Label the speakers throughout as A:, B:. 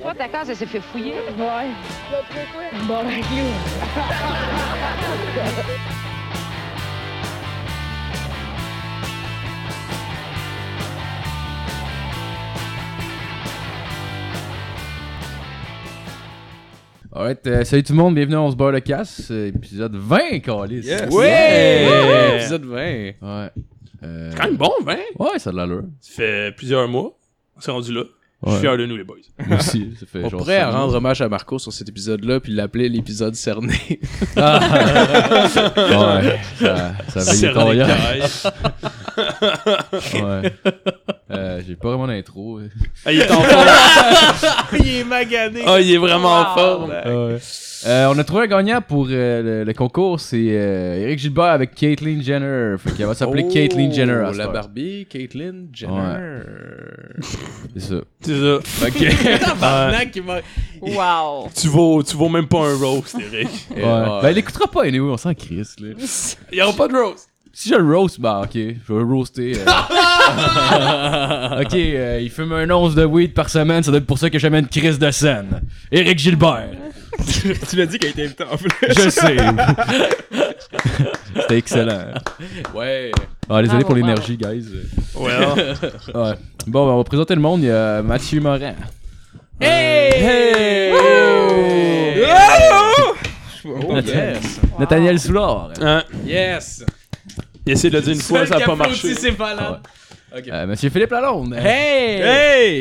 A: Toi, ta case, elle s'est fait fouiller.
B: Ouais. Bon, ben, clou.
C: Alright, euh, salut tout le monde, bienvenue à On se barre le casse, euh, épisode 20, Calis.
D: Yes.
C: Ouais!
D: Ouais.
C: Épisode 20. Ouais. Euh,
D: Quand même Ah, bon, vin.
C: Ouais, ça a de l'allure.
D: Ça fait plusieurs mois. On s'est rendu là. Je
C: Ouais.
D: suis fier de nous, les boys.
C: Moi aussi, ça fait
E: On
C: genre
E: pourrait
C: cinq
E: rendre
C: jours.
E: hommage à Marco sur cet épisode-là puis l'appeler l'épisode cerné.
C: Ah, ouais, ça, ça veille
D: Serre
C: ton
D: les
C: lien.
D: cailles.
C: Ouais. Euh, J'ai pas vraiment d'intro. ouais.
D: Ah, il est en forme.
E: il est magané.
D: Ah, il est vraiment en forme.
C: Euh, on a trouvé un gagnant pour euh, le, le concours, c'est euh, Eric Gilbert avec Caitlyn Jenner. Fait qu'elle va s'appeler Caitlyn Jenner. à cette
E: Oh, La
C: heure.
E: Barbie, Caitlyn Jenner.
C: C'est ça.
D: C'est ça. Euh,
E: Tabarnak, il m'a-
A: Wow.
D: Tu vaux, tu vaux même pas un roast, Eric.
C: Ouais.
E: ouais.
C: Ben, elle écoutera pas, anyway, on s'en crisse. Là.
D: Il n'y aura pas de roast.
C: Si je le roast, bah ok, je vais le roaster. euh. ok, euh, il fume un once de weed par semaine, ça doit être pour ça que j'amène Chris de scène. Eric Gilbert.
F: tu l'as dit qu'elle était invitée en plus.
C: Je sais. C'était excellent.
E: Ouais.
C: Ah, désolé pour
A: Bravo,
C: l'énergie, guys.
D: Ouais. hein.
C: Ouais. Bon, ben, on va présenter le monde. Il y a Mathieu Morin.
E: Hey!
F: Oh,
E: yes!
C: Nathaniel Soulard.
D: Hein?
E: Yes!
D: Il essaie de le dire une fois, ça n'a pas marché.
E: c'est malade. Ok.
C: Euh, Monsieur Philippe Lalonde.
E: Hey!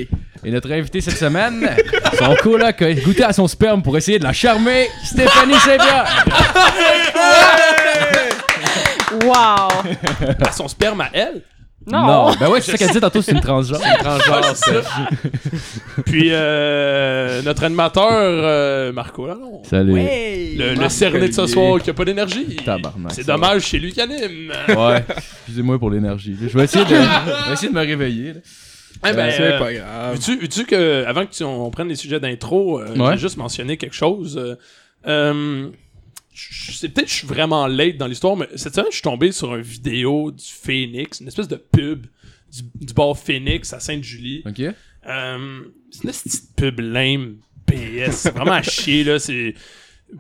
F: Hey!
C: Et notre invité cette semaine, son coloc a goûté à son sperme pour essayer de la charmer, Stéphanie Saint-Pierre.
A: Wow.
D: Ah, son sperme à elle.
A: Non.
C: Ben ouais, c'est ça qu'elle dit tantôt, c'est une transgenre.
E: Transgenre, Serge.
D: Ah, Puis euh, notre animateur, euh, Marco Lalonde.
C: Salut.
D: Le, le cerné de ce soir qui a pas d'énergie.
C: Tabarnak,
D: C'est
C: ça va.
D: dommage, c'est lui qui anime.
C: Ouais, excusez-moi pour l'énergie. Je vais essayer de, je vais essayer de me réveiller. là.
D: Eh ben,
F: C'est
D: euh,
F: pas grave.
D: Veux-tu, veux-tu que, avant que tu, on prenne les sujets d'intro, euh,
C: Ouais.
D: j'ai juste mentionné quelque chose. euh, euh, je- je- c'est peut-être que je suis vraiment late dans l'histoire, mais cette semaine, je suis tombé sur une vidéo du Phoenix, une espèce de pub du, du bar Phoenix à Sainte-Julie.
C: Ok?
D: Euh, c'est une petite pub lame, PS, c'est vraiment à chier, là. C'est...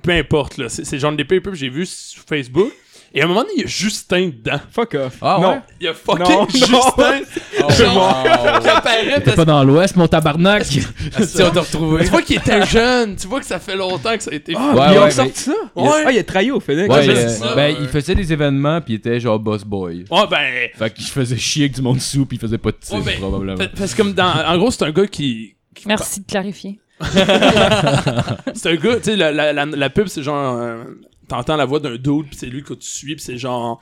D: Peu importe, là. C'est, c'est le genre des pubs que j'ai vu sur Facebook. Et à un moment donné, il y a Justin dedans.
F: Fuck off.
C: Ah
F: non.
C: ouais?
D: Il y a fucking
F: Non, non.
D: Justin genre, qui apparaît
C: T'es pas dans l'ouest, mon tabarnak!
E: Si on t'a retrouvé.
D: Tu vois qu'il était jeune, tu vois que ça fait longtemps que ça a été fait.
C: Ah, Ouais,
F: ils ont
C: ouais,
F: sorti
C: mais-
F: ça?
D: Ouais.
F: Il a- Ah, il a trahi au Phoenix.
C: Ouais,
D: je
C: euh,
D: dis ça,
C: ben,
D: ouais.
C: il faisait des événements pis il était genre boss boy.
D: Ouais, ben.
C: Fait que je faisais chier avec du monde sous pis il faisait pas de tir,
D: Ouais, ben,
C: probablement.
D: pa- Parce que, comme dans, en gros, c'est un gars qui. qui-
A: Merci de clarifier.
D: C'est un gars, tu sais, la, la, la, la pub, c'est genre. euh, T'entends la voix d'un dude, puis c'est lui que tu suis, puis c'est genre.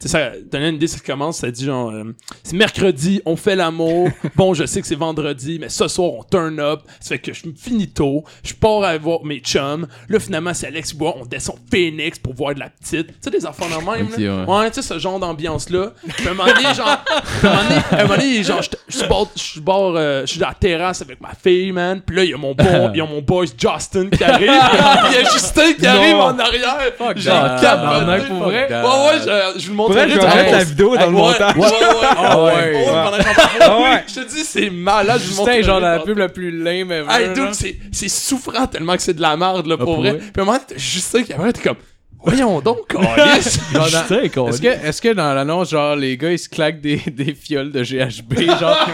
D: Tu sais, ça donner une idée, ça commence, ça dit genre. euh, c'est mercredi, on fait l'amour. bon, je sais que c'est vendredi, mais ce soir, on turn up. Ça fait que je me finis tôt. Je pars à voir mes chums. Là, finalement, c'est Alex Bois, on descend au Phoenix pour voir de la petite. Tu sais, des enfants de même,
C: Ok,
D: là.
C: ouais.
D: Ouais, tu sais, ce genre d'ambiance-là. Puis à un moment donné, genre. puis à un moment donné- à un moment donné, genre, je suis- je suis bord- je suis bord, euh, je suis dans la terrasse avec ma fille, man. Puis là, il y a mon bon, il y a mon boy Justin qui arrive. Il y a Justin qui arrive en arrière. Genre,
C: that.
D: capoté.
C: Tabarnak, pour vrai?
D: Ouais, ouais, je, je vous le
F: Pour
D: montre.
F: vrai, je vais mettre la vidéo dans le montage.
D: Ouais, ouais, ouais. Ah ouais.
E: ouais.
D: pendant que j'en parle.
F: Ah ouais.
D: Je te dis, c'est malade. je vous
E: Justin,
D: montrerai
E: genre la
D: tantôt.
E: pub la plus lame ever.
D: Hey, dude,
E: genre.
D: c'est- c'est souffrant tellement que c'est de la merde, là, pour
C: pour
D: vrai.
C: vrai?
D: Puis à un moment, t'as Justin qui arrive, t'es comme, voyons donc, câlisse.
E: Genre, dans-
C: Justin, con.
E: Est-ce que, est-ce que dans l'annonce, genre, les gars, ils se claquent des, des fioles de GHB, genre,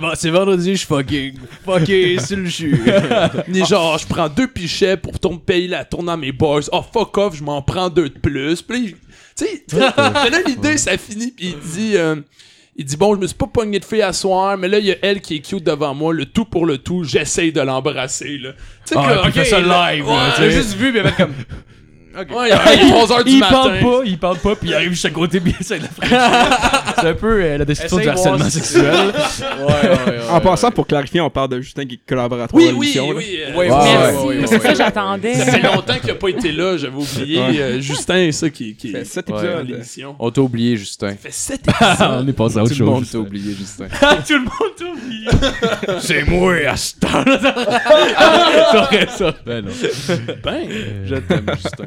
E: bon, c'est vendredi, je suis fucking, fucking sur le jus.
D: Ni genre, je prends deux pichets pour ton payer la tourne à mes boys. Oh, fuck off, je m'en prends deux de plus. Puis là, il- tu sais, il donne l'idée, ça finit, puis il dit, euh, il dit, bon, je me suis pas pogné de fille à soir, mais là, il y a elle qui est cute devant moi, le tout pour le tout, j'essaye de l'embrasser, là. Tu sais,
C: Ah,
D: que-
C: puis il fait ça
D: là,
C: live,
D: ouais,
C: là, tu
E: J'ai
C: sais.
E: juste vu, mais ben, comme,
D: ouais, il est 3h du
C: Il
D: matin.
C: parle pas, il parle pas, pis il arrive juste à côté bien ça, il a frappé. C'est un peu euh, la description
E: Essaye
C: du
E: voir
C: harcèlement
E: si-
C: sexuel.
E: ouais, ouais, ouais.
F: En passant, pour clarifier, on parle de Justin qui collabore à trois
D: Oui, oui,
F: émissions, là.
D: oui.
E: Ouais,
D: euh,
E: ouais,
A: Merci.
E: ouais, ouais,
A: Mais
E: ouais,
A: c'est
E: ouais.
A: ça, j'attendais.
D: Ça fait longtemps qu'il a pas été là, j'avais oublié. euh, Justin, ça qui, qui
F: Fait sept
E: Ouais.
D: dans
F: épisodes.
D: l'émission.
E: On t'a oublié, Justin.
D: Ça fait 7
C: On est passé à autre
E: Tout le monde
C: chose.
E: t'a oublié, Justin.
D: Tout le monde t'oublie.
C: C'est moi à ce temps-là. ça. Ben non.
D: Ben,
E: Je t'aime, Justin.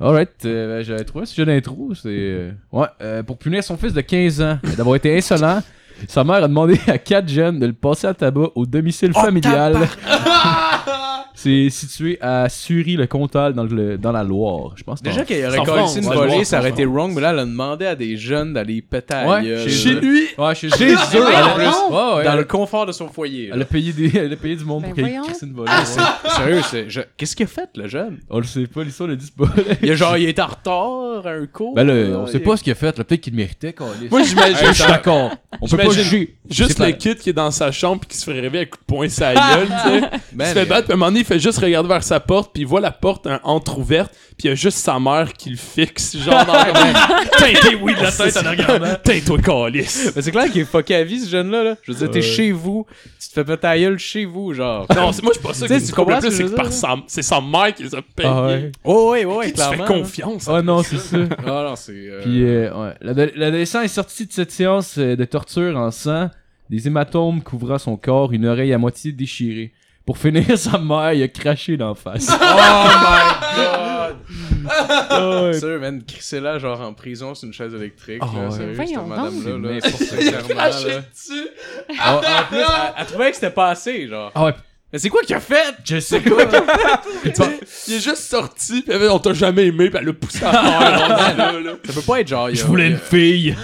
C: Alright, euh, ben, j'avais trouvé un sujet d'intro, c'est... euh, Ouais, euh, pour punir son fils de 15 ans d'avoir été insolent, Sa mère a demandé à quatre jeunes de le passer à tabac au
E: Oh,
C: domicile familial. C'est situé à Sury-le-Comtal dans, le, dans la Loire. Je pense que
E: Déjà qu'il aurait
D: Sans
E: collé
D: France,
E: une
D: ouais,
E: volée,
D: ouais,
E: ça aurait
D: sans
E: été wrong, mais là, elle a demandé à des jeunes d'aller péter à la
C: Ouais,
E: gueule.
C: chez
E: Dans
D: lui.
C: Ouais, chez
E: Chez eux,
C: elle a-
E: elle a-
C: Ouais, ouais, elle a-
E: le confort de son foyer. là.
C: Elle a payé, des, elle a payé du monde
A: Ben
C: pour qu'il
A: voyons.
C: crisse une volée.
E: Ah,
C: ouais.
E: c'est- Sérieux, c'est- je- qu'est-ce qu'il a fait, le jeune?
C: On le sait pas, l'histoire le dit pas.
E: Il a genre, il est en retard à un cours.
C: Ben là, on sait
E: il-
C: pas ce qu'il a fait. là. Peut-être qu'il le méritait, câlisse.
D: Moi, j'imagine.
C: Je suis d'accord. On peut pas
D: J'imagine
C: juger. C'est
D: Juste
C: pas-
D: le kid qui est dans sa chambre puis qui se fait rêver à coups de poing sa gueule, tu sais. Il
E: Man, Ben,
D: se fait
E: mais-
D: battre, puis à un moment donné, il fait juste regarder vers sa porte, puis il voit la porte hein, entrouverte, puis il y a juste sa mère qui le fixe, genre dans la Teinté, oui, de la tête en regardant. Teint-toi, calice.
E: Mais c'est clair qu'il est fucké à vie, ce jeune-là. Là. Je veux dire, t'es
C: Ouais.
E: chez vous, tu te fais péter à gueule chez vous, genre.
D: Non, c'est- moi, je suis pas sûr
E: Tu sais,
D: que
E: tu
D: tu comprends
E: comprends
D: plus,
E: ce que
D: c'est
E: je
D: que
E: veux
D: par
E: dire?
D: sa, c'est sa mère qui les a payés.
C: Ah ouais.
E: Oh, ouais, ouais,
D: Qui te fait
E: clairement.
D: confiance.
C: Ah non, c'est ça.
E: hein. Ah non, c'est. euh,
C: Puis, euh, ouais. L'ado- L'adolescent est sorti de cette séance euh, de torture en sang, des hématomes couvrant son corps, une oreille à moitié déchirée. Pour finir, sa mère, il a craché d'en face.
E: Oh my god!
C: Ah ouais.
E: Sérieux, man, crissez là, genre en prison, c'est une chaise électrique.
C: Ah
E: là,
C: ouais.
E: sérieux,
A: Voyons
E: cette
A: donc.
E: madame-là, là,
C: C'est
E: c'est clairement, là. Ah, en plus, elle, elle trouvait que c'était pas assez, genre.
C: Ah ouais,
E: Mais c'est quoi qu'il a fait?
C: je sais quoi.
D: Il est juste sorti, puis elle fait, on t'a jamais aimé, puis elle le poussé à faire. rendu là, là.
E: Ça peut pas être genre. il
C: Je
E: a-
C: voulais
E: il
C: une
E: a-
C: fille.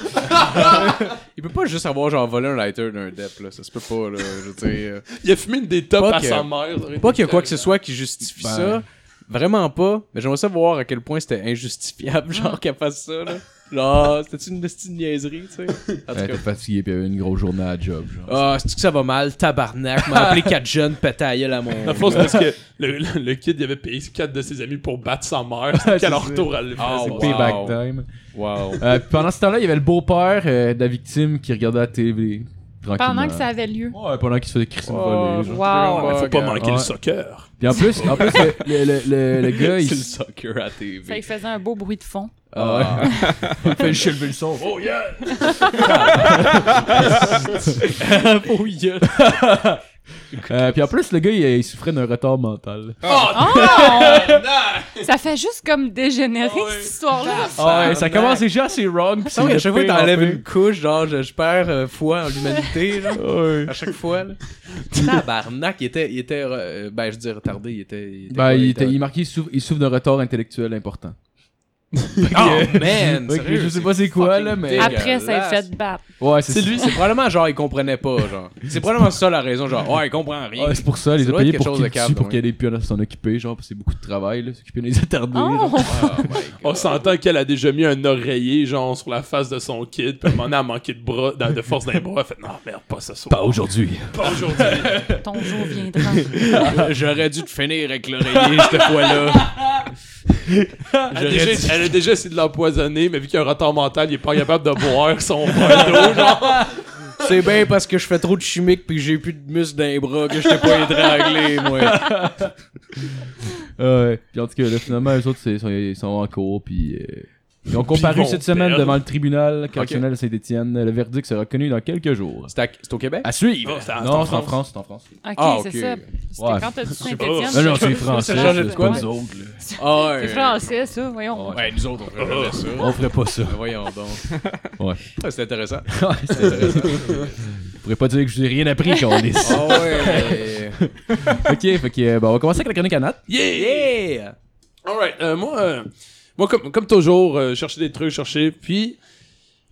E: Il peut pas juste avoir genre volé un lighter d'un dep, là. Ça se peut pas, là. Je veux dire. euh,
D: Il a fumé une des tops
E: Pas
D: à
E: que-
D: sa mère. ça aurait
E: Pas
D: été
E: qu'il y a quoi que ce
D: terrible.
E: soit qui justifie
C: Ben.
E: ça. Vraiment pas. Mais j'aimerais savoir à quel point c'était injustifiable, genre, qu'elle fasse ça, là. Genre, c'était une petite niaiserie, tu sais. En tout
C: Ouais,
E: cas.
C: T'es fatigué, puis il y avait une grosse journée à la job. Genre.
E: Ah, c'est que ça va mal, tabarnak. M'a appelé quatre jeunes, pété à gueule à mon.
D: Dans le fond, c'est parce que le, le- le kid, il avait payé quatre de ses amis pour battre sa mère. C'était qu'à leur retour, elle le faisait.
E: Ah, wow.
C: Payback Oh, time.
E: Wow.
C: Euh, puis pendant ce temps-là, il y avait le beau-père euh, de la victime qui regardait la télé. Tranquillement.
A: Pendant que ça avait lieu.
C: Ouais, pendant qu'il se faisait crisser
E: Oh,
C: une volée. genre.
E: Ah,
A: Wow.
D: Faut pas manquer
C: Oh, Ouais.
D: le soccer.
C: Puis en plus, en plus le, le, le, le gars, il.
E: C'est le soccer à TV.
A: Ça lui faisait un beau bruit de fond.
C: Ah ouais. il fait le le son.
D: Oh yeah!
E: Oh, yeah.
C: Euh, puis en plus, le gars, il, il souffrait d'un retard mental.
E: Ah,
D: Ah,
A: Oh! ça fait juste comme dégénérer, cette histoire-là.
C: Ah ouais, ça commence déjà assez wrong. Pis
E: Ça, Ah à chaque fois que t'enlèves une couche, genre, je, je perds euh, foi en l'humanité, genre. À chaque fois, là. Tabarnak, il était, il était, euh, ben, je dis retardé, il était. il était
C: Bah,
E: quoi,
C: il, était- il marquait, il souffre, il souffre d'un retard intellectuel important.
E: Oh man,
C: Ok,
E: sérieux,
C: je sais pas c'est quoi,
E: fucking
C: là, mais-
E: dégueulasse.
A: Après, ça a fait battre.
C: Ouais, c'est
E: C'est lui, c'est probablement genre il comprenait pas, genre. C'est probablement ça la raison, genre ouais, il comprend rien.
C: Ouais, c'est pour ça, les a
E: Ça doit
C: payés
E: être quelque
C: pour
E: chose de
C: qu'il
E: câble,
C: tue, pour
E: ouais.
C: qu'il ait pu s'en occuper, genre, parce que c'est beaucoup de travail, là, s'occuper des attardés.
A: Oh!
C: genre.
E: Oh my God.
D: On s'entend qu'elle a déjà mis un oreiller, genre, sur la face de son kid, puis à un moment donné, elle a manqué de bras, dans- de force d'un bras, elle fait « Non, merde, pas ce soir.
E: Ah,
C: Pas aujourd'hui.
D: Pas aujourd'hui.
A: Ton jour viendra.
E: J'aurais dû te finir avec l'oreiller cette fois-là. » Ah,
D: Elle a déjà- Elle a déjà essayé de l'empoisonner, mais vu qu'il a un retard mental, il est pas capable de boire son verre d'eau, genre.
E: C'est bien parce que je fais trop de chimique pis que j'ai plus de muscles dans les bras que je t'ai pas étranglé, moi.
C: Ouais. Puis en tout cas, là, finalement, eux autres, c'est- ils sont, ils sont en cours, puis... euh, Ils ont comparu
D: vont
C: cette semaine
D: perdre.
C: devant le tribunal correctionnel de Saint-Étienne. Le verdict sera connu dans quelques jours.
E: C'est à- c'est au Québec?
C: À suivre.
D: Oh, c'est en-
C: non,
D: c'est
C: c'est
D: en
C: en France, c'est en France.
A: Ok,
E: Ah, ok.
A: c'est ça. C'était
C: Ouais.
A: quand t'as dit
D: pas.
A: Saint-Étienne.
C: Non, non, c'est français.
A: Ça change de
C: C'est
A: quoi?
C: pas nous autres, là.
E: Ah
A: C'est français, ça, voyons.
E: Ouais, nous autres, on ferait
D: ah,
E: jamais ça.
C: On ferait pas ça.
E: Mais Voyons donc.
C: Ouais.
E: Ah, c'est intéressant.
C: Ouais, c'est intéressant. Je pourrais pas dire que je n'ai rien appris quand on est ça.
E: Ah ouais.
C: ok, fait que, euh, ben, on va commencer avec la chronique à Nat.
E: yeah!
D: Alright, euh, moi, euh, moi comme, comme toujours, euh, chercher des trucs, chercher. Puis,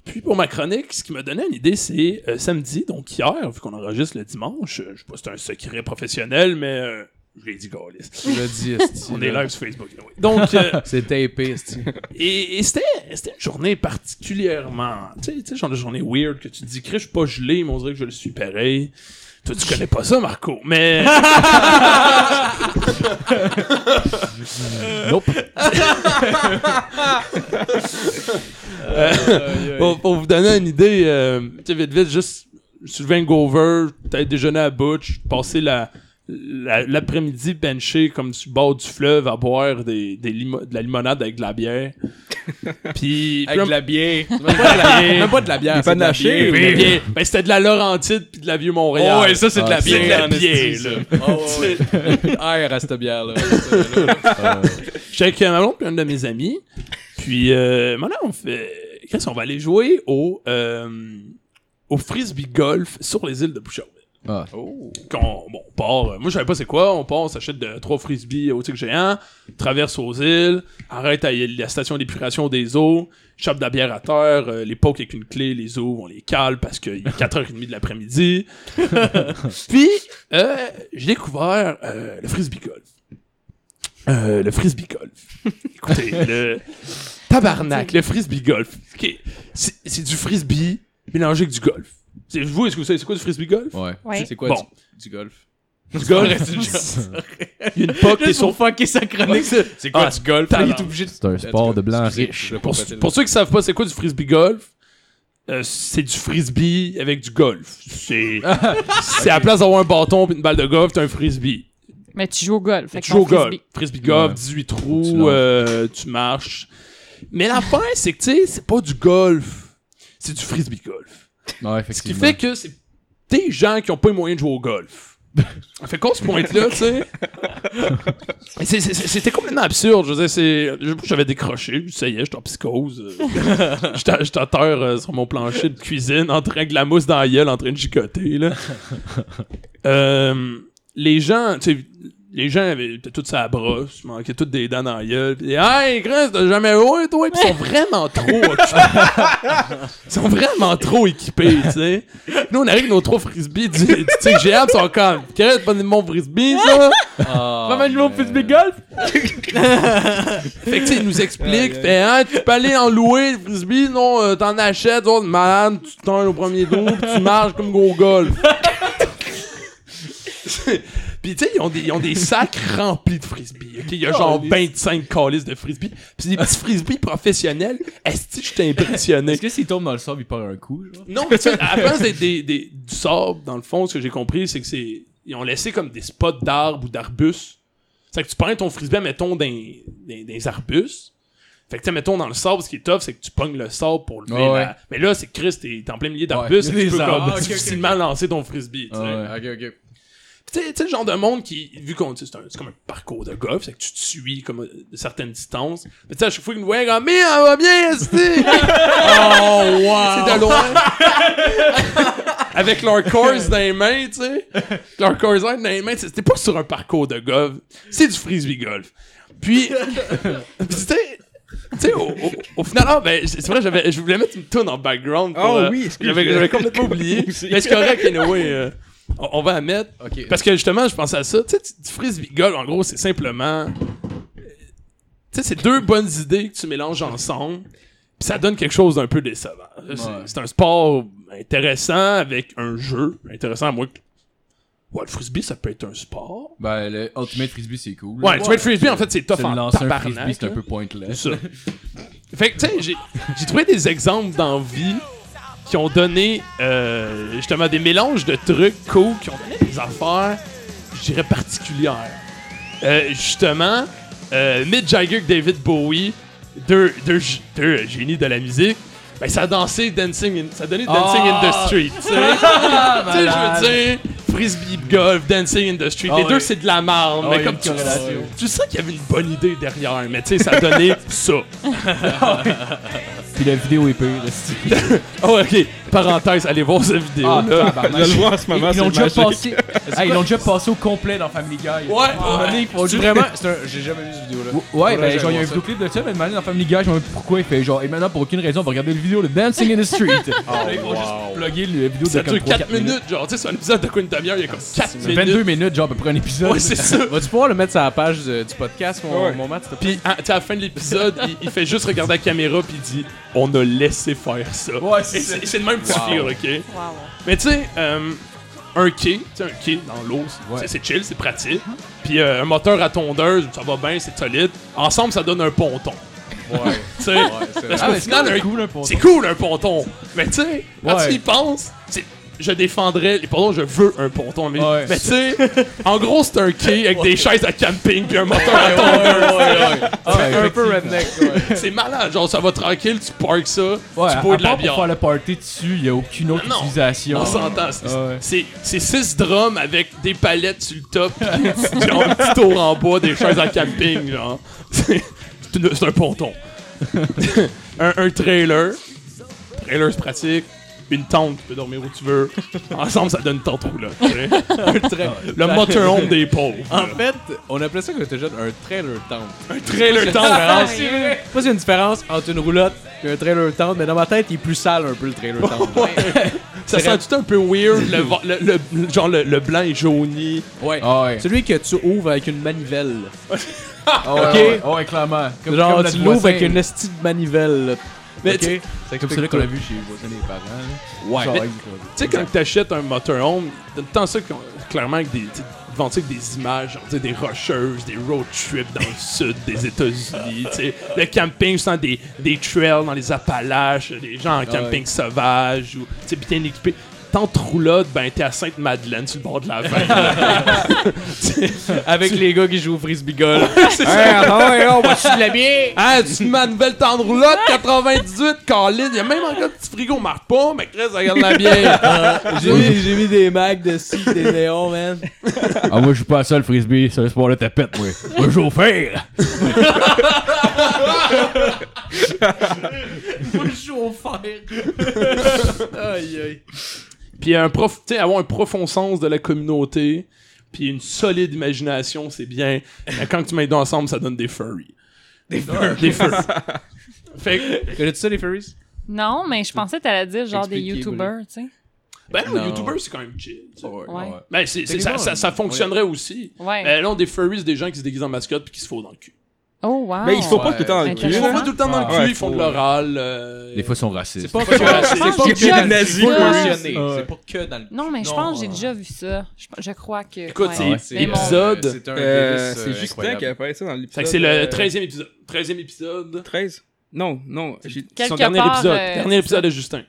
D: puis pour ma chronique, ce qui m'a donné une idée, c'est euh, samedi, donc hier, vu qu'on enregistre le dimanche, euh, je sais pas si c'est un secret professionnel, mais euh, je l'ai dit, Gaulis.
E: Je le dis, esti,
D: On
E: là.
D: est live sur Facebook. anyway. Donc, euh,
E: C'est tapé, esti.
D: et, et c'était, c'était une journée particulièrement. Tu sais, tu sais, genre de journée weird que tu te dis, Chris, je suis pas gelé, mais on dirait que je le suis pareil. Toi, tu connais pas ça, Marco, mais.
C: Nope.
E: Euh,
D: Euh, pour, pour vous donner une idée, euh, tu sais, vite, vite, juste, je suis hangover, peut-être déjeuner à Butch, passer la, la- l'après-midi benché comme sur le bord du fleuve à boire des, des limo- de la limonade avec de la bière. Puis, puis
E: Avec de
D: un-
E: la bière. Même pas de la bière. Même pas de la bière.
F: pas
E: Ah, c'est
F: de la bière,
D: de la bière. Ben, c'était de la Laurentide puis de la Vieux-Montréal.
E: Oh, ouais, ça, c'est de
C: Ah,
E: la
D: c'est de
E: bière.
D: la
E: en
D: bière,
E: esti, ça.
D: là.
E: Oh, ouais. Air à cette bière-là. Ça, là.
D: J'étais avec euh, ma blonde puis un de mes amis. Puis euh, maintenant, on fait. Qu'est-ce qu'on va aller jouer au. euh, au frisbee golf sur les îles de Boucherville.
C: Ah.
E: Oh.
D: Quand bon, on part, euh, moi je savais pas c'est quoi, on part, on s'achète de trois frisbees au tic géant, traverse aux îles, arrête à y- la station d'épuration des eaux, chope de la bière à terre, euh, les pokes avec une clé, les eaux, on les cale parce qu'il est 4h30 de l'après-midi. Puis, euh, j'ai découvert euh, le frisbee golf. Euh, le frisbee golf. Écoutez, le tabarnak, le frisbee golf. Ok, C'est c'est du frisbee mélangé avec du golf. C'est vous, est-ce que vous savez c'est quoi du frisbee golf?
C: Ouais.
A: Ouais.
E: C'est quoi
D: Bon.
E: du, du golf?
D: Du golf, c'est Il y a une poque, t'es sur
E: fucker sa chronique. C'est
D: quoi
E: quoi
D: du
E: du golf?
D: Il est
E: Il est obligé de...
C: C'est un sport de blanc
E: Excusez,
C: riche.
E: je l'ai pas
D: Pour,
E: fait, là.
D: pour ceux qui savent pas c'est quoi du frisbee golf, euh, c'est du frisbee avec du golf. C'est c'est à la place d'avoir un bâton et une balle de golf, t'as un frisbee.
A: Mais tu joues au golf. fait
D: Tu
A: que ton
D: joues au golf.
A: frisbee-
D: Frisbee golf,
C: Ouais.
D: 18
C: Tu
D: trous,
C: lances.
D: euh, tu marches. Mais la fin, c'est que tu sais, c'est pas du golf, c'est du frisbee golf.
C: Ouais,
D: Ce qui
C: effectivement.
D: fait que c'est des gens qui ont pas les moyens de jouer au golf. fait qu'on se pointe là, tu sais. Et c'est- c'est- c'est- C'était complètement absurde. Je veux dire, c'est. je- J'avais décroché, je dis, ça y est, j'étais en psychose. euh, J'étais à- j'étais à terre euh, sur mon plancher de cuisine, en train de la mousse dans la gueule, en train de chicoter, là. Euh, les gens, tu sais, les gens avaient étaient tous à la brosse, manquaient toutes des dents dans la gueule. Pis, hey, Chris, t'as jamais joué, toi? Pis ils sont vraiment trop occupés. Ils sont vraiment trop équipés, tu sais. Nous, on arrive avec nos trois frisbees du, du tic géant, pis ils sont comme, Chris, pas de mon frisbee, ça?
C: Ah,
D: Pas mal de mon frisbee
C: euh,
D: golf? fait que, tu sais, ils nous expliquent, fait, hein, tu peux aller en louer le frisbee, non, euh, t'en achètes, oh, le malade, tu tournes au premier dos, pis tu marches comme gros golf. Puis tu sais, ils, ont des- ils ont des sacs remplis de frisbees. ok? Il y a genre 25 calices de frisbees. Puis des petits frisbees professionnels. Est-ce que je t'ai impressionné?
C: Est-ce que s'il tombe dans le sable, il part un coup, genre?
D: Non, mais tu sais, à la place d'être des- des- du sable, dans le fond, ce que j'ai compris, c'est que c'est. Ils ont laissé comme des spots d'arbres ou d'arbustes. C'est que tu prends ton frisbee, mettons, dans des arbustes. Fait que, tu sais, mettons dans le sable, ce qui est tough, c'est que tu pognes le sable pour lever
C: Ouais, ouais.
D: la- Mais là, c'est que Chris, t'es t'es en plein milieu d'arbustes,
C: Ouais,
D: et tu
C: les
D: peux
C: arbres.
D: comme
C: Ah, ok, ok,
D: difficilement lancer ton frisbee, tu sais.
C: Ah
E: Ok, ok.
D: Tu sais, tu sais, le genre de monde qui, vu qu'on tu sais, c'est un- c'est comme un parcours de golf, c'est que tu te suis comme euh, de certaines distances. Mais tu sais, à chaque fois qu'il nous voyait, comme, mais on va bien, esti! oh, wow! C'est de loin. Avec leur course dans les mains, tu sais. Leur course dans les mains, tu sais, c'était pas sur un parcours de golf, c'est du frisbee golf. Puis, puis tu sais, tu sais, au, au- au final, ah, ben, c'est c'est vrai, j'avais- je voulais mettre une tonne en background. Pour,
F: Oh
D: euh,
F: oui, excuse-moi.
D: j'avais j'avais complètement oublié. Mais c'est correct, anyway. euh, on, on va la mettre.
E: Ok.
D: Parce que justement, je pensais à ça. Tu sais, tu- du frisbee golf, en gros, c'est simplement. euh, Tu sais, c'est deux bonnes idées que tu mélanges ensemble. Puis ça donne quelque chose d'un peu décevant. C'est- C'est un sport intéressant avec un jeu. Intéressant à moi. que- Ouais, le frisbee, ça peut être un sport.
C: Ben, le Ultimate Frisbee, c'est cool.
D: Ouais, tu mets le frisbee, en fait, c'est tough
C: Se
D: en
C: lancer un
D: tabarnak,
C: frisbee, c'est
D: là.
C: un peu pointless.
D: C'est ça. fait que, tu sais, j'ai- j'ai trouvé des exemples dans vie qui ont donné euh, justement des mélanges de trucs cool, qui ont donné des affaires, je dirais, particulières. Euh, justement, euh, Mick Jagger et David Bowie, deux, deux, g- deux génies de la musique, ben, ça dansait Dancing in- ça donnait Dancing in the
C: Ah!
D: Street, tu sais. Tu sais, je veux dire, frisbee golf, Dancing in the Street, les
C: Ah ouais.
D: deux c'est de la marde,
C: Ah
D: mais
C: ouais,
D: comme
C: il
D: tu
C: y a une corrélation.
D: tu sais qu'il y avait une bonne idée derrière, mais tu sais, ça donnait ça.
C: Puis la vidéo est pire, là, c'est-
D: Oh, ok. Parenthèse, allez voir cette vidéo.
C: Ah,
D: là.
C: tabarnak.
F: Vous allez le voir en ce moment,
C: Ils l'ont
F: c'est
C: déjà passé.
F: magique.
C: Ah, ils l'ont déjà passé au complet dans Family Guy.
D: Ouais, ouais.
E: C'est vraiment... c'est un- J'ai jamais vu cette vidéo-là.
C: Ou- Ouais,
E: Faudrait
C: ben
E: que
C: genre, il y a un
E: j'aille voir
C: vidéoclip de ça, mais maintenant dans Family Guy, je sais même plus pourquoi il fait genre, et maintenant pour aucune raison, on va regarder le vidéo de Dancing in the Street. Là,
E: Oh,
C: ils vont juste plugger le vidéo de
D: Ah. Ça
C: comme
D: dure
C: 3,
D: 4 minutes, genre, tu sais, c'est un épisode de Queen Damier, il y a comme 4
C: C'est
D: minutes.
C: 22 minutes, genre, à peu près un épisode.
D: Ouais, c'est ça.
E: ça. Vas-tu pouvoir le mettre sur la page de- du podcast, mon,
F: Ouais.
E: mon Matt, s'il te plaît?
D: Puis, à, tu sais, à la fin de l'épisode, il, il fait juste regarder la caméra, puis il dit On a laissé faire ça.
C: Ouais, c'est
D: Et
C: ça.
D: c'est c'est le même petit
E: Wow.
D: feel, ok?
A: Wow.
D: Mais tu sais, euh, un quai, tu sais, un quai dans l'eau, c'est-
C: Ouais.
D: c'est- c'est chill, c'est pratique. Puis euh, un moteur à tondeuse, ça va bien, c'est solide. Ensemble, ça donne un ponton.
E: Ouais.
D: Tu sais,
E: c'est vrai.
D: Parce
C: Ah,
D: qu'au
C: mais c'est quand
D: final,
C: même
D: un-
C: cool, un ponton.
D: C'est cool un ponton. Mais tu sais, quand
C: Ouais.
D: tu y penses, c'est- je défendrais les pontons, je veux un ponton. Mais,
C: Ouais.
D: mais tu sais, en gros, c'est un quai avec des chaises à camping puis un moteur à tondeuse.
C: Ah, ouais,
E: un peu redneck, ouais.
D: C'est malade. Genre, ça va tranquille, tu parques ça,
C: Ouais,
D: tu
C: à
D: bois de
C: part
D: la
C: pour
D: bière.
C: faire le party dessus, il y a aucune autre
D: Non,
C: utilisation.
D: On s'entend. c'est-
C: Ah ouais.
D: C'est c'est six drums avec des palettes sur le top, pis genre un petit tour en bois, des chaises à camping, genre. C'est c'est une- c'est un ponton. un, un trailer. Trailer, c'est pratique. une tente, tu peux dormir où tu veux. Ensemble, ça donne une tente roulante. tu sais. Un tra- le motorhome des pauvres.
E: En fait, on appelait ça quand j'étais jeune un trailer tente.
D: Un trailer tente.
E: Différence. Je sais pas s'il y a une différence entre une roulotte et un trailer tente, mais dans ma tête, il est plus sale un peu le trailer tente.
D: Ça sent tout un peu weird. Le, vo- le- le- le- genre, le, le blanc est jauni.
E: Ouais.
C: Ah ouais.
E: Celui que tu ouvres avec une manivelle.
C: Ah ouais,
E: Ok.
C: ouais, ouais, ouais, clairement. Comme,
E: Genre,
C: comme notre
E: tu l'ouvres
C: voisin.
E: avec une estie de manivelle. là.
D: Mais
E: Ok?
D: tu-
C: C'est comme celui qu'on a vu chez voisin des parents. là.
D: Ouais.
C: Genre,
D: Mais-
C: avec-
D: Tu sais, quand t'achètes un motorhome, t'as tant ça qu'on- clairement avec des. tu sais, devant ça avec des images, genre, tu sais, des rocheuses, des road trips dans le sud des États-Unis, tu sais, le camping sans des, des trails dans les Appalaches, des gens en camping sauvage, ou tu sais, bien équipé. Tente roulotte, ben t'es à Sainte-Madeleine sur le bord de la veine.
E: Avec les gars qui jouent au frisbee golf.
D: Eh, Ah, tu te mets une nouvelle tente roulotte, 98, Colin. Il y a même encore un petit frigo marque pas, mais Chris, regarde la bière.
E: Ah, J'ai mis, j'ai mis des mags dessus, des néons, man.
C: Ah, moi, je joue pas à ça, le frisbee. C'est le sport de tapette, moi. Moi, je joue au fer.
E: Aïe, aïe.
D: Puis un prof, tu sais, avoir un profond sens de la communauté, puis une solide imagination, c'est bien. Mais quand tu mets les deux ensemble, ça donne des furries. Des furries. Des furries. fait que,
E: Connais-tu ça, les furries?
A: Non, mais je pensais que t'allais dire genre des
E: Expliquez,
A: YouTubers, tu sais.
D: ben non,
E: Non.
D: YouTuber, c'est quand même chill. tu sais.
A: Ouais.
D: Ben, c'est, c'est- ça, ça, ça fonctionnerait aussi.
A: Ouais.
D: Ben non, des furries, c'est des gens qui se déguisent en mascotte puis qui se font dans le cul.
A: Oh, wow.
F: Mais ils Ben, se font pas tout le temps dans le
A: Ouais.
D: Ils se font
F: cul.
D: pas tout le temps dans le
F: Ah,
D: cul,
F: ouais,
D: ils font de
F: faut-
D: l'oral. euh,
C: Des fois, ils sont racistes.
E: C'est pas que
D: C'est pas-
E: c'est pas
F: c'est
E: que dans le
F: nazi,
E: faut le
A: quoi.
E: mentionner,
C: Ouais.
E: C'est pas que dans le Ah,
A: Non, mais je pense que j'ai déjà vu ça. Je, je crois que.
D: Écoute,
A: ouais.
D: c'est-
A: Mais
C: Ouais,
A: mon-
D: épisode.
E: C'est un
F: Euh,
E: délice, euh,
F: C'est Justin
E: incroyable.
F: qui a fait ça dans l'épisode.
D: Fait que c'est le
F: euh,
D: 13e épisode. 13e épisode.
F: 13 Non, non. j'ai-
A: Quelque
D: son dernier
A: part,
D: épisode.
A: euh,
D: dernier épisode de Justin.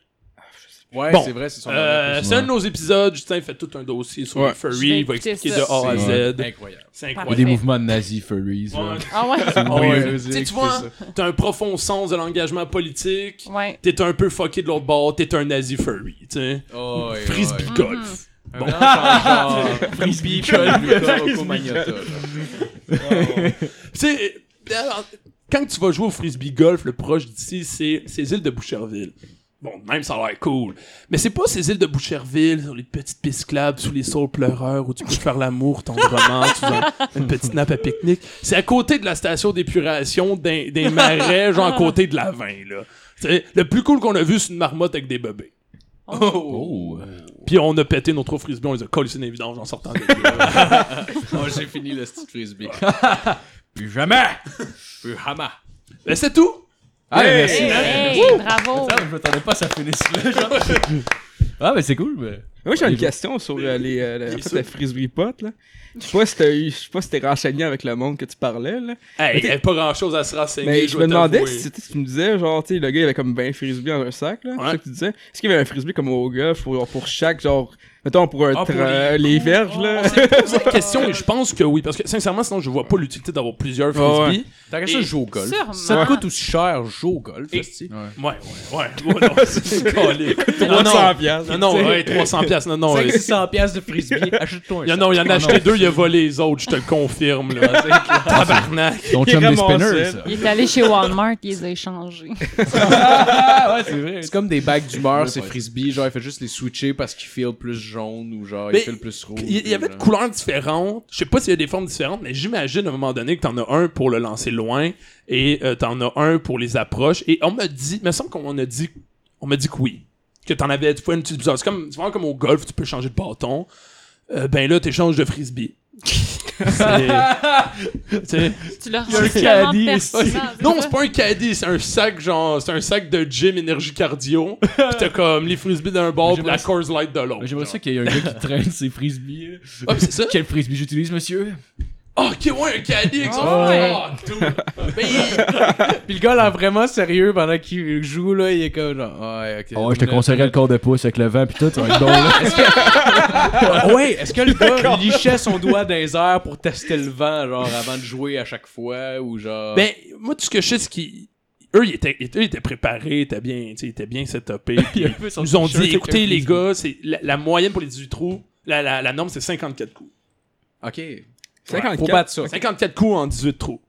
E: Ouais,
D: Bon.
E: c'est vrai, c'est son
D: Euh,
E: dernier
D: c'est un de nos épisodes. Justin fait tout un dossier sur
F: Ouais.
D: les
A: Je
D: furries.
A: vais
D: Il va
A: écouter
D: expliquer
A: ça.
D: de A à
E: épisode.
D: oh, Z.
E: Incroyable.
D: C'est
C: Il y a
D: incroyable.
C: des mouvements de nazis furries. là.
D: Ouais.
A: Ah ouais.
D: Ah ouais.
E: Ouais,
D: Tu sais, tu
E: explique
D: vois,
E: ça.
D: t'as un profond sens de l'engagement politique.
A: ouais.
D: T'es un peu fucké de l'autre bord. T'es un nazi furry. tu sais.
E: Oh, ouais,
D: Frisbee
E: ouais.
A: Mhm.
D: golf.
E: Un mélange entre genre Frisbee, Col, Luca, Rocco Magnata.
D: Tu sais, euh, quand tu vas jouer au frisbee golf, le proche d'ici, c'est ces îles de Boucherville. Bon, même ça a l'air cool. Mais c'est pas ces îles de Boucherville, sur les petites pistes clubs, sous les saules pleureurs, où tu peux faire l'amour tendrement, sous un- une petite nappe à pique-nique. C'est à côté de la station d'épuration d'un- des marais, genre à côté de la vin, là. Tu sais, le plus cool qu'on a vu, c'est une marmotte avec des bébés.
C: Oh.
D: Puis on a pété nos trois frisbees, on les a collés sur les vidanges en sortant des
E: Oh, j'ai fini le style Frisbee.
C: Plus jamais!
E: Euh, Hama.
D: Mais c'est tout!
C: Ah, merci.
A: Hey, hey, bravo.
C: Ah, mais je m'attendais pas à ça finisse là, genre. ah, mais c'est cool, mais.
F: Moi, j'ai une
C: Allez-y.
F: question sur euh, les, euh, la- en fait,
D: sûr.
F: la frisbee pot, là. Je sais pas si t'as eu, je sais pas si t'es renseigné avec le monde que tu parlais, là.
D: Hey, il y avait pas grand chose à se renseigner.
F: Mais je me
D: vais
F: demandais
D: t'avouer.
F: si c'était- tu me disais, genre, tu sais, le gars, il avait comme 20 frisbees dans un sac, là.
D: Ouais.
F: C'est ça que tu disais. Est-ce qu'il y avait un frisbee comme au gars pour, pour chaque, genre, mettons, pour un,
E: Ah, pour
F: tra-
E: les-
F: les... verges, là?
D: posé la question et je pense que oui. Parce que sincèrement, sinon, je vois pas l'utilité d'avoir plusieurs
F: Ah
D: frisbees.
E: T'as qu'à
D: Et-
E: ça, joue au golf.
A: Sûrement.
E: Ça te coûte aussi cher, joue au golf.
D: Et-
E: esti.
D: Ouais, ouais, ouais. ouais, non, c'est collé. non, non,
F: 300
D: non,
F: piastres.
D: non, ouais, 300 piastres. Non, non. ouais.
E: 500 piastres de frisbee, achète-toi un.
D: Il y en a, il y en a acheté deux, il a volé les autres, je te le confirme. Là. Tabarnak.
C: Ton
F: Il
C: chum des
F: ramassait.
C: spinners, ça.
A: Il est allé chez Walmart, il les a échangés.
E: C'est comme des bagues d'humeur, c'est frisbee. Genre, il fait juste les switcher parce qu'il feel plus jaune ou genre,
D: Mais
E: il feel plus rouge.
D: Il y- il y avait
E: ou
D: de
E: genre.
D: couleurs différentes. Je sais pas s'il y a des formes différentes, mais j'imagine à un moment donné que t'en as un pour le lancer loin et euh, t'en as un pour les approches. Et on me dit, me semble qu'on a dit, on m'a dit que oui. Que t'en avais tu vois, une petite bizarre. C'est comme, c'est vraiment comme au golf, tu peux changer de bâton. Euh, ben là, t'échanges de frisbee. C'est- c'est-
A: Tu leur rends tellement
C: caddie,
A: pertinent.
D: non, c'est pas un caddie, c'est un sac genre, c'est un sac de gym énergie cardio. Pis t'as comme les frisbees d'un bord, pis la
C: J'aimerais-
D: Coors Light de l'autre.
C: Mais J'aimerais ça qu'il y ait un gars qui traîne ses frisbees. là.
D: Ah, mais c'est ça.
C: Quel frisbee j'utilise, monsieur?
D: Ah, ok, ouais, un caddie, avec son-
A: Ah ouais.
D: Fuck, dude. Ben,
E: Puis le gars, là, vraiment sérieux, pendant qu'il joue, là, il est comme genre, ah, ouais, ok.
C: Oh, ouais, je te conseillerais le corps de pouce avec le vent pis tout, ça va être bon, là.
E: Ah ouais, est-ce que le gars lichait son doigt dans les airs pour tester le vent, genre, avant de jouer à chaque fois, ou genre...
D: Ben, moi, tout ce que je sais, c'est qu'ils. Eux, ils étaient, eux, ils étaient préparés, ils étaient bien, tu sais, ils étaient bien setupés. puis ils nous ont dit écoutez, les gars, c'est la, la moyenne pour les 18 trous, la, la, la norme, c'est 54 coups.
E: Ok.
F: 54.
E: Faut battre ça.
D: 54 coups en 18 trous.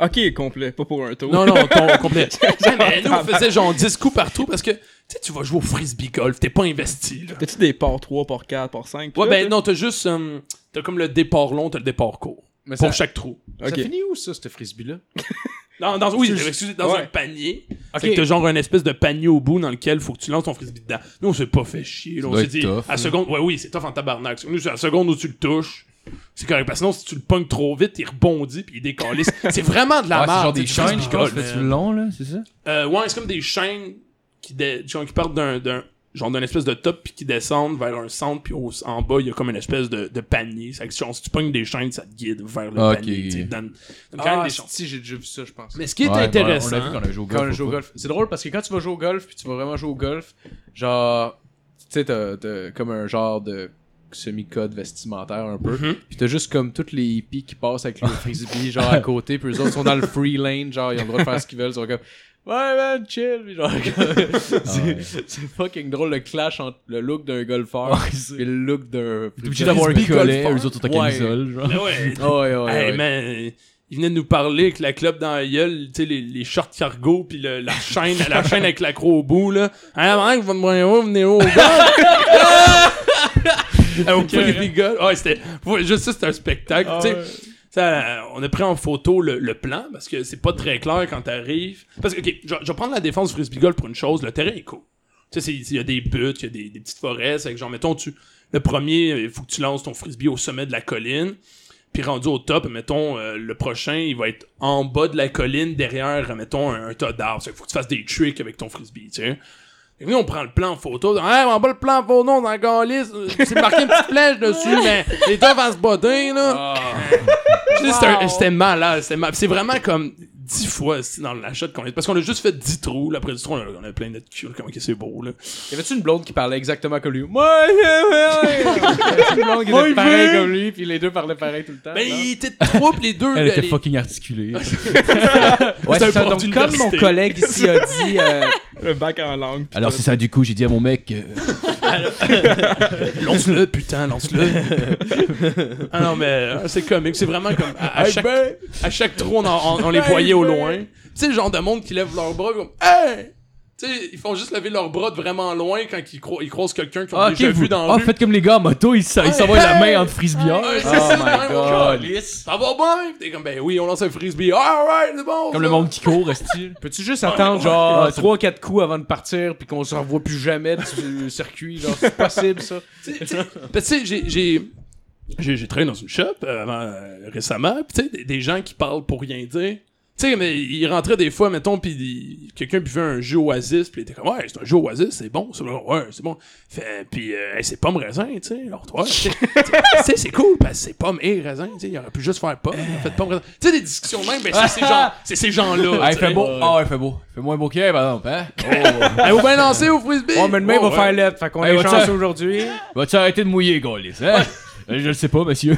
F: Ok, complet, pas pour un tour.
D: Non, non, ton complet. Ouais, mais nous, on faisait genre 10 coups partout parce que, tu sais, tu vas jouer au frisbee golf, t'es pas investi, là.
F: T'as-tu des ports 3, ports 4, ports 5?
D: Ouais, ben non, t'as juste. euh, t'as comme le départ long, t'as le départ court.
E: Mais
D: Pour
E: ça,
D: chaque trou.
E: ça
F: Ok.
E: finit où, ça, ce frisbee-là?
D: Dans, dans, oui, excusez, dans
F: Ouais.
D: un panier.
E: Ok.
D: Fait que t'as genre une espèce de panier au bout dans lequel faut que tu lances ton frisbee dedans. Nous, on s'est pas fait chier. là.
C: Ça
D: on
C: doit
D: s'est
C: être
D: dit,
C: tough,
D: à seconde, ouais, oui, c'est tough en tabarnak. Nous, c'est à la seconde où tu le touches. C'est correct, parce que sinon, si tu le pognes trop vite, il rebondit puis il décolle. c'est vraiment de la
C: Ouais, c'est
D: merde.
C: genre des
D: tu sais,
C: chaînes,
D: du
C: je
D: frisbee
C: pense,
D: golf,
C: fait
D: man.
C: le long, là, c'est ça?
D: Euh, ouais, c'est comme des chaînes qui, dé- genre, qui partent d'un, d'un- genre d'une espèce de top puis qui descendent vers un centre puis au- en bas il y a comme une espèce de, de panier. Ça fait que si on- si tu pognes des chaînes, ça te guide vers le
C: Ok.
D: panier. tu sais, dans- dans quand même
E: Ah,
D: des chances.
E: si, j'ai déjà vu ça, je pense.
D: Mais ce qui est
C: Ouais, ben,
D: intéressant,
C: On l'a vu quand on a joué au golf.
E: Quand on joue au
C: ou pas.
E: golf. C'est drôle parce que quand tu vas jouer au golf, puis tu vas vraiment jouer au golf, genre, tu sais, t'as t'as comme un genre de semi-code vestimentaire un
C: Mm-hmm.
E: peu.
D: Mhm.
E: Puis t'as juste comme toutes les hippies qui passent avec le frisbee, genre à côté, puis eux autres sont dans le free lane, genre ils ont le droit de faire ce qu'ils veulent, ils sont comme Ouais, man, chill, puis genre,
C: Ah
E: comme- c'est c'est fucking drôle le clash entre le look d'un golfeur et le look d'un.
C: T'es obligé d'avoir un
E: d'un
C: picolet,
E: golfeur.
C: eux autres sont à
E: Ouais.
C: camisole, genre.
D: Mais ouais,
E: Ah ouais, ouais,
D: hey,
E: ouais.
D: man, il venait de nous parler que la club dans la gueule, tu sais, les, les shorts cargo, puis le- la chaîne, la chaîne avec la croix au bout, là. Ah, avant que vous me où, venez où, au golf? Ah, Au frisbee golf. Ouais, c'était, ouais, juste ça, c'était un spectacle, tu sais. Ça, on a pris en photo le, le plan parce que c'est pas très clair quand t'arrives. Parce que, ok, je, je vais prendre la défense du frisbee golf pour une chose, le terrain est cool. Tu sais, c'est- il y a des buttes, il y a des, des petites forêts, c'est que genre, mettons, tu, le premier, il faut que tu lances ton frisbee au sommet de la colline, puis rendu au top, mettons, euh, le prochain, il va être en bas de la colline, derrière, euh, mettons, un, un tas d'arbres. Il faut que tu fasses des tricks avec ton frisbee, tu sais. Et nous, on prend le plan en photo. Hey, on va le plan en photo, on en galisse. C'est marqué une petite flèche dessus, mais les deux vont se botter, là. Tu sais, c'était un-
A: Wow.
D: C'était malade, c'était mal. C'est vraiment comme 10 fois c'est dans la shot qu'on est. Parce qu'on a juste fait 10 trous. là, Après 10 trous, on a, on a plein de cul. Comment que c'est beau, là.
E: Y avait-tu une blonde qui parlait exactement comme lui? Ouais, ouais, ouais! Y'avait-tu une blonde qui
C: Moi,
E: était
C: il
E: pareil
C: veut.
E: comme lui, puis les deux parlaient pareil tout le temps.
D: Mais
E: non?
D: Ben, il était de trop, puis les deux.
C: Elle
D: là,
C: était
D: les-
C: fucking articulée.
E: Ouais,
D: C'est un
E: c'est ça. Donc, comme
D: prof
E: mon
D: d'université.
E: collègue ici a dit, euh,
F: Le bac en langue. pis
C: Alors
F: tout.
C: c'est ça, du coup, j'ai dit à mon mec, euh,
D: Lance-le, putain, lance-le. ah non, mais euh, c'est comique. C'est vraiment comme. À, à chaque,
C: ben!
D: à chaque trou, on, en- on- on les voyait au loin. Tu sais, le genre de monde qui lève leurs bras, comme. Hey! Tu sais, ils font juste lever leurs bras de vraiment loin quand ils, cro- ils croisent quelqu'un qu'ils ont
C: ah, ok,
D: déjà
C: vous,
D: vu dans la
C: ah,
D: rue.
C: faites comme les gars en moto, ils s'en- ils s'envoient la main entre frisbeards.
D: Ouais, c'est
E: Oh
D: ça,
E: my
D: même, on
E: God.
D: calisse. Ça va bien? Pis T'es comme, ben oui, on lance un frisbee. Alright, c'est bon.
C: Comme le
D: ça.
C: monde qui court, est-il.
E: peux-tu juste attendre genre 3-4 coups avant de partir, puis qu'on se revoit plus jamais du circuit? Genre, c'est possible ça?
D: Tu sais, tu sais, parce que tu sais, j'ai- j'ai. J'ai j'ai travaillé dans une shop euh, avant, euh, récemment, pis tu sais, des, des gens qui parlent pour rien dire. Tu sais, mais ils rentraient des fois, mettons, pis il- quelqu'un buvait un jus Oasis, pis il était comme, ouais, c'est un jeu Oasis, c'est bon, c'est bon, ouais, c'est bon. Fait, pis euh, Hey, c'est pomme raisin, tu sais, alors toi, tu sais, tu sais, c'est cool, parce que c'est pomme et raisin, tu sais, il aurait pu juste faire pomme, il a fait pomme raisin. Tu sais, des discussions de même, ben c'est ces gens- c'est ces gens-là.
C: Ah, il
D: tu sais.
C: fait beau. Ah, ouais, il fait beau. Fait moins beau qu'hier, par exemple, hein. Oh.
D: Allez, au bien lancer au frisbee. Oh,
E: Ouais, mais demain, il va
D: ouais.
E: faire l'aide, fait qu'on
C: Hey,
E: est
C: what's
E: chanceux
C: up?
E: aujourd'hui.
C: Vas-tu arrêter de mouiller, Gaulis, hein? Euh, Je le sais pas, monsieur.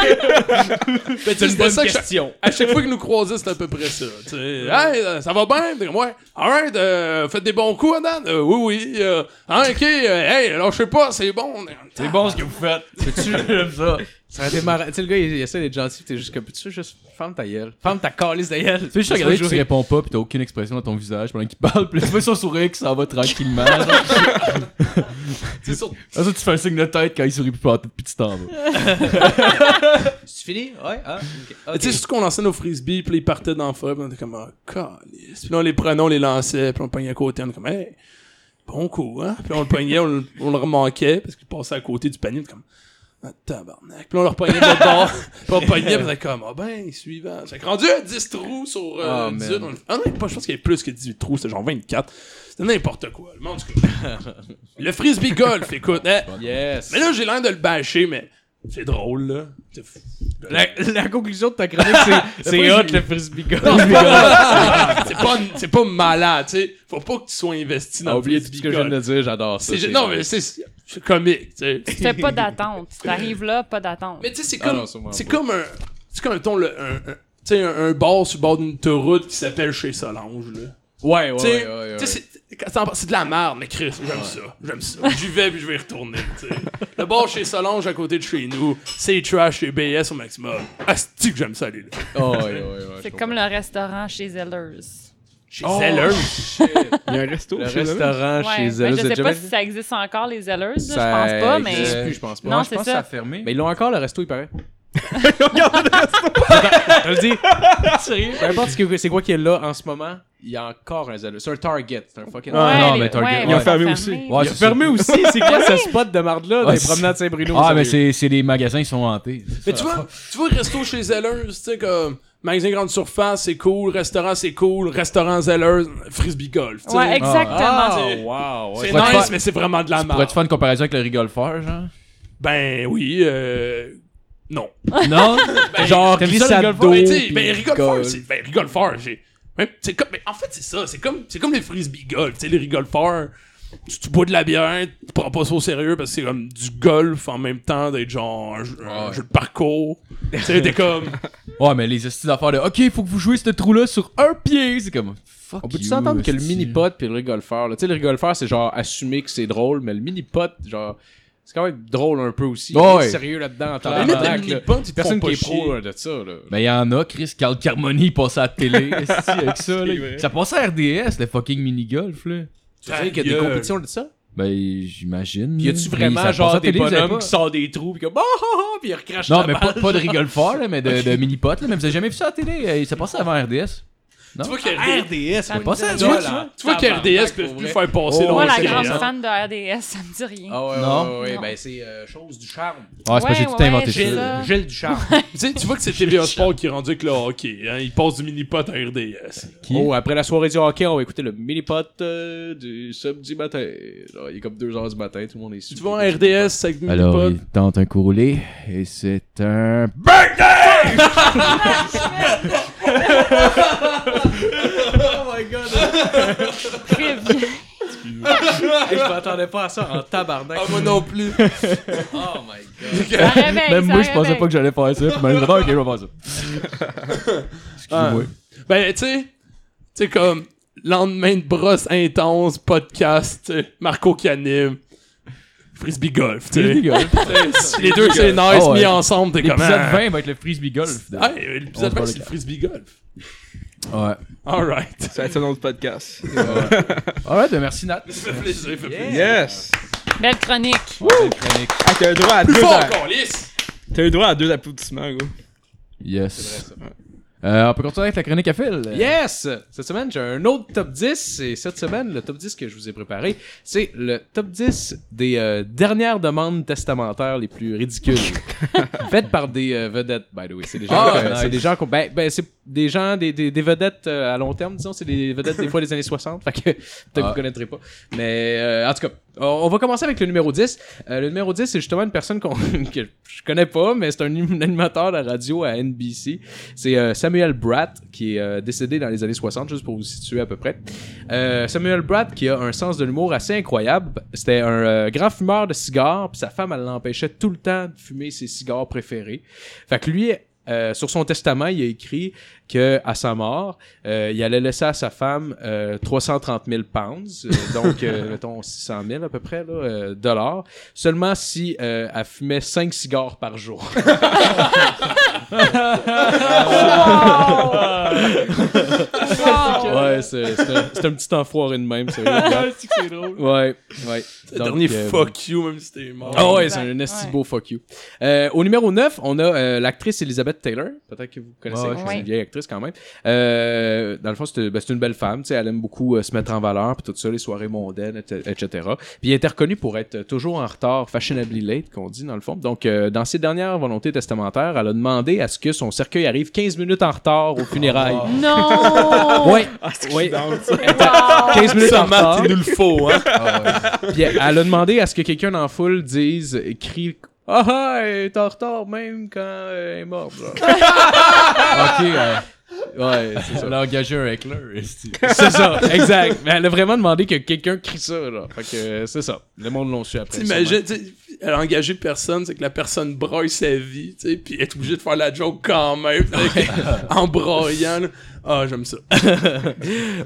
D: Mais tu sais, c'était ça que je- À chaque fois qu'ils nous croisaient, c'était à peu près ça. tu sais. hey, euh, ça va bien? T'es comme, ouais. Alright, euh, faites des bons coups, Adam? Euh, oui, oui. Euh, ah, ok, euh, hey, alors je sais pas, c'est bon.
C: C'est bon ce que vous faites.
E: Peux-tu. J'aime ça. Ça aurait été marrant. Tu sais, le gars, il, il essaie d'être gentil, pis t'es juste comme, peux-tu juste ferme ta gueule? Ferme ta calice de gueule!
C: Tu sais, juste regarder, tu réponds pas, pis t'as aucune expression dans ton visage pendant qu'il parle, pis là, tu fais son sourire qui s'en va tranquillement. genre.
D: C'est sûr.
C: Ah, ça, tu fais un signe de tête quand il sourit plus partout, pis tu t'en vas.
E: C'est fini? Ouais, ah, ok.
D: Mais Tu sais, surtout qu'on lançait nos frisbees, puis là, ils partaient dans la forêt, puis on était comme, ah, calice. Puis là, on les prenait, on les lançait, puis on le pognait à côté, on était comme, hey, bon coup, hein. Puis on le pognait, on, le- on le remanquait, parce qu'il passait à côté du panier, on était comme, ah, tabarnak. Puis là, on le repognait de l'autre bord, puis on le pognait, puis on était comme, ah ben, suivant. Fait que rendu à 10 trous sur euh,
E: Oh,
D: 18,
E: man.
D: on- ah non, pas, je pense qu'il y avait plus que 18 trous, c'était genre 24. C'était n'importe quoi, le monde, en tout cas. Le frisbee golf, écoute, hein.
E: Yes!
D: Mais là, j'ai l'air de le bâcher, mais c'est drôle, là. C'est fou.
E: La, la conclusion de ta chronique, c'est c'est hot le frisbee golf.
D: c'est pas c'est pas malade, tu sais. Faut pas que tu sois investi dans
E: T'as
D: le
E: oublié tout
D: frisbee
E: ce que je viens
D: golf.
E: de dire, j'adore ça.
D: C'est ju- non mais c'est c'est comique, tu sais.
A: Tu fais pas d'attente. T'arrives là, pas d'attente.
D: Mais tu sais c'est
E: Ah
D: comme
E: non, sûrement
D: c'est
E: pas.
D: comme un c'est comme mettons, le- un, un- tu sais un, un bar sur le bord d'une autoroute qui s'appelle chez Solange là.
E: Ouais, ouais,
D: Tu
E: ouais,
D: sais,
E: ouais, ouais.
D: tu sais, c'est- quand t'en parles, c'est de la merde, mais Chris, j'aime ça, j'aime ça. J'y vais puis je vais y retourner. tu sais. Le bar chez Solange à côté de chez nous, c'est trash chez BS au maximum. Asti que j'aime ça aller là.
E: Oh, ouais, ouais, ouais, je
A: C'est
E: comprends.
A: comme le restaurant chez Zellers.
D: Chez Zellers.
F: Il y a un resto
E: Le
F: chez eux.
E: restaurant
A: Ouais,
E: chez
A: ben,
E: Zelda.
A: je sais pas si ça existe encore, les Zellers. là, Je pense pas, mais.
E: existe plus, je pense pas.
A: Non,
C: Ouais, Ah, je
A: c'est
C: pense
A: ça.
C: que ça a fermé.
E: Mais ils l'ont encore, le resto, il paraît. Regarde le resto! je le dis. Peu importe ce que- c'est quoi qui est là en ce moment, il y a encore un Zelda. C'est un Target. C'est un fucking.
C: Ouais. non,
A: les-
C: mais Target,
A: ouais,
C: ils
A: mais
F: ont
A: sont
F: fermé
A: fermés.
F: aussi.
C: Ouais,
E: il a
C: c'est ça.
E: fermé aussi. C'est quoi ce spot de marde-là dans
C: Ouais,
E: les
C: c'est-
E: promenades Saint-Bruno?
C: Ah, mais
E: sérieux?
C: c'est c'est les magasins, ils sont hantés.
D: Mais tu vois, tu vois, resto chez Zellers, tu sais, comme magasin grande surface, c'est cool, restaurant, c'est cool, restaurant Zellers, frisbee golf. tu sais.
A: Ouais,
E: Ah,
A: exactement.
E: wow. ouais.
D: c'est
C: pourrais te
D: nice,
C: faire-
D: mais c'est vraiment de la merde.
C: Pourrais-tu faire une comparaison avec le rigolfeur, genre?
D: Ben oui, euh. Non.
C: Non?
E: Genre
C: T'aimes ça, le
E: glissade
C: golf?
E: d'eau,
D: Ben, tu sais,
E: puis
D: ben, rigole
E: golf.
D: fort, c'est. Ben, rigole fort, j'ai. ouais, c'est comme, mais en fait, c'est ça. C'est comme, c'est comme les frisbee golf. Tu sais, les rigole fort, tu, tu bois de la bière, tu prends pas ça au sérieux parce que c'est comme du golf en même temps d'être genre un, jeu- un jeu de parcours. tu sais, t'es comme.
C: Ouais, mais les astuces d'affaires de OK, faut que vous jouez ce trou-là sur un pied. C'est comme fuck.
E: On peut-tu
C: you,
E: s'entendre que le
C: hostie.
E: mini-pot puis le rigolfeur, là, tu sais, le rigolfeur, c'est genre assumer que c'est drôle, mais le mini-pot, genre, c'est quand même drôle un peu aussi.
C: Ouais.
E: Il y a de sérieux là-dedans, en
D: Mais
E: tabarnak,
D: mettre la
E: là.
D: mini-pot, ils te
E: Personne
D: font
E: qui
D: pas
E: est pro
D: chier.
E: là, de ça, là.
C: Ben, y'en a, Chris, Carl Carmoni passe à la télé esti, avec ça. là. Ça passe à RDS, le fucking mini-golf, là.
E: Tu sais qu'il y a des
D: gueule.
E: compétitions de ça?
C: Ben, j'imagine.
E: Puis y a-tu
C: Mais
E: vraiment,
C: ça passe à
E: genre,
C: la
E: des
C: télé, vous avez
E: bonhommes
C: pas?
E: qui sortent des trous, pis comme, oh, oh, oh, pis ils recrachent
C: Non,
E: la
C: mais pas,
E: balle?
C: pas de rigolfeur, là, mais de, de mini-pot, là. Mais vous avez jamais vu ça à la télé. euh, Ça passait avant RDS.
D: Tu vois qu'il y a des-
E: RDS,
A: Ça
E: ouais.
C: Pas ça,
D: Tu
C: tu vois,
D: vois, tu
C: tu
D: vois, tu vois que
E: Tabarnak,
D: RDS peut
E: pour
D: plus
E: vrai.
D: faire passer
C: Oh,
A: Moi,
D: long
C: ouais,
A: la
C: c'est
A: grande
C: vrai, hein.
A: fan de RDS, ça me dit rien.
E: Ah ouais,
C: Non.
E: ouais, ouais,
A: Non.
E: ben c'est euh, chose du charme.
C: vois. Ouais, Ah, c'est parce que j'ai
A: Ouais,
C: tout inventé
A: ouais,
C: ça.
A: c'est
C: là.
A: ça.
E: Gilles du charme.
D: Tu sais, tu vois que c'est TVA Sport qui est rendu avec le hockey. Hein, il passe du mini-pot à RDS.
E: Oh, après la soirée du hockey, on va écouter le mini-pot euh, du samedi matin. Genre, il est comme 2h du matin, tout le monde est
D: Tu
E: sous.
D: vois un RDS avec du
C: Alors,
D: mini-pot.
C: il tente un coup roulé et c'est un.
A: Très bien.
E: Hey, je m'attendais pas à ça en tabarnak.
D: Ah, moi non plus.
E: Oh my god.
A: Ça réveille,
C: Même
A: ça
C: moi, je pensais
A: réveille.
C: pas que j'allais faire ça. Puis, malgré ok, je vais faire ça. Excuse-moi.
D: Ben, tu sais, tu sais, comme lendemain de brosse intense, podcast, tu sais, Marco qui anime, frisbee golf, tu sais.
C: Frisbee golf.
D: Si Les deux, c'est nice,
C: Ah ouais.
D: mis ensemble, t'es comme.
C: L'épisode
D: ah.
C: 20 va être le frisbee golf. On
D: Ah, euh,
C: se
D: L'épisode 20,
C: parle
D: c'est le
C: de-
D: frisbee golf.
C: Ouais.
D: Alright.
F: Ça va être ça dans le podcast.
C: Alright, ben merci Nat.
D: Ça fait plaisir, ça fait plaisir.
F: Yes!
A: Belle chronique.
F: Ah, t'as eu droit à
D: Plus
F: deux
D: fort
F: a-
D: qu'on lisse!
F: T'as eu droit à deux applaudissements, gros.
C: Yes. Euh, on peut continuer avec la chronique à fil.
E: Euh, Yes! Cette semaine, j'ai un autre top 10. Et cette semaine, le top 10 que je vous ai préparé, c'est le top 10 des euh, dernières demandes testamentaires les plus ridicules. faites par des euh, vedettes, by the way. C'est des gens,
C: Ah,
E: euh,
C: nice.
E: c'est des gens qu'on- ben, ben, c'est des gens, des, des, des vedettes euh, à long terme, disons. C'est des vedettes des fois des années 60. Fait que peut-être que
C: Ah.
E: vous connaîtrez pas. Mais euh, en tout cas, on, on va commencer avec le numéro 10. Euh, le numéro 10, c'est justement une personne qu'on- que je connais pas, mais c'est un, im- animateur de radio à NBC. C'est euh, Samuel Bratt, qui est euh, décédé dans les années 60, juste pour vous situer à peu près. Euh, Samuel Bratt, qui a un sens de l'humour assez incroyable. C'était un euh, grand fumeur de cigares, puis sa femme, elle l'empêchait tout le temps de fumer ses cigares préférés. Fait que lui, euh, sur son testament, il a écrit que à sa mort, euh, il allait laisser à sa femme euh, 330 000 pounds, euh, donc euh, mettons 600 000 à peu près là, euh, dollars, seulement si euh, elle fumait 5 cigares par jour.
A: Wow.
E: ouais, c'est c'est un, c'est un petit enfoiré de même, sérieux.
D: c'est drôle.
E: Ouais, ouais. Donc,
D: Dernier
E: euh,
D: fuck you, même si t'es
C: Oh,
D: mort.
E: Ah ouais,
A: Exact,
E: c'est un esti
A: ouais.
E: beau fuck you. Euh, au numéro 9, on a euh, l'actrice Elizabeth Taylor. Peut-être que vous connaissez,
C: Ouais,
E: c'est
A: ouais.
E: une vieille actrice quand même. Euh, dans le fond, c'est ben, c'est une belle femme. tu sais, Elle aime beaucoup euh, se mettre en valeur, puis tout ça, les soirées mondaines, et- etc. Puis elle était reconnue pour être euh, toujours en retard, fashionably late, qu'on dit dans le fond. Donc, euh, dans ses dernières volontés testamentaires, elle a demandé à ce que son cercueil arrive 15 minutes en retard au funérailles.
C: Oh,
A: Non!
E: Ouais, ouais.
A: Wow.
E: 15 minutes en
D: Thomas,
E: retard.
D: il nous le faut, hein.
E: Puis elle elle a demandé à ce que quelqu'un en foule dise, crie Ah ah, elle est en retard même quand euh, elle est morte. genre.
C: Ok, euh,
E: ouais, c'est ça.
C: on a engagé un heckler. esti.
E: C'est ça, exact. Mais elle a vraiment demandé que quelqu'un crie ça. Là. Fait que euh, c'est ça. Le monde l'ont su après.
D: T'imagines, t'sais, elle a engagé personne, c'est que la personne broille sa vie, tu sais, puis elle est obligée de faire la joke quand même, fait que- en broyant. là. Ah, j'aime ça.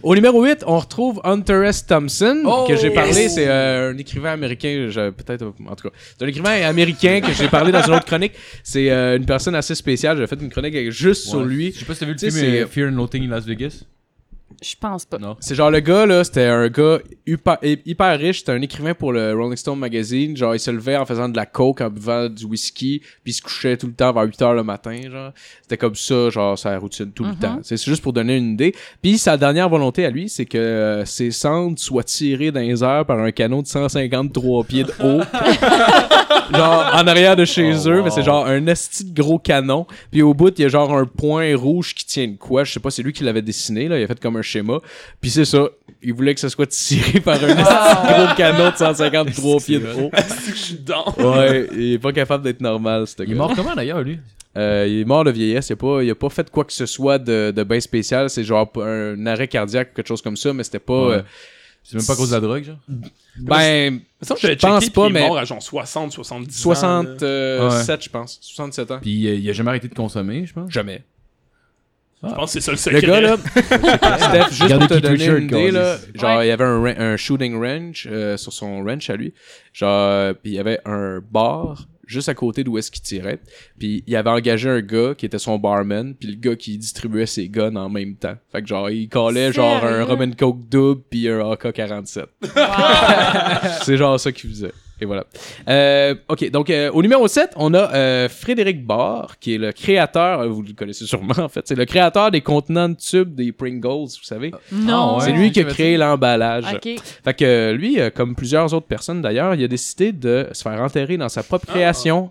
E: Au numéro 8, on retrouve Hunter S. Thompson,
C: Oh,
E: que j'ai parlé.
D: yes.
E: C'est euh, un écrivain américain, je- peut-être, en tout cas. C'est un écrivain américain que j'ai parlé dans une autre chronique. C'est euh, une personne assez spéciale. J'ai fait une chronique avec- juste sur
C: Ouais.
E: lui.
C: Je sais pas si t'as vu le
E: Tu sais,
C: film euh,
E: c'est-
C: Fear and Loathing in Las Vegas.
A: Je pense pas.
C: Non.
E: C'est genre le gars, là, c'était un gars hyper, hyper riche. C'était un écrivain pour le Rolling Stone Magazine. Genre, il se levait en faisant de la coke, en buvant du whisky, puis il se couchait tout le temps vers 8 heures le matin, genre. C'était comme ça, genre, sa routine tout
C: Mm-hmm.
A: Mhm.
E: le temps. C'est juste pour donner une idée. Puis sa dernière volonté à lui, c'est que euh, ses cendres soient tirées dans les airs par un canon de 153 pieds de haut. genre, en arrière de chez
C: Oh,
E: eux,
C: wow.
E: mais c'est genre un esti de gros canon. Puis au bout, il y a genre un point rouge qui tient de quoi. Je sais pas, c'est lui qui l'avait dessiné, là. Il a fait comme un schéma. Puis c'est ça. Il voulait que ce soit tiré par un esti de gros canon de 153 pieds de haut.
D: C'est que je suis dedans.
E: Ouais, il est pas capable d'être normal, ce gars.
C: Il est mort comment d'ailleurs, lui
E: Euh, il est mort de vieillesse. Il a pas, il a pas fait quoi que ce soit de, de bien spécial. C'est genre un arrêt cardiaque ou quelque chose comme ça, mais c'était pas.
C: Ouais.
E: euh,
C: C'est même pas à cause de la drogue, genre.
E: ben,
D: Il me semble
E: Je
D: que j'avais checké,
E: pense pas,
D: puis il est
E: mais-
D: mort à genre 60, 70 ans, là.
E: 67,
C: Ouais.
E: je pense. 67 ans.
C: Puis euh, il a jamais arrêté de consommer, je pense.
E: Jamais.
D: Je pense que c'est ça le
E: Le
D: secret.
E: gars, là, Steph, juste
C: Regardez
E: pour te
C: Keith
E: donner
C: Richards,
E: une idée, là,
C: Calis.
E: genre,
A: Ouais.
E: il y avait un, ra- un shooting range euh, sur son ranch à lui. Genre, euh, puis il y avait un bar juste à côté d'où est-ce qu'il tirait. Puis il avait engagé un gars qui était son barman, puis le gars qui distribuait ses guns en même temps. Fait que genre, il collait genre
A: Sérieux?
E: un Roman Coke double puis un AK-47. C'est genre ça qu'il faisait. Et voilà. Euh, ok, donc euh, au numéro 7, on a euh, Frédéric Barr, qui est le créateur, euh, vous le connaissez sûrement en fait, c'est le créateur des contenants de tubes des Pringles, vous savez.
C: Ah
A: Non.
C: ouais.
E: c'est lui qui a
C: j'avais
E: créé l'emballage.
A: Ok.
E: Fait que euh, lui, euh, comme plusieurs autres personnes d'ailleurs, il a décidé de se faire enterrer dans sa propre
C: Ah.
E: création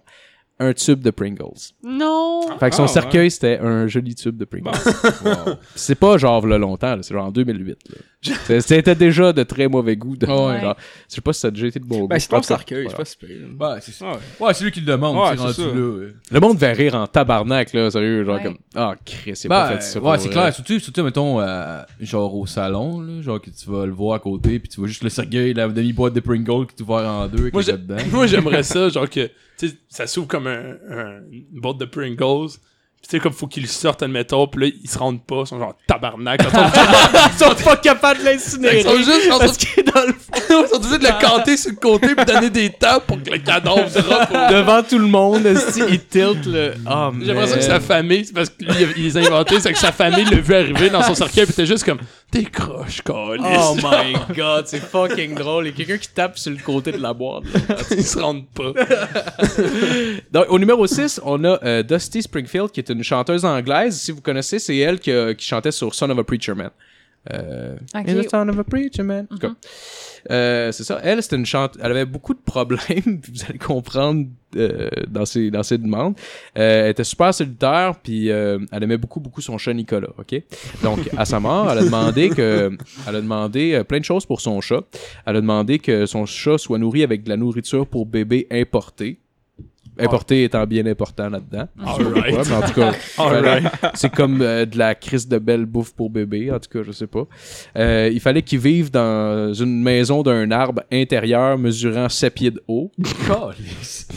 E: un tube de Pringles.
A: Non.
E: Fait que son
F: Ah, ouais.
E: cercueil, c'était un joli tube de Pringles. Wow. C'est pas genre là, longtemps, là, c'est genre en 2008. là. C'est- C'était déjà de très mauvais goût. de-
A: ouais.
E: genre, je sais pas si ça a déjà été de bon goût.
F: Ben, c'est ton
E: En tout cas,
F: cercueil, c'est
E: voilà.
F: pas si pire.
C: Ouais, c'est ça.
F: Ah ouais.
C: Ouais, c'est lui qui le demande,
F: Ouais,
C: c'est rendu
F: c'est ça.
C: là. ouais.
E: Le monde va rire en tabarnak, là, sérieux. Genre
A: Ouais.
E: comme, ah, Chris, c'est
C: Bah,
E: pas fait ça.
C: ouais,
E: pour
C: c'est
E: vrai.
C: clair. Surtout, surtout mettons, euh, genre au salon, là, genre que tu vas le voir à côté, puis tu vois juste le cercueil, la demi-boîte de Pringle qui est ouvert en deux, qui
D: Moi,
C: est
D: j'ai-
C: dedans.
D: Moi, j'aimerais ça, genre que tu sais, ça s'ouvre comme un, un- une boîte de Pringles. Puis tu sais, comme faut qu'ils le sortent, admettons. Puis là, ils se rendent pas. Ils sont genre tabarnak. Ils sont, ils sont pas capables de l'incinérer. Ils sont juste genre, dans le fond. Ils sont obligés de le canter sur le côté. Puis donner des tapes pour que le cadavre drop.
E: Devant tout le monde, si, il tilt le. Ah, mais.
D: J'aimerais ça que sa famille, c'est parce que lui, il les a inventés, c'est que sa famille l'a vu arriver dans son cercueil, pis t'es juste comme, décroche, câlisse.
E: Oh my god, c'est fucking drôle. Il y a quelqu'un qui tape sur le côté de la boîte. là.
D: Ils se rendent pas.
E: Donc, au numéro 6, on a euh, Dusty Springfield, qui est une chanteuse anglaise. Si vous connaissez, c'est elle qui, a- qui chantait sur Son of a Preacher Man. Euh,
A: Ok.
E: In the Son of a Preacher Man. En tout cas, euh, c'est ça. Elle, c'était une chante. Elle avait beaucoup de problèmes, puis vous allez comprendre euh, dans, ses, dans ses demandes. Euh, elle était super solitaire, puis euh, elle aimait beaucoup, beaucoup son chat Nicolas, OK? Donc, à sa mort, elle a demandé que... Elle a demandé euh, plein de choses pour son chat. Elle a demandé que son chat soit nourri avec de la nourriture pour bébé importée. Importé étant bien important là-dedans.
D: Alright.
E: Ouais, mais en tout cas,
D: Alright.
E: c'est comme euh, de la crise de belle bouffe pour bébé, en tout cas, je sais pas. Euh, il fallait qu'il vive dans une maison d'un arbre intérieur mesurant 7 pieds de haut,
C: Câlisse.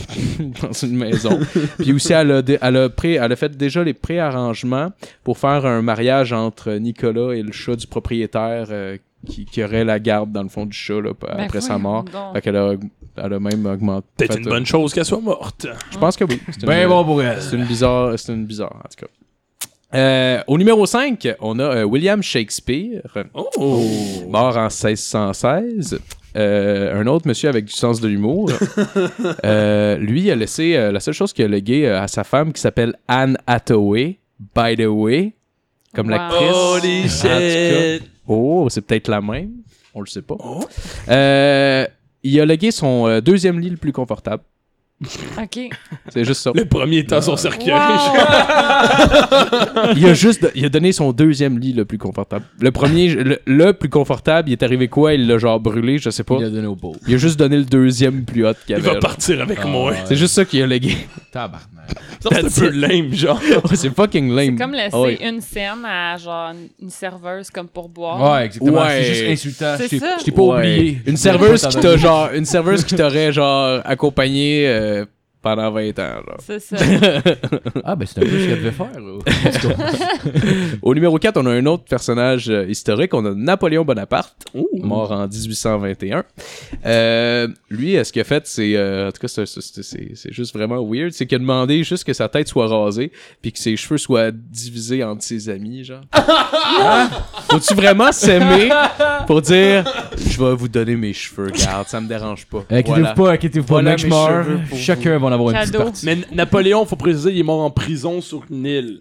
E: dans une maison. Puis aussi, elle a, dé- elle, a pré- elle a fait déjà les préarrangements pour faire un mariage entre Nicolas et le chat du propriétaire euh, qui, qui aurait la garde, dans le fond, du chat là,
A: Ben
E: après sa
A: voyons
E: mort.
A: donc.
E: Fait qu'elle a, elle a même augmenté.
D: Peut-être
E: fait,
D: une
E: euh,
D: bonne chose qu'elle soit morte.
E: Je pense que oui. C'est une- euh,
C: Ben bon pour elle.
E: c'est une bizarre, c'est une bizarre en tout cas. Euh, au numéro 5, on a euh, William Shakespeare,
D: Oh!
E: mort en 1616. Euh, un autre monsieur avec du sens de l'humour. Euh, lui, il a laissé euh, la seule chose qu'il a légué euh, à sa femme qui s'appelle Anne Hathaway, by the way, comme
A: Wow.
E: l'actrice.
A: Holy
E: En
D: Ah,
E: tout cas, Oh, c'est peut-être la même. On le sait pas.
C: Oh.
E: Euh, il a légué son euh, deuxième lit le plus confortable.
A: Ok.
E: C'est juste ça.
D: Le premier temps son cercueil.
A: Wow.
E: Il a juste il a donné son deuxième lit le plus confortable. Le premier, le, le plus confortable, il est arrivé quoi Il l'a genre brûlé, je sais pas.
C: Il a donné au beau.
E: Il a juste donné le deuxième plus haut qu'il
D: Il
E: avait.
D: va
E: là.
D: partir avec moi.
E: C'est juste ça qu'il a légué.
C: Ah, Tabarnak.
D: Ça, C'est un peu lame, genre.
C: c'est fucking lame.
A: Comme laisser
C: Ah ouais.
A: une scène à genre une serveuse comme pour boire.
C: Ouais, exactement.
E: Ouais.
C: C'est juste insultant.
A: C'est
C: Je t'ai-
A: ça.
C: Je t'ai pas
E: Ouais.
C: oublié.
E: Une serveuse qui t'a genre une serveuse qui t'aurait genre accompagné euh, pendant 20 ans. genre.
A: C'est ça.
C: Ah, ben c'est un peu ce qu'elle devait faire. euh.
E: Au numéro 4, on a un autre personnage euh, historique, on a Napoléon Bonaparte, mort en 1821. Euh, lui, euh, ce qu'il a fait, c'est euh, en tout cas c'est- c'est c'est- c'est juste vraiment weird, c'est qu'il a demandé juste que sa tête soit rasée puis que ses cheveux soient divisés entre ses amis genre. Hein? Faut-tu vraiment s'aimer pour dire je vais vous donner mes cheveux, garde, ça me dérange pas.
C: Euh, Inquiétez-vous
E: Voilà.
C: pas, inquiétez-vous pas.
E: Voilà
C: Mec, je
E: mes
C: meurs.
E: cheveux pour
C: Chacun va en avoir une petite
A: Cadeau.
C: partie.
D: Mais N- Napoléon, faut préciser, il est mort en prison sur une île.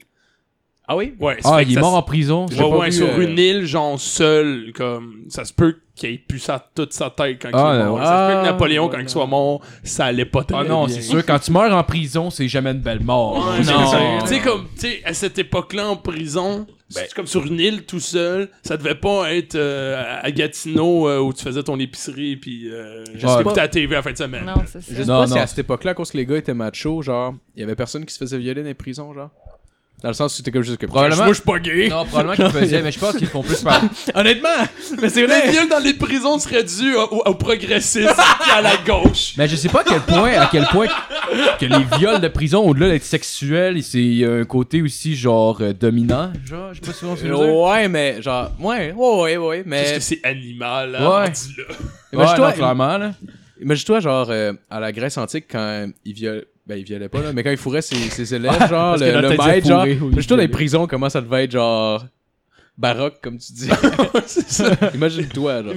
E: Ah oui?
D: Ouais, ça
C: Ah,
D: fait que
C: il est
D: ça
C: mort
D: se-
C: en prison. j'ai
D: Ouais,
C: pas
D: ouais,
C: vu,
D: sur
C: euh,
D: une île, genre seul, comme ça se peut qu'il ait pu ça toute sa tête quand
C: Ah,
D: il est mort.
C: ouais.
D: ça se peut
E: Ah,
D: que Napoléon, quand
E: ouais.
D: il soit mort, ça allait pas très
C: Ah non,
D: bien.
C: c'est sûr, quand tu meurs en prison, c'est jamais une belle mort.
D: Ouais,
C: C'est
D: non.
C: sûr.
D: Tu sais, comme, tu sais, à cette époque-là, en prison, c'est comme sur une île tout seul, ça devait pas être euh, à Gatineau euh, où tu faisais ton épicerie, puis euh, juste
C: Ouais.
D: écouter la TV à la fin de semaine.
A: Non, c'est ça.
E: Je sais
C: Non,
E: pas
C: non.
E: si à cette époque-là, à cause que les gars étaient machos, genre, il y avait personne qui se faisait violer dans les prisons, genre. Dans le sens où c'était comme juste que.
C: Probablement-
D: Moi, je suis pas gay.
C: Non, probablement qu'ils faisaient, mais je pense qu'ils font plus par.
E: Honnêtement! Mais c'est
D: Le viol dans les prisons serait dû au, au- au progressisme et à la gauche.
C: Mais je sais pas à quel point, à quel point que les viols de prison, au-delà d'être sexuels, c'est un côté aussi genre euh, dominant. Genre, je sais pas si on se dire.
E: Euh, Ouais, mais genre, ouais, ouais, ouais, ouais,
D: Qu'est-ce
E: mais.
D: que c'est animal, hein? là,
C: Ouais.
D: rendu là.
C: Ouais, non,
E: Imagine-toi,
C: clairement, là.
E: imagine-toi, genre, euh, à la Grèce antique, quand ils violaient. Ben, ils violaient pas, là, mais quand ils fourraient ses, ses élèves, genre,
C: parce que
E: le,
C: la
E: le
C: tête s'est
E: maître, genre.
C: fourrée, oui,
E: Imagine-toi dans les
C: violée.
E: prisons, comment ça devait être, genre. baroque, comme tu dis.
D: C'est ça.
E: Imagine-toi, genre.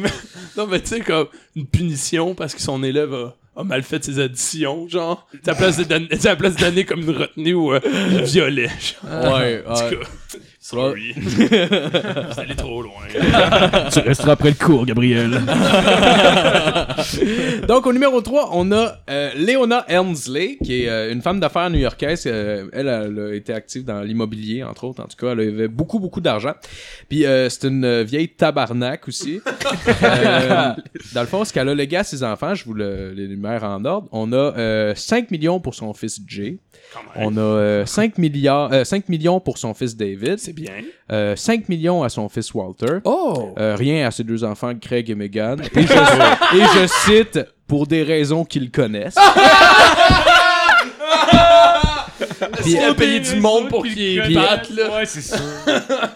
D: Non, mais tu sais, comme une punition parce que son élève a, a mal fait ses additions, genre. Tu sais, à place de donner- tu sais, à la place de donner comme une retenue ou euh, il violait, genre.
E: Ouais,
D: En
E: ouais.
D: tout cas, sorry. C'est allé trop loin.
C: Tu resteras après le cours, Gabriel.
E: Donc, au numéro 3, on a euh, Leona Helmsley, qui est euh, une femme d'affaires new-yorkaise. Euh, elle, elle a été active dans l'immobilier, entre autres. En tout cas, elle avait beaucoup, beaucoup d'argent. Puis, euh, c'est une euh, vieille tabarnak aussi. Euh, dans le fond, ce qu'elle a légué à ses enfants, je vous le- l'énumère en ordre. On a euh, 5 millions pour son fils Jay. On a euh, 5, milliards, euh, 5 millions pour son fils David.
D: C'est bien.
E: Euh, 5 millions à son fils Walter.
D: Oh!
E: Euh, rien à ses deux enfants, Craig et Megan. Et je, et je cite pour des raisons qu'ils connaissent.
C: Ah!
D: Puis il a payé du monde pour qu'il ait batte, là.
C: Ouais, c'est sûr.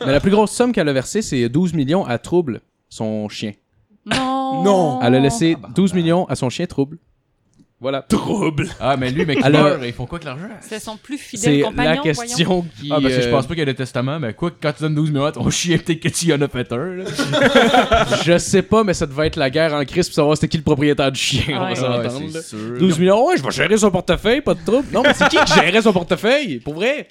E: Mais la plus grosse somme qu'elle a versée, c'est 12 millions à Trouble, son chien.
A: Non.
D: Non.
C: Oh,
E: Elle a laissé 12 millions à son chien Trouble. Voilà.
D: Trouble.
C: Ah, mais lui, mec, il
E: Alors-
C: meurt, ils font quoi avec l'argent?
A: C'est son plus
E: C'est
A: fidèle
E: la
A: compagnon. voyons.
E: question qui.
C: Ah, parce que je
E: euh,
C: pense pas qu'il y a des testaments, mais quoi, quand tu donnes 12 minutes, on chie peut-être que tu y en as fait un, là.
E: je sais pas, mais ça devait être la guerre en crise pour savoir c'était qui le propriétaire du chien. On va
A: Ouais.
E: s'entendre.
C: Ouais,
E: là.
C: c'est sûr.
E: 12 millions, ouais, je vais gérer son portefeuille, pas de trouble. Non, mais c'est qui qui gérait son portefeuille Pour vrai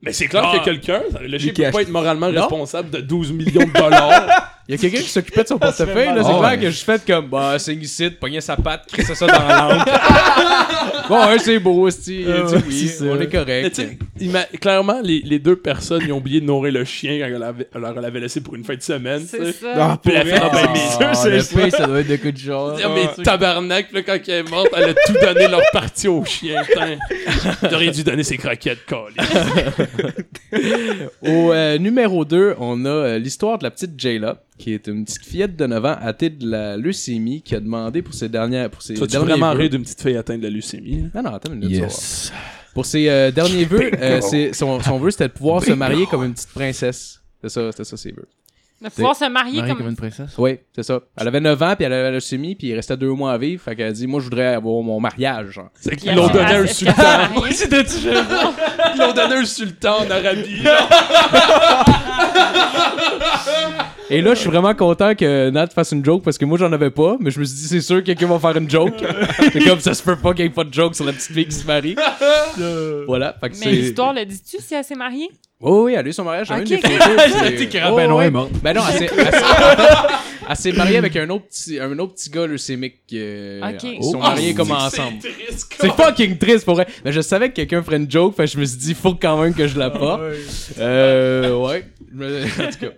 D: Mais c'est clair que quelqu'un, le chien
F: Lui qui
D: peut
F: a
D: pas être moralement
E: Non.
D: responsable de 12 millions de dollars.
E: Il y a quelqu'un qui s'occupait de son portefeuille, là. C'est
C: mal.
E: clair
C: Ouais.
E: que je fais comme, bah, signe ici, pognait sa patte, crissait ça dans l'angle. bon, hein, c'est beau, c'ti,
C: Ah
E: tu
C: ouais,
E: oui,
C: c'est ça.
E: on est
D: Mais
E: correct.
D: tu sais, ima- clairement, les, les deux personnes, ils ont oublié de nourrir le chien quand elle avait- elle leur avait laissé pour une fin de semaine. tu sais.
A: C'est ça.
F: Ah, pour
D: Puis la
F: vrai?
D: fête, ah, ben, mes yeux, c'est
C: le pays, ça doit être de coups de genre.
D: Ah, mais tabarnak, là, quand elle est morte, elle a tout donné leur partie au chien, putain. T'aurais dû donner ses croquettes, câlisse.
E: Au euh, numéro 2, on a euh, l'histoire de la petite Jayla, qui est une petite fillette de 9 ans atteinte de la leucémie, qui a demandé pour ses dernières. Pour ses
D: Tu vas
E: derniers
D: vraiment
E: vœux-
D: rire d'une petite fille atteinte de la leucémie?
E: Non, non, attends une minute. tu vas voir.
C: Yes.
E: Pour ses euh, derniers vœux, euh, c'est- son, son vœu, c'était de pouvoir se marier comme une petite princesse. C'est ça, c'était ça ses vœux. Ah.
A: De pouvoir se marier
C: Marie comme
A: comme.
C: une princesse.
E: Oui, c'est ça. Elle avait 9 ans, puis elle avait la leucémie, puis il restait deux mois à vivre. Fait qu'elle a dit, moi, je voudrais avoir mon mariage. genre.
D: C'est
A: Puis
D: qu'ils l'ont
A: elle-
D: donné
A: elle-
D: un
A: elle-
D: sultan.
A: elle- elle-
D: Ils l'ont donné un sultan en Arabie. genre.
E: Et là, je suis vraiment content que Nat fasse une joke, parce que moi, j'en avais pas, mais je me suis dit, c'est sûr, quelqu'un va faire une joke. c'est comme, ça se peut pas qu'il n'y ait pas de joke sur la petite fille qui se marie. voilà, fait que c'est...
A: Mais l'histoire le dit-tu si elle s'est mariée?
E: Oh, oui, elle a eu son mariage, j'en ai
A: Ok,
E: une des
A: ok.
E: photos, c'est- Oh,
C: ben non,
E: ouais.
C: elle est morte.
E: Ben non, elle s'est- elle s'est- en fait, elle s'est mariée avec un autre petit, un autre petit gars leucémique. euh,
A: Ok.
E: Ils sont
C: Oh.
E: mariés comme
D: C'est
E: ensemble.
D: triste,
E: C'est fucking triste pour vrai. Ben,
D: Ah
E: Mais je savais que quelqu'un ferait une joke, fait que je me suis dit, faut quand même que je la porte. Euh, ouais. en tout cas.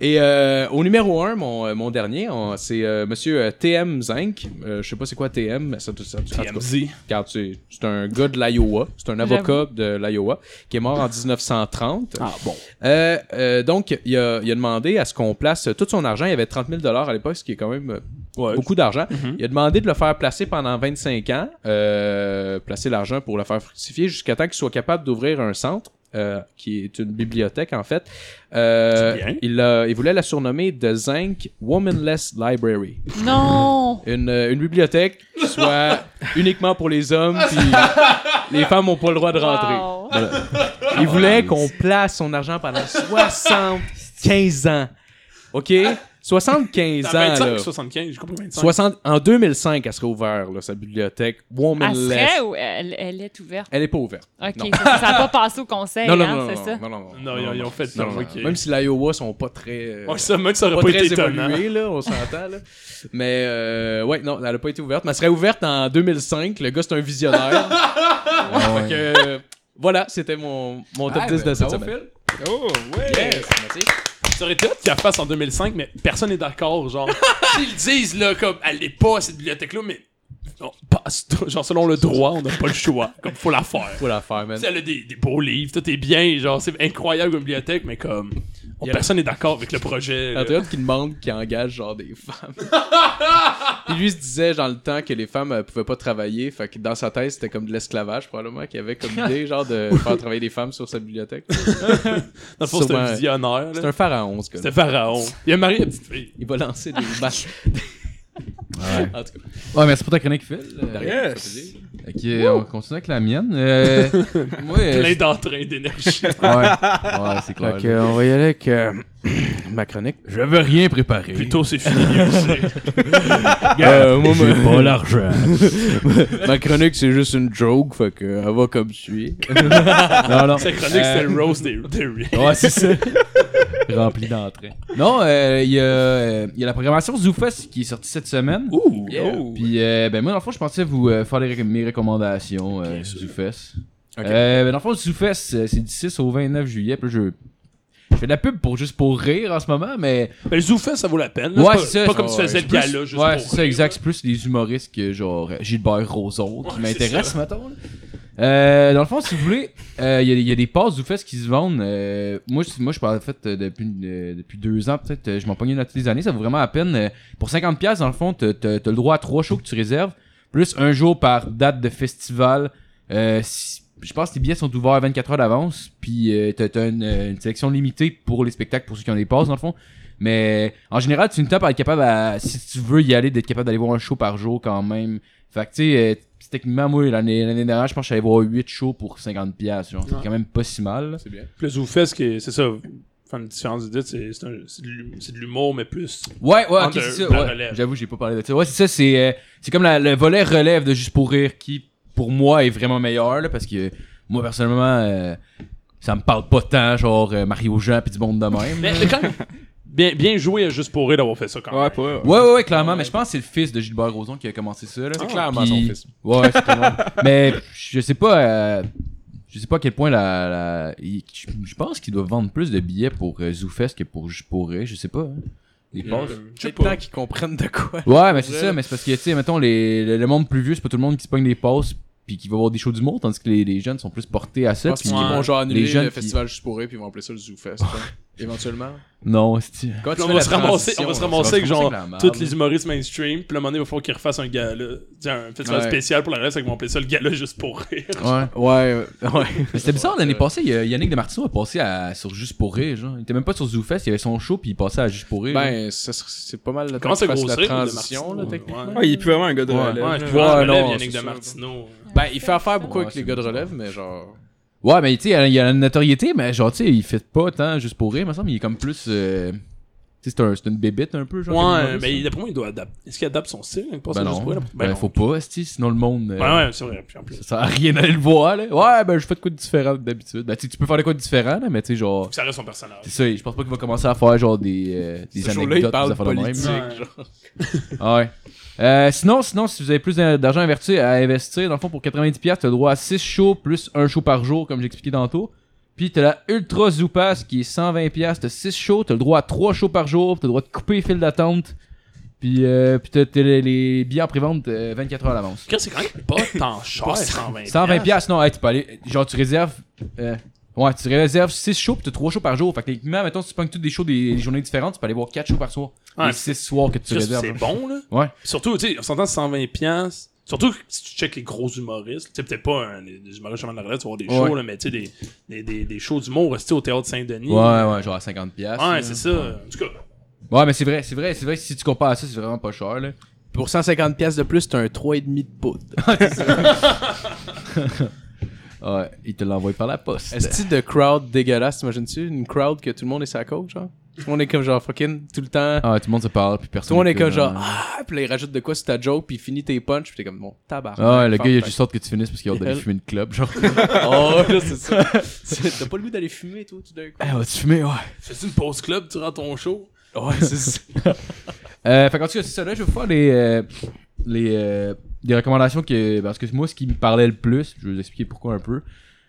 E: Et euh, au numéro 1, mon, euh, mon dernier, on- c'est euh, monsieur euh, TM Zinc. Euh, je sais pas c'est quoi TM, mais ça, ça, ça- en tout cas,
D: TMZ.
E: regarde, c'est c'est un gars de l'Iowa. C'est un avocat de l'Iowa qui est mort en 1930.
D: Ah bon.
E: Euh, euh, donc, il a, il a demandé à ce qu'on place tout son argent. Il y avait 30 000 à l'époque, ce qui est quand même euh,
D: Ouais.
E: beaucoup d'argent.
D: Mhm.
E: Il a demandé de le faire placer pendant 25 ans, euh, placer l'argent pour le faire fructifier jusqu'à temps qu'il soit capable d'ouvrir un centre. euh, qui est une bibliothèque en fait. Euh,
D: C'est bien.
E: il, a- il voulait la surnommer The Zinc Womanless Library.
A: Non!
E: Une, euh, une bibliothèque qui soit uniquement pour les hommes, puis les femmes n'ont pas le droit de rentrer.
A: Wow. Ah,
E: Il voulait qu'on place son argent pendant 75 ans. OK? 75 ans.
D: T'as 25
E: là.
D: 75, j'ai compris 25.
E: 60 en 2005, elle serait ouverte, là, sa bibliothèque.
A: Elle
E: Womanless.
A: serait ou elle, elle est ouverte?
E: Elle est pas ouverte.
A: Ok,
E: Ben, Non.
A: ça n'a pas passé au conseil,
E: non, non,
A: hein,
E: non,
A: c'est
E: non,
A: ça?
E: non, non, non,
D: Non, ils ont- ils ont fait ça.
E: non, non,
D: ok.
E: non. Même si l'Iowa sont pas très. euh,
D: Ouais, ça, même ça aurait
E: pas
D: pas,
E: très
D: été étonnant.
E: évolués, là, on s'entend, là. Mais, euh, ouais, non, elle a pas été ouverte. Mais elle serait ouverte en 2005. Le gars, c'est un visionnaire.
C: Ah
E: Fait
C: ouais.
E: que, euh, voilà, c'était mon, mon top
C: Ah,
E: 10 de
C: ben,
E: cette
C: bravo,
E: semaine.
F: Oh, ouais.
E: Yes, merci.
D: Ça aurait été hot qu'elle fasse en 2005, mais personne n'est d'accord, genre. Ils le disent, là, comme, elle n'est pas à cette bibliothèque-là, mais. on passe tout- genre, selon le droit, on n'a pas le choix. Comme, faut la faire.
E: Faut la faire, man.
D: Tu sais, elle a des, des beaux livres, tout est bien, genre, c'est incroyable comme bibliothèque, mais comme. on-
E: Il y a-
D: personne n'est d'accord avec le projet. là.
E: Andréa qui demande qui engage genre des femmes. Puis lui se disait dans le temps que les femmes euh, pouvaient pas travailler, fait que dans sa thèse c'était comme de l'esclavage probablement qu'il avait comme idée genre de faire travailler les femmes sur sa bibliothèque.
D: Dans le fond, c'est
E: sûrement-
D: un visionnaire,
E: C'est
D: là.
E: un pharaon ce gars.
D: C'était Pharaon. Il a marié la petite fille.
E: Il va lancer des bâches.
C: Ouais.
E: En tout cas,
C: Ouais, merci pour ta chronique, Phil. Euh,
F: Yes.
C: ok, on continue avec la mienne. Euh, moi, euh,
D: Plein d'entrain d'énergie.
C: Ouais, ouais c'est clair.
E: Fait que, on va y aller avec euh, ma chronique.
C: Je veux rien préparer.
D: Plutôt, c'est fini, mieux c'est.
E: Euh, moi, ma-
C: pas l'argent.
E: ma chronique c'est juste une joke, fait que elle va comme suit.
C: non, non.
D: Sa chronique,
C: Euh,
D: c'était le roast des, des riz.
C: Ouais, c'est ça. Rempli d'entrain. Non, euh, il y, a, euh, il y a la programmation ZooFest qui est sortie cette semaine.
D: Ouh!
E: Yeah.
D: oh.
C: Puis, euh, ben, moi, dans le fond, je pensais vous euh, faire les ré- mes recommandations euh,
D: Bien sûr.
C: ZooFest.
E: Ok.
C: Euh, ben, dans le fond, ZooFest, euh, c'est du 6 au 29 juillet. Puis là, je. Je fais de la pub pour juste pour rire en ce moment, mais.
D: Ben, le zoufet, ça vaut la peine. là.
C: Ouais,
D: c'est pas,
C: c'est ça,
D: pas comme
E: ouais,
D: tu faisais le
C: Plus-
D: gala, juste
C: ouais,
D: pour
C: c'est ça,
D: rire,
C: exact. C'est plus les humoristes que genre euh, Gilbert Rozon qui
D: Ouais,
C: m'intéressent,
D: c'est
C: mettons. là. Euh, dans le fond, si vous voulez, euh, il y, a- il y a des passes ou fesses qui se vendent. Euh, moi, je- moi, je parle en fait euh, depuis, euh, depuis deux ans, peut-être. euh, je m'en pognais une à toutes les années. Ça vaut vraiment à peine. euh, pour 50$, piastres, dans le fond, t'as t'as- t'as le droit à trois shows que tu réserves. Plus un jour par date de festival. Euh, si- je pense que les billets sont ouverts à 24 heures d'avance. Puis euh, t'as t'as une, euh, une sélection limitée pour les spectacles, pour ceux qui ont des passes, dans le fond. Mais en général, tu une tapes à être capable, à, si tu veux y aller, d'être capable d'aller voir un show par jour quand même. Fait que tu sais, euh, pis techniquement, moi, l'année l'année dernière, je pense que j'allais voir 8 shows pour 50$. piastres, genre. C'est
D: Ouais.
C: quand même pas si mal.
E: C'est bien.
D: Le zoufet, ce qui est- c'est ça. Enfin, une différence d'idée, c'est c'est un- c'est de l'hu- c'est de l'humour, mais plus.
C: Ouais, ouais, ok,
D: Entre
C: c'est ça.
D: la
C: ouais.
D: Ah, ben, relève.
C: J'avoue, j'ai pas parlé de ça. Ouais, c'est ça, c'est euh, c'est comme la- le volet relève de Juste pour rire qui, pour moi, est vraiment meilleur, là, parce que moi, personnellement, euh, ça me parle pas tant, genre euh, Mario Jean pis du monde de même.
D: Mais mais quand même, bien, bien joué à juste pour rire d'avoir fait ça quand même.
F: Ouais, pas. Ouais.
C: Ouais, ouais, ouais, clairement, mais je pense que c'est le fils de Gilbert Rozon qui a commencé ça, là.
D: Ah,
E: C'est clairement son
C: Ah, Puis- euh,
E: fils.
C: Ouais, ouais, c'est clairement. Mais je sais pas. euh, je sais pas à quel point la. la- il- je, je pense qu'ils doivent vendre plus de billets pour euh, ZooFest que pour Juste pour Rire, Je sais pas. hein. Les passes.
D: Euh, Je
E: J'ai
D: sais
E: le temps
D: pas.
E: qu'ils comprennent de quoi.
C: Ouais, mais c'est
E: Ouais,
C: ça.
E: là.
C: Mais c'est parce que, tu sais, mettons, les, le, le monde plus vieux, c'est pas tout le monde qui se pogne des passes puis qui va voir des shows du monde, tandis que les, les jeunes sont plus portés à
E: Je
C: ça.
E: pense
C: puis-
E: qu'ils vont genre annuler
C: les jeunes
E: le
C: qui-
E: festival juste pour eux, puis ils vont appeler ça le ZooFest. hein, Éventuellement.
C: Non, c'est.
E: Quand tu
D: On
E: fais
D: va,
E: la
D: se ramasser, on va se
E: transition,
D: ramasser avec
C: se ramasser
D: genre
C: avec la merde.
D: tous les humoristes mainstream, puis le moment donné, il va falloir qu'ils refassent un gala, tu sais, un festival
E: Ouais.
D: spécial pour la reste, fait qu'ils vont appeler ça le gala juste pour rire.
C: Ouais.
E: Ouais, ouais.
C: Mais C'était bizarre l'année passée, il y a- Yannick Demartino a passé à, sur Juste pour Rire, genre. Il était même pas sur ZooFest, il avait son show puis il passait à Juste pour Rire.
E: Ben, ça serait- c'est pas mal le temps
D: Comment ça
E: qu'il fasse
D: grossir
E: la
D: de
E: transition,
D: Martineau,
E: là,
D: ouais.
E: techniquement.
F: Ouais, il est plus vraiment un gars de
C: Ouais.
F: relève.
D: Ouais, je
E: Ouais,
D: vois
E: non,
D: en relève
E: c'est
D: Yannick de
E: ça.
D: Martino.
E: Ben, il fait affaire beaucoup
C: Ouais,
E: avec les
C: c'est
E: gars de
C: bizarre.
E: relève, mais genre.
C: Ouais, mais tu sais, il y a la notoriété, mais genre, tu sais, il fait pas tant juste pour rire, me semble. Il est comme plus. euh, Tu sais, c'est un- c'est une bébite un peu, genre. comme
D: Ouais,
C: humoriste,
D: mais
C: hein.
D: d'après moi, il doit adapter. Est-ce qu'il adapte son style? hein, pour
C: Ben
D: ça,
C: non.
D: juste pour rire?
C: Ben,
D: non. Ben
C: faut pas, esti, sinon le monde. euh,
D: Ouais, ouais, c'est vrai. Puis en plus,
C: Ça sert à rien d'aller le voir, là. Ouais, ben, je fais de quoi de différent d'habitude. Ben, tu sais, tu peux faire de quoi de différent, là, mais tu sais, genre.
D: ça reste son personnage.
C: C'est ça, je pense pas qu'il va commencer à faire, genre, des. euh, des
E: Ce
C: anecdotes,
E: jour-là, il parle
C: des affaires de même.
E: politique.
D: Ouais.
C: Ah ouais. Euh, sinon, sinon, si vous avez plus d'argent inverti à investir, dans le fond, pour 90$, tu as droit à 6 shows plus un show par jour, comme j'expliquais tantôt. Puis t'as la Ultra Zoopass qui est 120$, piastres, t'as 6 shows, t'as le droit à 3 shows par jour, t'as le droit de couper les files d'attente. Puis, euh, puis t'as, t'as les, les billets en pré-vente euh, 24 heures à l'avance.
D: Chris, c'est quand même pas tant cher, 120
C: 120$, piastres, non, hey, tu peux aller. Genre, tu réserves. euh, ouais, tu réserves 6 shows, puis t'as 3 shows par jour. Fait que techniquement, mettons, si tu pognes toutes des shows des, des journées différentes, tu peux aller voir 4 shows par soir.
D: Ouais.
C: les 6 soirs que tu
D: Chris,
C: réserves.
D: c'est bon, là.
C: Ouais.
D: Surtout, tu sais, on s'entend 120 piastres. Surtout que si tu checkes les gros humoristes, tu sais, peut-être pas un, des des humoristes chemin de la relève, tu vas voir des shows,
C: Ouais.
D: là, mais tu sais, des, des, des, des shows d'humour, restés au théâtre Saint-Denis.
C: Ouais, Ah, ouais, genre à 50$. piastres, là.
D: Ouais, c'est ça. En tout cas,
C: Ouais, mais c'est vrai, c'est vrai, c'est vrai, si tu compares à ça, c'est vraiment pas cher, là.
E: Pour 150 pièces de plus, t'as un 3,5 de poudre.
C: Ouais, il te l'envoie par la poste.
E: Est-ce que de crowd dégueulasse, t'imagines-tu? Une crowd que tout le monde est sa coach, genre? Tout le monde est comme genre fucking tout le temps.
C: Ah, tout le monde se parle, puis
E: Tout
C: personne.
E: le monde est
C: écoute,
E: comme genre
C: hein.
E: ah, puis là il rajoute de quoi sur ta joke, puis il finit tes punch, puis t'es comme bon tabarnak.
C: Ah, ouais, le gars, il a
E: fuck,
C: juste hâte que tu finisses parce qu'il a hâte d'aller
E: Elle.
C: fumer une clope, genre.
E: fuck. Oh, là, c'est ça. C'est- T'as pas le goût d'aller fumer, toi, tout d'un coup.
C: Ah, vas-tu fumer, ouais.
D: fais-tu une pause club durant ton show?
E: Ouais, c'est ça.
C: Euh, fait qu'en tout cas, c'est ça, là, je vais vous faire les. euh, les. euh, des recommandations que. ben, Parce que moi, ce qui me parlait le plus, je vais vous expliquer pourquoi un peu.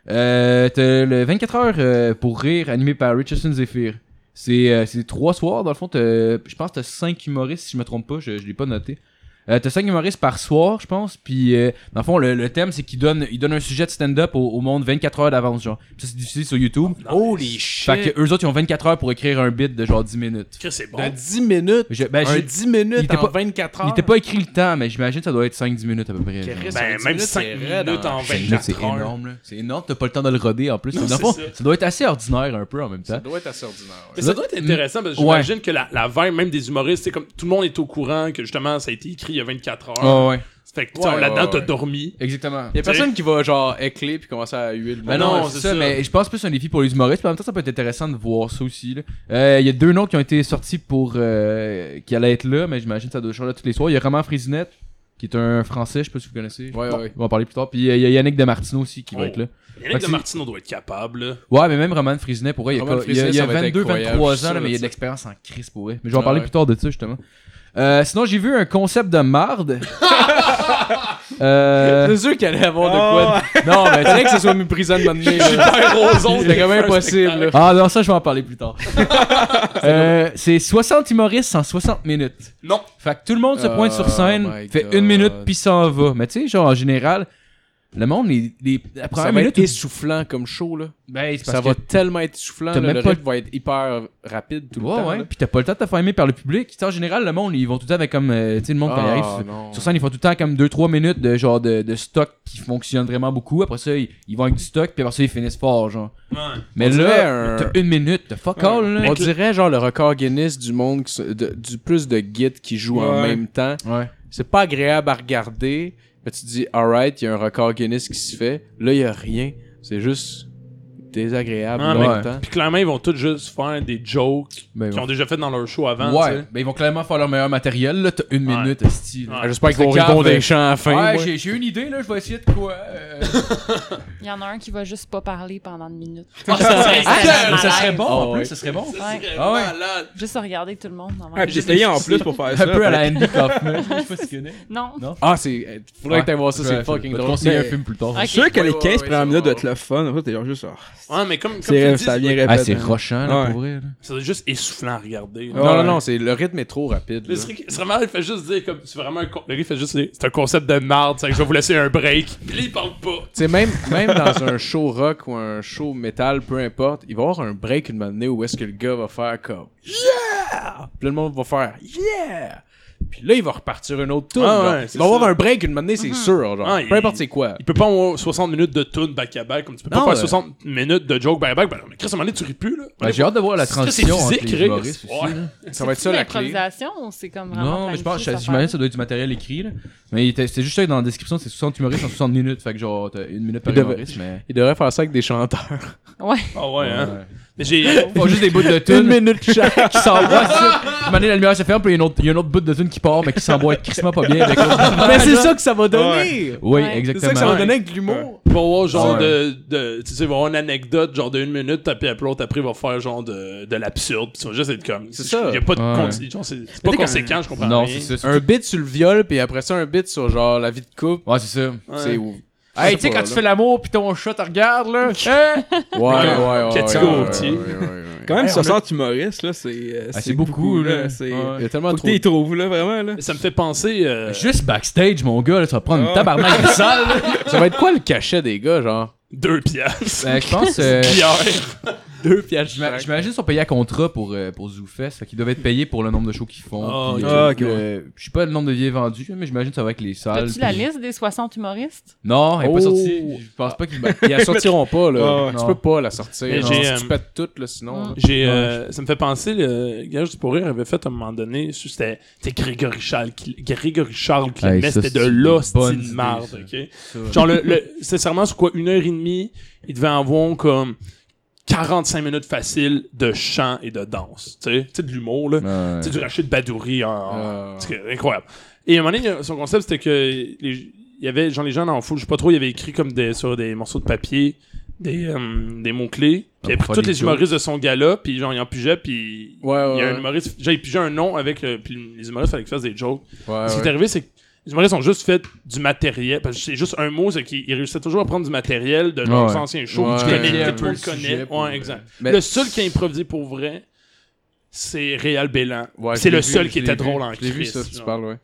C: Euh, t'as le 24 heures euh, pour rire animé par Richardson Zephyr. C'est euh, c'est trois soirs, dans le fond, t'as- je pense que t'as cinq humoristes, si je me trompe pas, je, je l'ai pas noté. Euh, t'as cinq humoristes par soir, je pense, puis euh, dans le fond, le, le thème, c'est qu'ils donnent, ils donnent un sujet de stand-up au, au monde 24 heures d'avance, genre. Ça, c'est diffusé sur YouTube.
E: Holy shit.
C: Fait que eux autres, ils ont 24 heures pour écrire un bit de genre 10 minutes.
D: Chris, c'est bon.
E: De 10 minutes.
C: Je- ben,
E: un
C: j'ai-
E: 10 minutes
C: il était
E: en
C: pas-
E: 24 heures.
C: Il était pas écrit le temps, mais j'imagine que ça doit être 5-10 minutes à peu près. genre.
E: Chris,
D: Ben,
E: un 10
D: même
E: minutes,
D: cinq
E: c'est raide,
D: minutes en
E: hein.
C: 5
D: vingt-
C: minutes, c'est
D: 24 heures.
C: énorme. là. C'est énorme, t'as pas le temps de le roder en plus.
D: Non,
C: Dans le
D: c'est
C: fond,
D: ça.
C: doit être assez ordinaire un peu en même temps.
E: Ça doit être assez ordinaire. ouais.
D: Mais ça doit être intéressant parce que
C: Ouais.
D: j'imagine que la, la vibe même des humoristes, c'est comme tout le monde est au courant que justement ça a été écrit il y a 24 heures.
C: Ah ouais,
D: Fait que tu sais,
E: Ouais,
D: là-dedans,
E: ouais,
D: t'as
E: ouais.
D: dormi.
C: exactement.
E: Y a
D: T'sais-
E: personne qui va genre écler puis commencer à huer le
C: Ben
E: monde.
C: non,
D: non,
C: c'est
D: c'est
C: ça,
D: ça.
C: mais je pense plus c'est un défi pour les humoristes, mais en même temps ça peut être intéressant de voir ça aussi. là. Euh, Il y a deux noms qui ont été sortis pour euh, qui allaient être là, mais j'imagine que ça doit changer tous les soirs. Il y a Roman Frisinette, qui est un français, je sais pas si vous connaissez.
E: Ouais, ouais, ouais.
C: On va en parler plus tard. Puis euh, il y a Yannick Demartino aussi qui
D: Oh.
C: va être là.
D: Yannick
C: Fait
D: de
C: que-
D: Martino doit être capable. là.
C: Ouais, mais même Roman Frisinet, pour vrai, il y a,
E: Roman
C: quoi- il y a-
E: Frisinet,
C: il y a
E: ça va être
C: 22,
E: incroyable,
C: 23
E: je
C: ans,
E: suis
C: là, mais il y a
E: sûr de
C: de
E: ça.
C: l'expérience en crise pour vrai. Mais je vais en
E: Ah
C: parler
E: ouais.
C: plus tard de ça, justement. Euh, sinon, j'ai vu un concept de marde. Euh,
E: C'est sûr qu'il allait avoir
C: Ah,
E: de quoi. de- Non, mais tu sais que ce soit méprisant de m'amener.
D: Super Roson,
E: C'était quand même impossible. là.
C: Ah non, ça, je vais en parler plus tard. Euh, C'est 60 humoristes en 60 minutes.
D: Non.
C: Fait que tout le monde se pointe
E: Oh
C: sur scène,
E: my
C: fait
E: God.
C: une minute, puis s'en va. Mais tu sais, genre, en général, le monde, les, les, la
E: Ça
C: première
E: va
C: minute...
E: être essoufflant comme show, là.
C: ben, c'est parce
E: Ça va
C: que-
E: tellement être soufflant,
C: T'as
E: là,
C: même
E: le
C: pas-
E: rythme va être hyper rapide tout le
C: ouais,
E: temps.
C: ouais.
E: là.
C: Puis t'as pas le temps de te faire aimer par le public. Tu sais, en général, le monde, ils vont tout le temps avec comme... euh, tu sais, le monde, quand il
E: Ah,
C: arrive,
E: non.
C: Sur scène, ils font tout le temps comme 2-3 minutes de genre de, de stock qui fonctionne vraiment beaucoup. Après ça, ils, ils vont avec du stock, puis après ça, ils finissent fort, genre. Mais
E: On dirait
C: là,
E: un-
C: t'as une minute, t'as fuck all, là.
E: On dirait genre le record Guinness du monde, qui se- de- du plus de guides qui jouent en
F: Ouais.
E: même temps.
C: Ouais.
E: C'est pas agréable à regarder, mais tu te dis, alright, il y a un record Guinness qui se fait. Là, il y a rien. C'est juste désagréable
D: Ah,
E: en
C: mais-
E: même temps.
D: Puis clairement, ils vont tous juste faire des jokes
C: Ben,
D: qu'ils
C: ils
D: ont déjà fait dans leur show avant.
C: vont-
D: tu
C: ouais.
D: sais.
C: Ben, ils vont clairement faire leur meilleur matériel, là. T'as une
D: Ouais.
C: minute, style.
D: Ouais.
E: Ah, J'espère qu'ils
C: C'est
E: vont
C: grave,
E: répondre
C: euh,
E: des chants à la fin.
C: Ouais,
E: moi.
C: j'ai- j'ai une idée, là. Je vais essayer de quoi. euh.
A: Il y en a un qui va juste pas parler pendant une minute.
D: Ah, ça serait-
A: Ah,
C: Ah,
A: malade.
C: ça serait bon, en
E: Ah,
C: plus,
E: ouais.
C: ça serait bon.
A: Ouais.
C: Ah ouais.
D: Malade.
A: Juste regarder tout le monde. avant.
F: Ah, j'ai payé en plus pour faire ça.
C: Un peu à la Andy Kaufman. Je sais pas si tu connais.
A: Non.
C: Non.
E: Ah, c'est. euh, Faudrait
C: Ouais.
E: que t'ailles voir ça,
C: Ouais,
E: c'est
C: je-
E: fucking
C: je vais te
E: drôle.
C: conseiller un
E: Mais-
C: film plus tard.
A: Ok.
F: Je suis sûr que
E: Ouais,
F: les
E: ouais,
F: 15
E: ouais,
F: premières
E: ça
F: minutes
E: va.
F: doivent être le fun. Après, t'es genre juste. ah,
D: Ouais, mais comme, comme tu
F: C'est
D: dis,
F: ça
D: ça
F: vient
D: doit-
F: répéter.
C: Ah, c'est rochant, là,
F: Ouais.
C: pour vrai. là.
D: ça doit être juste essoufflant à regarder. là.
F: Ouais.
E: Non, non, non, c'est le rythme est trop rapide.
D: Le
E: là.
D: truc, c'est vraiment, il fait juste dire comme, c'est vraiment un, con- le gars, il fait juste dire, c'est un concept de merde, c'est que je vais vous laisser un break. Puis là, il parle pas.
E: Tu sais, même, même dans un show rock ou un show metal, peu importe, il va y avoir un break une matinée où est-ce que le gars va faire comme Yeah! Puis là, le monde va faire Yeah! Puis là, il va repartir une autre tour.
D: Ah ouais, c'est
E: il va avoir
D: ça.
E: un break une matinée, c'est
C: Mm-hmm.
E: sûr. Genre.
D: Ah,
E: peu
D: il-
E: importe c'est quoi.
D: Il peut pas avoir 60 minutes de tune back-à-back, comme tu peux pas
E: Non,
D: faire
E: euh.
D: 60 minutes de joke back-à-back. Ben, mais Chris, à un moment donné, tu ris plus, là.
C: Ben, J'ai hâte de voir la
D: C'est- c'est
C: transition entre
D: physique,
C: les
D: Rick.
C: humoristes aussi.
D: Ouais.
C: là.
E: Ça va être ça la clé.
A: l'improvisation ou c'est comme vraiment.
C: Non, mais je pense,
A: planifié,
C: je-
A: cette
C: j'imagine que ça
A: affaire?
C: doit être du matériel écrit, là. Mais il était- c'est juste ça que dans la description, c'est 60 humoristes en 60 minutes. Fait que genre, t'as une minute par
E: Il devait-
C: humoriste, mais.
E: Il devrait faire ça avec des chanteurs.
A: Ouais.
D: Ah ouais, hein. Mais j'ai,
C: Pas juste des bouts de
E: Une
C: tunes
E: minute chaque.
C: qui s'envoient. Je m'en ai la lumière se ferme, puis il y a une autre- il y a un autre bout de tune qui part, mais qui s'envoie crissement pas bien. avec l'autre.
E: Mais c'est ça que ça va donner!
C: Oui,
A: Ouais.
E: C'est ça que ça
C: exactement.
E: va donner avec de l'humour.
D: Il va avoir genre
C: Ouais.
D: de, de- Tu sais, il va avoir une anecdote genre de une minute, puis après l'autre, après il va faire genre de, de l'absurde, puis ça va juste être comme.
E: C'est ça.
D: Il y a pas de.
C: Ouais.
D: conti- genre, c'est c'est
E: Mais
D: pas
E: t'es
D: conséquent, je comprends
C: Non,
D: rien.
C: c'est ça.
E: Un bit sur le viol, puis après ça, un bit sur genre la vie de couple.
C: Ouais, c'est ça.
D: Ouais.
E: C'est
C: Hey, tu sais, quand tu fais l'amour pis ton chat te regarde, là. hein?
E: Ouais, ouais, ouais.
D: Cathy
E: ouais, ouais,
D: Gauthier.
E: ouais, ouais, ouais.
F: Quand même, 60 humoristes, là, c'est. euh,
C: Ah, c'est beaucoup, là.
F: C'est.
C: Ouais. Il y a tellement
F: Faut que
C: trop.
F: t'y trouves, là, vraiment, là.
D: Ça me fait penser. euh,
C: Juste backstage, mon gars, là, tu vas prendre une
F: Ah.
C: tabarnak de salle, là.
E: Ça va être quoi le cachet des gars, genre
D: Deux piastres.
C: Ben, je pense. euh,
D: Hier.
E: Deux pièges.
C: j'ima- J'imagine qu'ils sont payés à contrat pour, euh, pour ZooFest. Fait qu'ils doivent être payés pour le nombre de shows qu'ils font.
D: Ah,
C: puis,
D: ok.
C: euh,
F: Ah, ok, ouais.
C: euh, Je sais pas le nombre de billets vendus, mais j'imagine que ça va avec les salles.
A: As-tu la
C: puis-
A: liste des 60 humoristes?
C: Non, elle est pas
E: Oh.
C: sortie. Je pense pas qu'ils.
E: Ils la sortiront pas, là.
F: Ouais,
E: tu
C: non.
E: peux pas la sortir.
D: Ah Mais
E: non.
D: j'ai,
E: Si
D: euh,
E: tu pètes tout, là, sinon.
A: Mm.
D: J'ai, euh, ça me fait penser, le gage du pourrir avait fait à un moment donné, c'était c'était Grégory Charles qui, Grégory Charles qui
C: Hey,
D: l'aimait,
C: ça,
D: c'était de
C: c'est une bonne
D: l'hostie
C: idée,
D: de marde,
C: ça.
D: ok? Genre, le, le- sincèrement, sur quoi, une heure et demie, il devait avoir comme 45 minutes faciles de chant et de danse, tu sais, tu sais, de l'humour, là.
C: Ouais.
D: Tu sais, du Rachid Badouri en- en.
E: Ah.
D: c'est que- incroyable. Et à un moment donné, son concept, c'était que. les- il y avait, genre, les gens en foule, je sais pas trop, il avait écrit comme des, sur des morceaux de papier des, euh, des mots-clés. Puis il avait
C: pour
D: pris
C: faire
D: tous
C: des
D: les
C: jokes.
D: humoristes de son gala, puis genre, il en pigeait, puis.
E: Ah, Ouais, ouais,
D: il y a un
E: ouais.
D: humoriste. Genre, il pigeait un nom avec. euh, puis les humoristes, fallait qu'ils fassent des jokes.
E: Ouais,
D: Ce qui est
E: Ah ouais.
D: arrivé, c'est que les humoristes ont juste fait du matériel. Parce que c'est juste un mot, c'est qu'ils ils réugissaient toujours à prendre du matériel de leurs
C: Ouais.
D: anciens shows.
E: Ouais.
D: Tu connais,
E: Ouais.
D: tout le monde
C: Ouais.
D: connaît.
E: euh,
C: Ouais.
D: Ouais, exact.
E: Mais-
D: Le seul qui a improvisé pour vrai, c'est Réal Bélan.
E: Ouais,
D: c'est
E: je l'ai vu,
D: le seul
E: je
D: qui
E: l'ai
D: était
E: vu.
D: drôle en
E: Je l'ai vu, ça,
D: Christ,
E: tu
D: genre.
E: parles, ouais.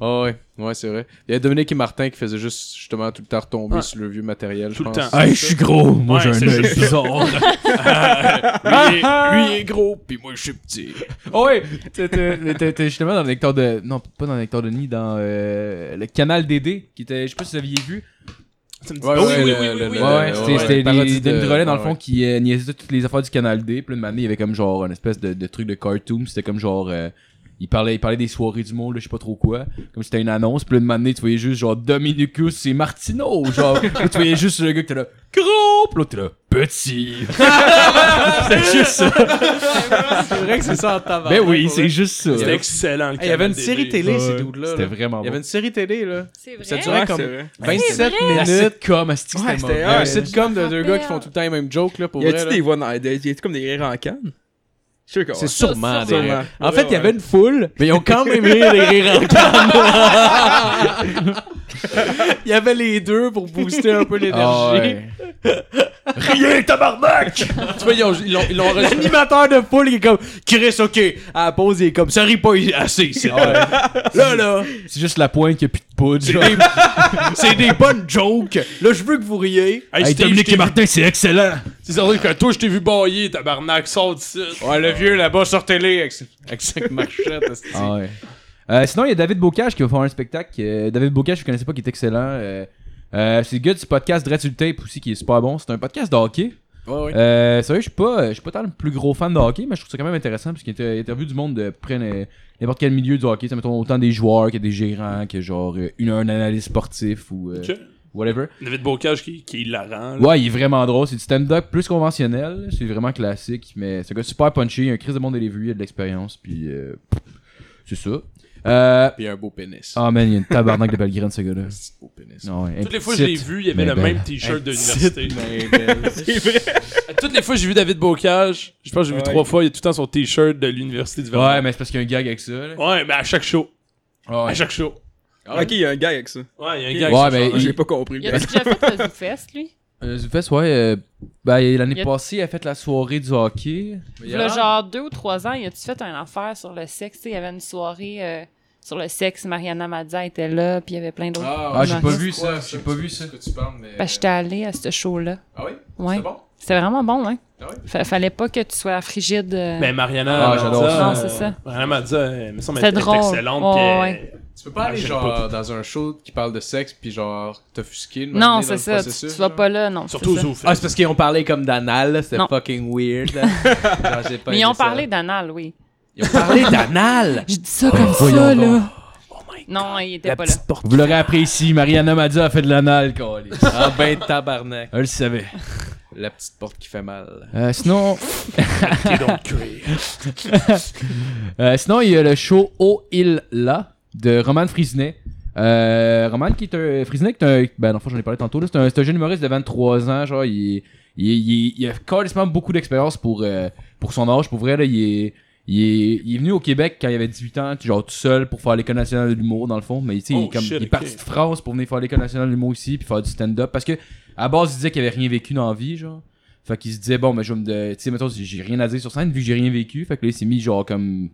E: Ah ouais, ouais, c'est vrai. Il y a Dominique et Martin qui faisait juste, justement, tout le temps retomber
D: Ouais.
E: sur le vieux matériel,
D: Tout
E: je
D: le
E: pense.
D: temps.
C: Hey, je suis gros. Moi,
D: Ouais,
C: j'ai
D: c'est
C: un œil
D: juste ça.
C: bizarre.
E: Lui, il est, lui, il est gros, puis moi, je suis petit.
C: Oh ouais, t'es- t'es t'es- t'es justement dans le lecteur de... Non, pas dans le lecteur de nid, dans euh, le canal DD, qui était... Je sais pas si vous aviez vu.
D: Ça me dit-
E: Ouais,
D: Oh,
E: ouais,
D: oui,
E: le-
D: oui,
E: le-
D: oui, oui.
C: Ouais, ouais, c'était-
E: ouais,
C: c'était
E: parodie
C: les
E: de-
C: Denis Drolet, dans le
E: ouais,
C: fond,
E: ouais.
C: qui euh, niaisait toutes les affaires du Canal D. Puis là, une année, il y avait comme genre une espèce de, de truc de cartoon. C'était comme genre... euh, il parlait, il parlait des soirées du monde, là, je sais pas trop quoi. Comme c'était une annonce. Puis là, une année, tu voyais juste genre Dominicus et Martino. Genre, Là, tu voyais juste le gars qui était là, gros. Puis l'autre, t'es là, petit.
D: Ah,
C: c'était juste ça.
E: C'est vrai que c'est ça en tabac.
C: Ben oui, c'est juste ça.
D: C'était excellent. le
E: Il y avait une
D: Canada
E: série
D: Day.
E: télé, ces
C: Ouais.
E: dudes-là.
C: C'était
E: là.
C: vraiment
E: Il y avait
C: bon.
E: une série télé, là.
A: C'est
E: Ça
A: vrai?
E: durait
F: Ouais,
E: comme
F: c'est vrai.
E: 27
C: La
E: minutes.
C: sitcom, asti,
E: Ouais,
C: c'était
E: c'était
C: mauvais.
E: un sitcom de deux
A: rappelle.
E: gars qui font tout le temps les mêmes jokes, là, pour
F: Y
E: vrai.
F: a-tu
E: là.
F: des voix dans. Y a-tu comme des rires en canne? Je suis sûr que
E: C'est
F: ouais.
E: sûrement
A: Ça,
E: des
F: sûrement.
E: rires. En
F: Ouais,
E: fait, il y
F: ouais.
E: avait une foule, mais ils ont quand même ri les rires en canne. Il y avait les deux pour booster un peu l'énergie.
C: Ah ouais.
E: Rien, tabarnak! tu vois, ils ont- ils l'ont- ils l'ont enregistré. L'animateur de foule, il est comme, Chris, ok, à la pause, il est comme, ça rit pas assez, c'est Là, là,
C: C'est juste la pointe qui a plus de poudre.
E: c'est
C: genre.
E: des, c'est des bonnes jokes. Là, je veux que vous riez.
D: Hey, Steve, je t'ai vu-
C: Martin, c'est excellent.
D: C'est certain que toi, je t'ai vu bailler, tabarnak, sors d'ici.
E: Ouais, le vieux là-bas, sortez-les avec, avec cinq marchettes. esti.
C: Ah ouais. Euh, sinon, il y a David Bocage qui va faire un spectacle. Euh, David Bocage, je connaissais pas, qui est excellent. Euh, euh, c'est le gars du podcast Dread sur le Tape aussi qui est super bon. C'est un podcast de hockey.
E: Ouais, ouais.
C: Euh, sérieux, je suis pas, je suis pas tant le plus gros fan de hockey, mais je trouve ça quand même intéressant parce qu'il inter- interviewe du monde de près n- n'importe quel milieu du hockey. Ça mettons autant des joueurs que des gérants, que genre euh, une, un analyse sportif ou euh,
D: Ok.
C: whatever.
D: David Bocage qui, qui est hilarant. là.
C: Ouais, il est vraiment drôle. C'est du stand-up plus conventionnel. C'est vraiment classique. Mais c'est un gars super punchy. Il a un crise de monde delivery. Il a de l'expérience. Puis euh, c'est ça. Euh,
E: Puis un beau pénis.
C: ah man, il y a une tabarnak de belle graine, ce gars-là.
E: Un beau pénis.
C: Non, ouais,
D: Toutes les fois que
C: petite,
D: je l'ai vu, il y avait
C: mais
D: le
C: belle.
D: même t-shirt de
E: Petite,
D: l'université.
E: mais belle.
C: ben.
D: Toutes les fois que j'ai vu David Bocage, je pense que j'ai vu
F: Ouais.
D: trois fois, il y a tout le temps son t-shirt de l'université du
C: Ouais,
D: Vermont.
C: mais c'est parce qu'il y a un gag avec ça. Là.
D: Ouais, mais à chaque show.
C: Ah
D: À
C: ouais.
D: chaque show.
F: Ok, il y a un gars avec ça.
D: Ouais, il y a un
F: Ok.
D: gars
C: Ouais,
D: qui se
C: mais-
D: change.
F: J'ai pas compris.
A: Il a déjà fait le Zoufest, lui?
C: Euh, Zoufès, ouais. euh, ben, l'année
A: Il y a-
C: passée, elle a fait la soirée du hockey.
A: Là, genre deux ou trois ans, il a-tu fait une affaire sur le sexe? Tu sais, Il y avait une soirée euh, sur le sexe. Mariana Mazza était là, puis il y avait plein d'autres.
E: Ah,
C: Ah, j'ai pas
A: Humoriste.
C: vu ça. J'ai pas vu ça.
E: que tu parles, mais.
A: Ben, j'étais allée à ce show-là.
E: Ah oui?
A: Ouais.
E: C'est bon?
A: C'était vraiment bon, hein?
E: Ah ouais?
A: Fa- fallait pas que tu sois frigide. euh,
D: Ben, Mariana.
C: Ah, j'adore
D: Mazza,
C: ça.
A: Non, c'est ça.
D: Mariana Mazza, elle me semble
A: C'est
D: elle était
A: drôle.
D: excellente. puis
A: Ouais,
D: elle-
A: ouais.
E: Tu peux pas
D: Ah,
E: aller
D: j'aime
E: genre
D: pas.
E: dans un show qui parle de sexe puis genre t'offusquer. de
A: non,
E: m'amener dans
A: c'est
E: le
A: ça. Tu, tu
E: processus,
A: vas
E: genre.
A: pas là, non.
D: Surtout aux
A: c'est ça.
D: oufs.
E: Ah, c'est parce qu'ils ont parlé comme d'anal, là, c'était
A: Non.
E: fucking weird. Là. Genre, j'ai pas
A: Mais
E: aimé
A: ils ont
E: Ben, ça.
A: parlé d'anal, oui.
E: Ils ont parlé d'anal!
A: Je dis ça comme
C: Oh, voyons
A: ça,
C: donc.
A: là. Non, il était pas là.
C: Vous l'aurez appris ici. Mariana Madza a fait de l'anal, câlisse.
E: Ah ben tabarnak.
C: Elle le savait.
E: La petite porte qui fait mal.
C: Euh, sinon, Ah,
D: They don't care.
C: Euh, sinon, il y a le show Oh Il Là de Roman Frisinet. Euh, Roman qui est un. Frisinet qui est un. Ben, dans le fond, j'en ai parlé tantôt. là. C'est un, c'est un jeune humoriste de 23 ans. Genre, il, est- il, est- il, est- il a carrément beaucoup d'expérience pour, euh, pour son âge. Pour vrai, là, il est. Il est, il est venu au Québec quand il avait 18 ans, genre tout seul pour faire l'école nationale de l'humour dans le fond, mais tu sais, il,
D: Oh
C: est comme-
D: shit,
C: il est
D: ok.
C: parti de France pour venir faire l'école nationale de l'humour ici puis faire du stand-up parce que à la base il disait qu'il avait rien vécu dans la vie genre. Fait qu'il se disait bon mais je vais me de- tu sais mettons j'ai rien à dire sur scène vu que j'ai rien vécu, fait que là il s'est mis genre comme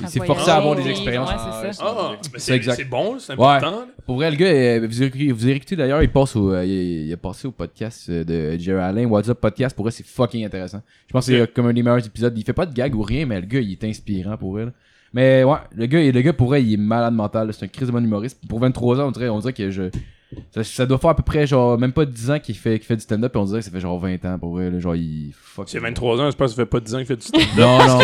C: il
A: À
C: s'est
A: voyager,
C: forcé à avoir des
A: vivre,
C: expériences.
A: Ouais, c'est ça.
D: Ah, mais
C: C'est
D: c'est
C: exact.
D: c'est bon, c'est
C: Ouais.
D: important.
C: Pour vrai, le gars, euh, vous écoutez, vous écoutez d'ailleurs, il passe au, euh, il, il a passé au podcast euh, de Jerry Allen, What's Up Podcast. Pour vrai, c'est fucking intéressant. Je pense que c'est
D: Ok.
C: euh, comme un des meilleurs épisodes. Il fait pas de gag ou rien, mais le gars, il est inspirant pour elle. Mais ouais, le gars, le gars pour vrai, il est malade mental. là. C'est un crise de bon humoriste. Pour 23 ans, on dirait, on dirait que je. Ça, ça doit faire à peu près, genre, même pas 10 ans qu'il fait, qu'il fait du stand-up, et on dirait que ça fait genre 20 ans pour vrai. là. genre, il. Fuck.
D: C'est 23 ans, je pense que ça fait pas 10 ans qu'il fait du stand-up.
C: Non, non.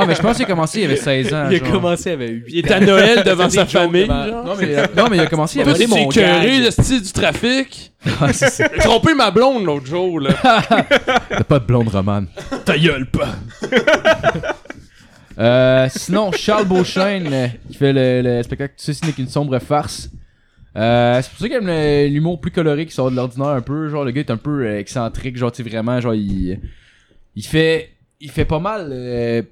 C: non, mais je pense qu'il a commencé, il avait 16 ans.
E: Il a
C: genre.
E: commencé avec 8
D: Il est à Noël devant sa famille. genre.
C: Non, mais, euh, non, mais il a commencé, il
D: Toi,
C: avait
D: tu t'es
C: mon
D: écœuré,
C: gag.
D: le style du trafic.
C: Ah, c'est ça.
D: J'ai trompé ma blonde l'autre jour, là.
C: T'as pas de blonde romane.
D: Ta gueule, pas.
C: Euh, sinon, Charles Beauchesne, euh, qui fait le, le spectacle Ceci n'est qu'une sombre farce. Euh, c'est pour ça qu'il aime le- l'humour plus coloré qui sort de l'ordinaire un peu. Genre, le gars est un peu euh, excentrique. Genre, tu sais, vraiment, genre, il, il fait. Il fait pas mal. euh,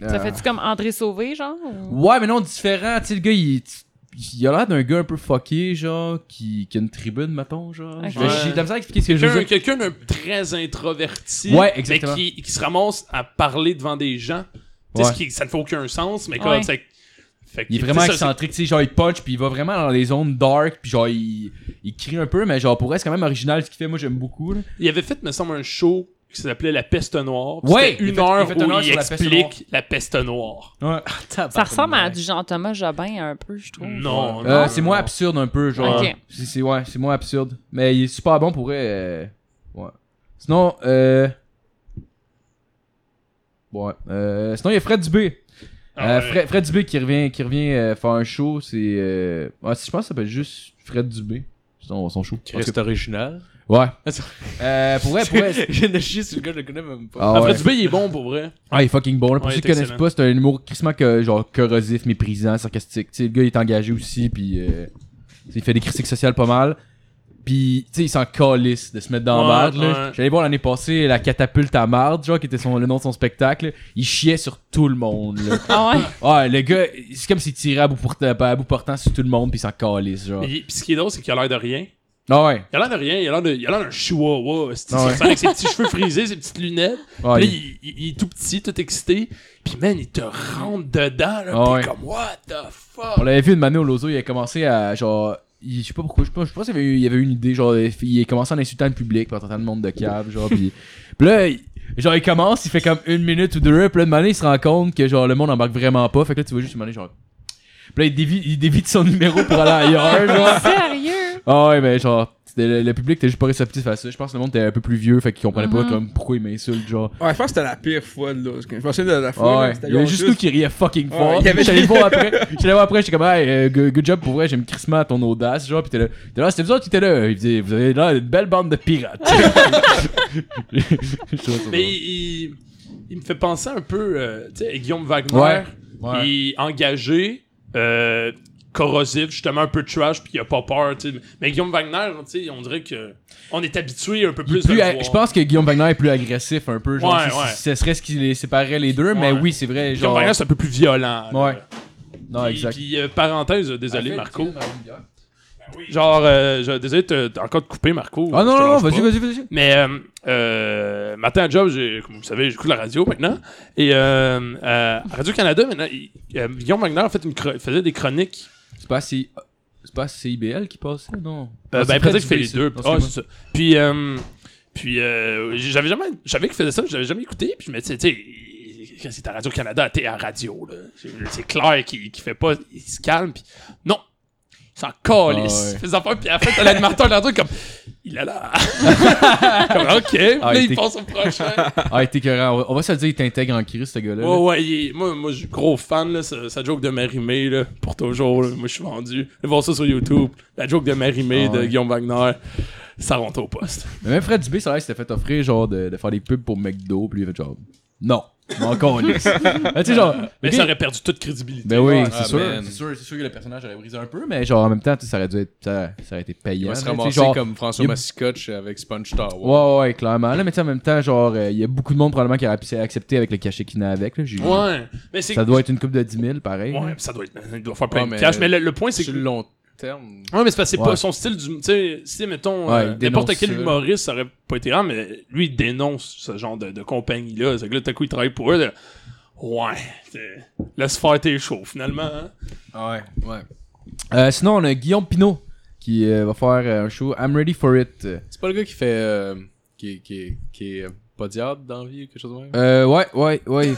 A: Ça
C: euh,
A: fait-tu comme André Sauvé, genre? ou-
C: Ouais, mais non, différent. Tu sais, le gars, il. Il a l'air d'un gars un peu fucké, genre, qui, qui a une tribune, mettons, genre.
A: Ok.
C: Je vais- J'ai de la misère à expliquer ce que je veux
D: Quelqu'un
C: dire.
D: quelqu'un de très introverti,
C: Ouais, exactement.
D: mais qui, qui se ramasse à parler devant des gens. Tu sais,
C: Ouais.
D: ce qui- ça ne fait aucun sens, mais
A: Ouais.
D: comme c'est- fait que-
C: Il est
D: tu sais,
C: vraiment
D: ça, c'est-
C: excentrique, tu sais, genre il punch puis il va vraiment dans les zones dark puis genre il, il crie un peu mais genre pour vrai c'est quand même original ce qu'il fait, moi j'aime beaucoup là.
D: Il avait fait, me semble, un show qui s'appelait La Peste Noire. puis
C: Ouais,
D: c'était
C: il a
D: une
C: fait-
D: heure
C: il a fait une
D: où
C: heure
D: il
C: sur La Peste
D: explique La Peste Noire.
C: Ouais.
A: Ça ressemble à du Jean-Thomas Jobin un peu, je trouve.
C: Euh,
D: Non, Oh, non,
C: c'est
D: non.
C: moins absurde un peu genre.
A: Ok.
C: C'est c'est ouais, c'est moins absurde mais il est super bon pour vrai. euh, Ouais. Sinon euh Ouais, euh, sinon il y a Fred Dubé.
D: Ah
C: Euh,
D: ouais.
C: Fred, Fred Dubé qui revient qui revient euh, faire un show, c'est euh... ouais, je pense que ça s'appelle juste Fred Dubé. Son, son show. Parce que-
E: original.
C: Ouais.
E: Attends.
C: Euh, pour vrai, pour vrai, c'est-
E: Je viens de chier sur le gars, je le connais même pas.
C: Ah
D: Après,
C: ouais.
D: Dubé, il est bon pour vrai.
C: Ah, il est fucking bon. là. Pour
D: Ouais,
C: ceux
D: il
C: qui
D: est
C: connaissent
D: excellent.
C: pas, c'est un humour crissement que, genre corrosif, méprisant, sarcastique. Tu sais, le gars, il est engagé aussi, puis euh, tu sais, il fait des critiques sociales pas mal. Puis, tu sais, il s'en calisse de se mettre dans
D: Ouais,
C: la marde. là.
D: ouais.
C: J'allais voir l'année passée la catapulte à marde, genre, qui était son, le nom de son spectacle. Il chiait sur tout le monde. là.
A: Ah ouais?
C: ouais, le gars, c'est comme s'il tirait à bout, portant, à bout portant sur tout le monde, puis il s'en calisse, genre.
D: Mais il- Puis ce qui est drôle, c'est qu'il a l'air de rien.
C: Ah ouais.
D: Il a l'air de rien, il a l'air de- il a l'air d'un chihuahua. c'est-
C: Ah ouais.
D: c'est- Avec ses petits cheveux frisés, ses petites lunettes.
C: ouais, Ah,
D: Puis
C: il-
D: là, il, il- il est tout petit, tout excité. Puis man, il te rentre dedans, là.
C: Ah
D: pis
C: ouais.
D: comme, what the
C: On
D: fuck?
C: l'avait vu une année au Lozo, il a commencé à genre. il- je sais pas pourquoi, je pense, je pense qu'il y avait eu- il y avait eu une idée, genre, il a commencé en insultant le public, puis en tentant le monde de cave, genre, pis. pis là, il- genre, il commence, il fait comme une minute ou deux, pis là, une année, il se rend compte que, genre, le monde embarque vraiment pas, fait que là, tu vois juste une année, genre. Pis là, il dévie, il dévie de son numéro pour aller ailleurs, genre.
A: Sérieux?
C: Ah ouais, mais genre, c'était le, le public était juste pas réceptif à ça. Je pense que le monde était un peu plus vieux, fait qu'il comprenait
A: Mhm.
C: pas, comme, pourquoi il m'insulte, genre.
F: Ouais, je pense que c'était la pire fois de là. Je pensais de la fois.
C: Ouais,
F: là, c'était
C: il y avait
F: genre
C: juste nous qui riait fucking fort.
F: Ouais, il y avait-
C: J'allais le voir après, j'allais le voir après, j'étais comme, hey, euh, good, good job pour vrai, j'aime crissement ton audace, genre, pis t'es là, t'es là, ah, c'était vous autres qui étaient là, il disait, vous avez là une belle bande de pirates. Je trouve ça
D: Mais il, il- il me fait penser un peu, euh, tu sais, à Guillaume Wagner.
C: Ouais. drôle. Ouais.
D: Il est engagé, euh, corrosif, justement un peu trash, puis il a pas peur, tu sais. Mais Guillaume Wagner, tu sais, on dirait que on est habitué un peu
C: Il est
D: plus, de
C: plus
D: le
C: ag-
D: voir.
C: je pense que Guillaume Wagner est plus agressif un peu, genre,
D: Ouais,
C: si-
D: ouais.
C: si- ce serait ce qui les séparait les deux, mais
D: Ouais.
C: oui, c'est vrai,
D: Guillaume
C: genre.
D: Wagner, c'est un peu plus violent. là.
C: Ouais. Non,
D: Puis-
C: exact.
D: Puis, euh, parenthèse, euh, désolé,
C: Ah,
D: Marco.
C: fais-le, tu viens dans une bière?
D: Genre, euh, je- désolé, t'as t'as encore de couper, Marco.
C: Ah
D: Je
C: non,
D: te
C: non, non,
D: lâche
C: vas-y,
D: pas.
C: vas-y, vas-y.
D: Mais, euh, euh, matin à job, j'ai- comme vous savez, j'écoute la radio maintenant. Et euh, euh, à Radio-Canada, maintenant, il- euh, Guillaume Wagner a fait une chro- faisait des chroniques
C: C'est pas si. C'est pas CIBL qui passe ça, non?
D: Euh,
C: Non,
D: ben,
C: Ah, c'est
D: peut-être
C: Fred
D: qu'il fait
C: Dubé,
D: les
C: ça.
D: deux.
C: Non,
D: Ah,
C: excuse-moi.
D: c'est ça. Puis, euh, puis euh, j'avais jamais. Je savais qu'il faisait ça, j'avais jamais écouté. Puis je me disais, tu sais, il- quand c'est à Radio-Canada, t'es à radio, là. C'est- C'est clair qu'il qu'il fait pas. Il se calme, puis non! Il s'en
C: Ah
D: calisse.
C: ouais.
D: Il fait des affaires, puis après, t'as l'animateur de la radio comme. Il est là. comme, ok. Puis
C: Ah,
D: là,
C: il
D: il
C: était-
D: passe au prochain.
C: Ah, il était écœurant. On va- On va se le dire, il t'intègre en crise, ce gars-là. là.
D: Ouais, ouais, il est- moi, moi je suis gros fan, là, sa, sa joke de Marimé, là, pour toujours, là. moi je suis vendu. Allez voir ça sur YouTube, la joke de Marimé
C: Ah
D: de
C: ouais.
D: Guillaume Wagner, ça rentre au poste.
C: Mais même Fred Dubé, ça a l'air qu'il s'était fait offrir genre de, de faire des pubs pour McDo, puis lui il a fait genre non. Encore lisse. tu sais, genre.
D: Mais
C: ok.
D: ça aurait perdu toute crédibilité.
C: Ben oui,
E: Ouais,
C: c'est
E: ah,
C: sûr.
E: man.
C: C'est sûr, c'est sûr que le personnage aurait brisé un peu, mais genre en même temps, tu sais, ça aurait dû être, ça, ça aurait été
E: Il
C: payant.
E: va se
C: là, tu sais,
E: ramasser
C: genre-
E: comme François
C: il y a-
E: Massicotch avec Sponge Tower.
C: Ouais, ouais, ouais, clairement. Là, mais tu sais, en même temps, genre, euh, il y a beaucoup de monde probablement qui aurait pu accepter avec le cachet qu'il a avec. Là, J'ai-
D: Ouais. Mais c'est.
C: Ça doit être une coupe de 10 000, pareil.
D: Ouais, ça doit être. Il doit faire plein
E: Ouais,
D: de
E: mais-
D: cash. Mais le, le point, c'est que.
E: Sur le long terme.
D: Ouais, mais c'est parce que c'est
C: Ouais.
D: pas son style du. Tu sais, si, mettons,
C: Ouais,
D: euh,
C: il
D: n'importe
C: dénonce
D: quel
C: ça.
D: humoriste, ça aurait pas été grave, mais lui, il dénonce ce genre de, de compagnie-là. C'est que là, t'as coup, il travaille pour eux. là, Ouais, t'es- laisse faire tes shows, finalement. hein.
C: Ouais.
E: Ah, Ouais.
C: Euh, sinon, on a Guillaume Pinault qui euh, va faire euh, un show I'm Ready for It.
E: C'est pas le gars qui fait. euh, qui, qui, qui est euh, pas diable dans la vie ou quelque chose de même
C: Euh, ouais, ouais, ouais.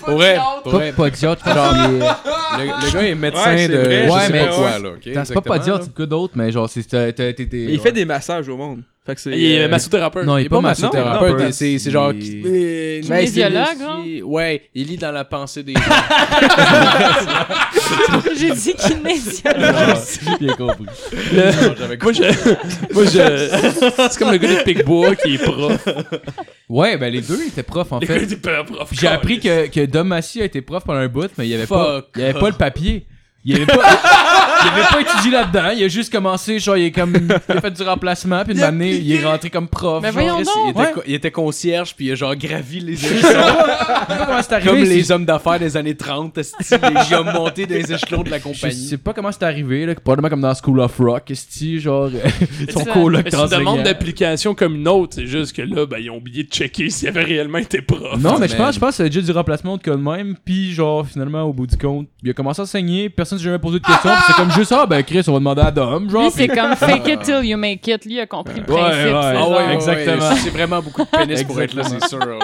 E: Pour vrai, pour
C: pas
E: vrai.
C: pas Diot, genre. il est-
E: Le, le gars est médecin
F: Ouais, c'est
E: de.
F: vrai,
E: je
C: ouais,
E: sais
C: mais-
E: pas quoi, là. ok?
C: Attends, C'est pas pas
E: Exactement,
C: Diot,
E: là.
C: c'est quoi d'autre, mais genre, c'est. t'as- t'as- t'as- t'as-
F: Il fait des massages au monde. Fait que c'est.
D: Il est
F: euh,
D: massothérapeute.
C: Non, il
E: Il est pas massothérapeute,
C: non,
E: et c'est c'est genre.
C: hein. il-
E: Euh,
A: Mais
E: c'est
A: biologue,
E: le-
A: hein?
E: Ouais, il lit dans la pensée des gens.
A: J'ai dit kinésiologue.
C: J'ai bien compris.
E: Non, j'avais
D: Moi, je. Moi, je. c'est comme le gars des Picbois qui est prof.
C: Ouais, ben les deux étaient profs en
D: le gars
C: fait.
D: des prof.
C: Puis J'ai appris que, que Dom Massy a été prof pendant un bout, mais il y avait pas,
E: Fuck
C: il y avait pas le papier. Il avait pas, il avait pas étudié là-dedans. Il a juste commencé, genre, il est comme, il a fait du remplacement, puis une année, il est rentré comme prof.
A: Mais
C: genre.
A: voyons
E: Chris,
A: donc.
E: il, était
C: Ouais.
E: co- il était concierge, puis il a genre gravi les
C: Je
E: échelons.
C: sais pas je sais pas comment c'est arrivé.
E: Comme
C: c'est-
E: les hommes d'affaires des années 30, esti, les hommes montés des échelons de la
C: Je
E: compagnie.
C: sais pas comment c'est arrivé, là, probablement comme dans School of Rock, esti, genre, son
A: ça.
C: coloc
D: Mais c'est une demande
C: transignant.
D: d'application comme une autre. C'est juste que là, ben, ils ont oublié de checker s'il avait réellement été prof.
C: Non, mais je
E: man.
C: pense, je pense que c'est déjà du remplacement de cas de même, puis genre, finalement, au bout du compte, il a commencé à saigner, personne s'est jamais posé de questions, puis c'est comme juste, ah ben Chris, on va demander à Dom, genre,
A: Lui,
C: puis-
A: c'est comme fake it till you make it. Lui, il a compris le principe.
C: ouais.
A: c'est
C: Ah
A: genre-
C: ouais, ouais. Exactement.
E: c'est vraiment beaucoup de pénis pour être là, c'est sûr. Là.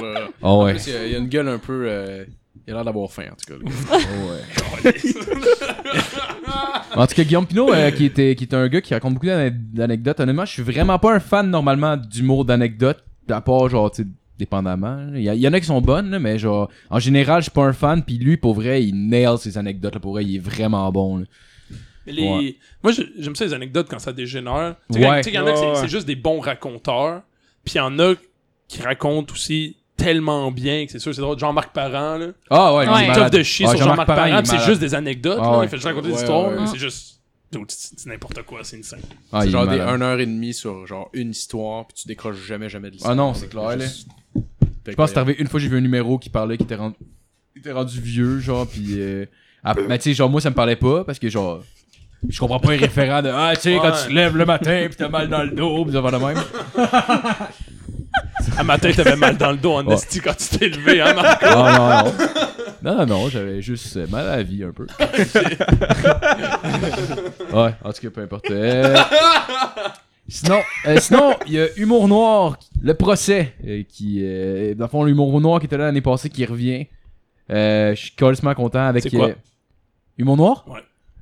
C: Oh
E: En
C: ouais.
E: plus, il y a- il y, a une gueule un peu. euh, il a l'air d'avoir faim, en tout cas. le gars.
C: En tout cas, Guillaume Pinot, euh, qui, était, qui était un gars qui raconte beaucoup d'ane- d'anecdotes. Honnêtement, je suis vraiment pas un fan normalement d'humour d'anecdotes, à part genre, tu sais, dépendamment. là. Il y, a- il y en a qui sont bonnes, là, mais genre, en général, je suis pas un fan. Puis lui, pour vrai, il nail ses anecdotes. là. pour vrai, il est vraiment bon. là.
D: Mais les-
C: Ouais.
D: Moi, je- j'aime ça les anecdotes quand ça dégénère. Tu sais,
C: Ouais.
D: tu sais, il y en a que c'est-
F: Ouais, ouais.
D: c'est juste des bons raconteurs. Puis il y en a qui racontent aussi tellement bien que c'est sûr, c'est drôle. Jean-Marc Parent, là.
C: Ah ouais,
A: Ouais.
C: il est
A: Malade.
D: Tough
C: malade.
D: de chier
C: Ah,
D: sur Jean-Marc Parent,
C: il est
D: puis c'est
C: malade.
D: juste des anecdotes.
C: Ah
D: là.
C: ouais.
D: Il fait juste raconter
E: Ouais,
D: des histoires.
E: ouais,
D: là.
E: ouais.
D: C'est juste. Dude, C'est c'est n'importe quoi, c'est insane.
C: Ah, il
E: c'est
C: est
E: genre des
C: malade.
E: 1h30 sur genre une histoire, puis tu décroches jamais, jamais de l'histoire.
C: Ah non, c'est clair, là.
E: Juste-
C: Je pense que c'est arrivé une fois, j'ai vu un numéro qui parlait, qui était rendu, il était rendu vieux, genre, pis euh, à- mais tu sais, genre, moi, ça me parlait pas, parce que genre, je comprends pas les référents de, ah, tu sais, quand tu te lèves le matin, pis t'as mal dans le dos, pis ça va de même.
D: À matin, t'avais mal dans le dos en
C: Ouais.
D: esti quand tu t'es levé, hein, Marc?
C: Ah non, non. Non, non, non, j'avais juste euh, mal à la vie un peu. ouais, en tout cas, peu importe. Euh, Sinon, euh, sinon, il y a Humour Noir, le procès, euh, qui, euh, dans le fond, l'Humour Noir qui était là l'année passée, qui revient. Euh, je suis colissement content avec...
D: C'est quoi?
C: euh, Humour Noir?
D: Ouais.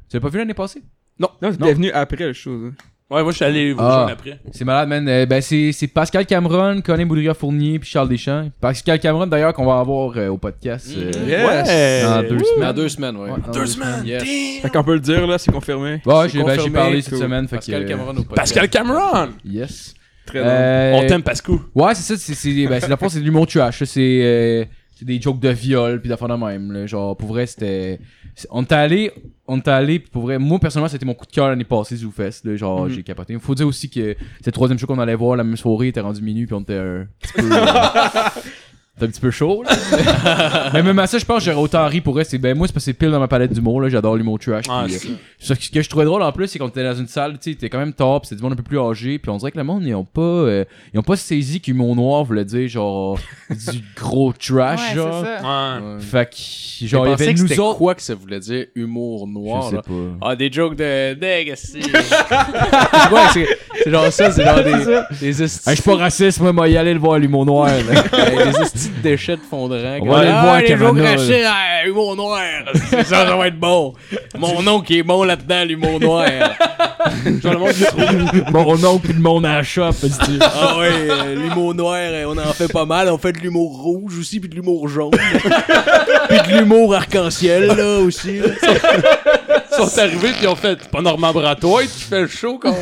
C: Tu l'as pas vu l'année passée?
F: Non,
C: Non.
F: c'était venu après le show. ça.
D: Ouais, moi, je suis allé vous
C: Ah.
D: rejoindre après.
C: C'est malade, man. Euh, ben, c'est c'est Pascal Cameron, Colin Boudria-Fournier, puis Charles Deschamps. Pascal Cameron, d'ailleurs, qu'on va avoir euh, au podcast euh,
D: Mm.
F: Yes!
C: dans deux semaines.
E: Dans deux semaines, ouais.
C: Ouais, dans
D: Deux semaines.
E: Yes.
D: damn!
F: Fait qu'on peut le dire, là, c'est confirmé.
C: Ouais,
E: C'est
C: j'ai ben, j'ai
E: confirmé
C: parlé cette
F: que
C: semaine. Fait
E: Pascal
C: que,
E: Cameron au podcast.
D: Pascal Cameron!
C: Yes.
F: Très
C: Euh,
D: On t'aime, Pascou.
C: Ouais, c'est ça. C'est, c'est, ben, c'est, la c'est de l'humour trash. là, C'est, euh, c'est des jokes de viol, puis d'affaires de même. là. Genre, pour vrai, c'était. c'est- on t'a allé. On t'a allé, puis pour vrai. Moi, personnellement, c'était mon coup de cœur l'année passée, Zoufest. Là, genre,
F: Mhm.
C: j'ai capoté. Faut dire aussi que c'est le troisième show qu'on allait voir, la même soirée, il était rendu minuit, puis on était un petit peu. euh, T'es un petit peu chaud, là. Mais même à ça, je pense que j'aurais autant ri pour vrai. C'est, ben, moi, c'est parce que c'est pile dans ma palette d'humour, là. J'adore l'humour trash.
D: Ah,
C: puis, euh,
D: c'est ça.
C: Sauf que ce que je trouvais drôle en plus, c'est qu'on était dans une salle, tu sais, t'es quand même tard, pis c'était du monde un peu plus âgé, puis on dirait que le monde, ils ont pas, euh, ils ont pas saisi qu'humour noir voulait dire genre du gros
A: Ouais,
C: trash,
A: c'est
C: genre.
A: ça.
D: Ouais.
E: Ouais.
C: Fait que,
E: Genre,
C: genre, il y avait nous
E: c'était
C: autres.
E: quoi que ça voulait dire humour noir,
C: Je sais
E: là.
C: pas.
E: Ah, des jokes de nègres, c'est. ouais, c'est, c'est genre ça, c'est genre des. des esti-
C: Hey, je suis pas raciste, moi, moi, y aller le voir, l'humour noir. là.
E: euh, des esti de déchets de fondrant.
C: On va aller le voir à
E: les
C: Cavana,
E: jokes
C: là.
E: racides, ah, humour noir. C'est ça, ça va être bon. Mon nom qui est bon là-dedans, l'humour noir.
D: Genre, le monde, il trouve-
C: Mon oncle pis le monde à la shop, c'est-tu.
E: ah ouais, euh, l'humour noir, euh, on en fait pas mal. On fait de l'humour rouge aussi, puis de l'humour jaune. puis de l'humour arc-en-ciel, là, aussi. là.
D: Ils sont arrivés, puis ils ont fait C'est pas Normand Bratoit qui fait le show, quand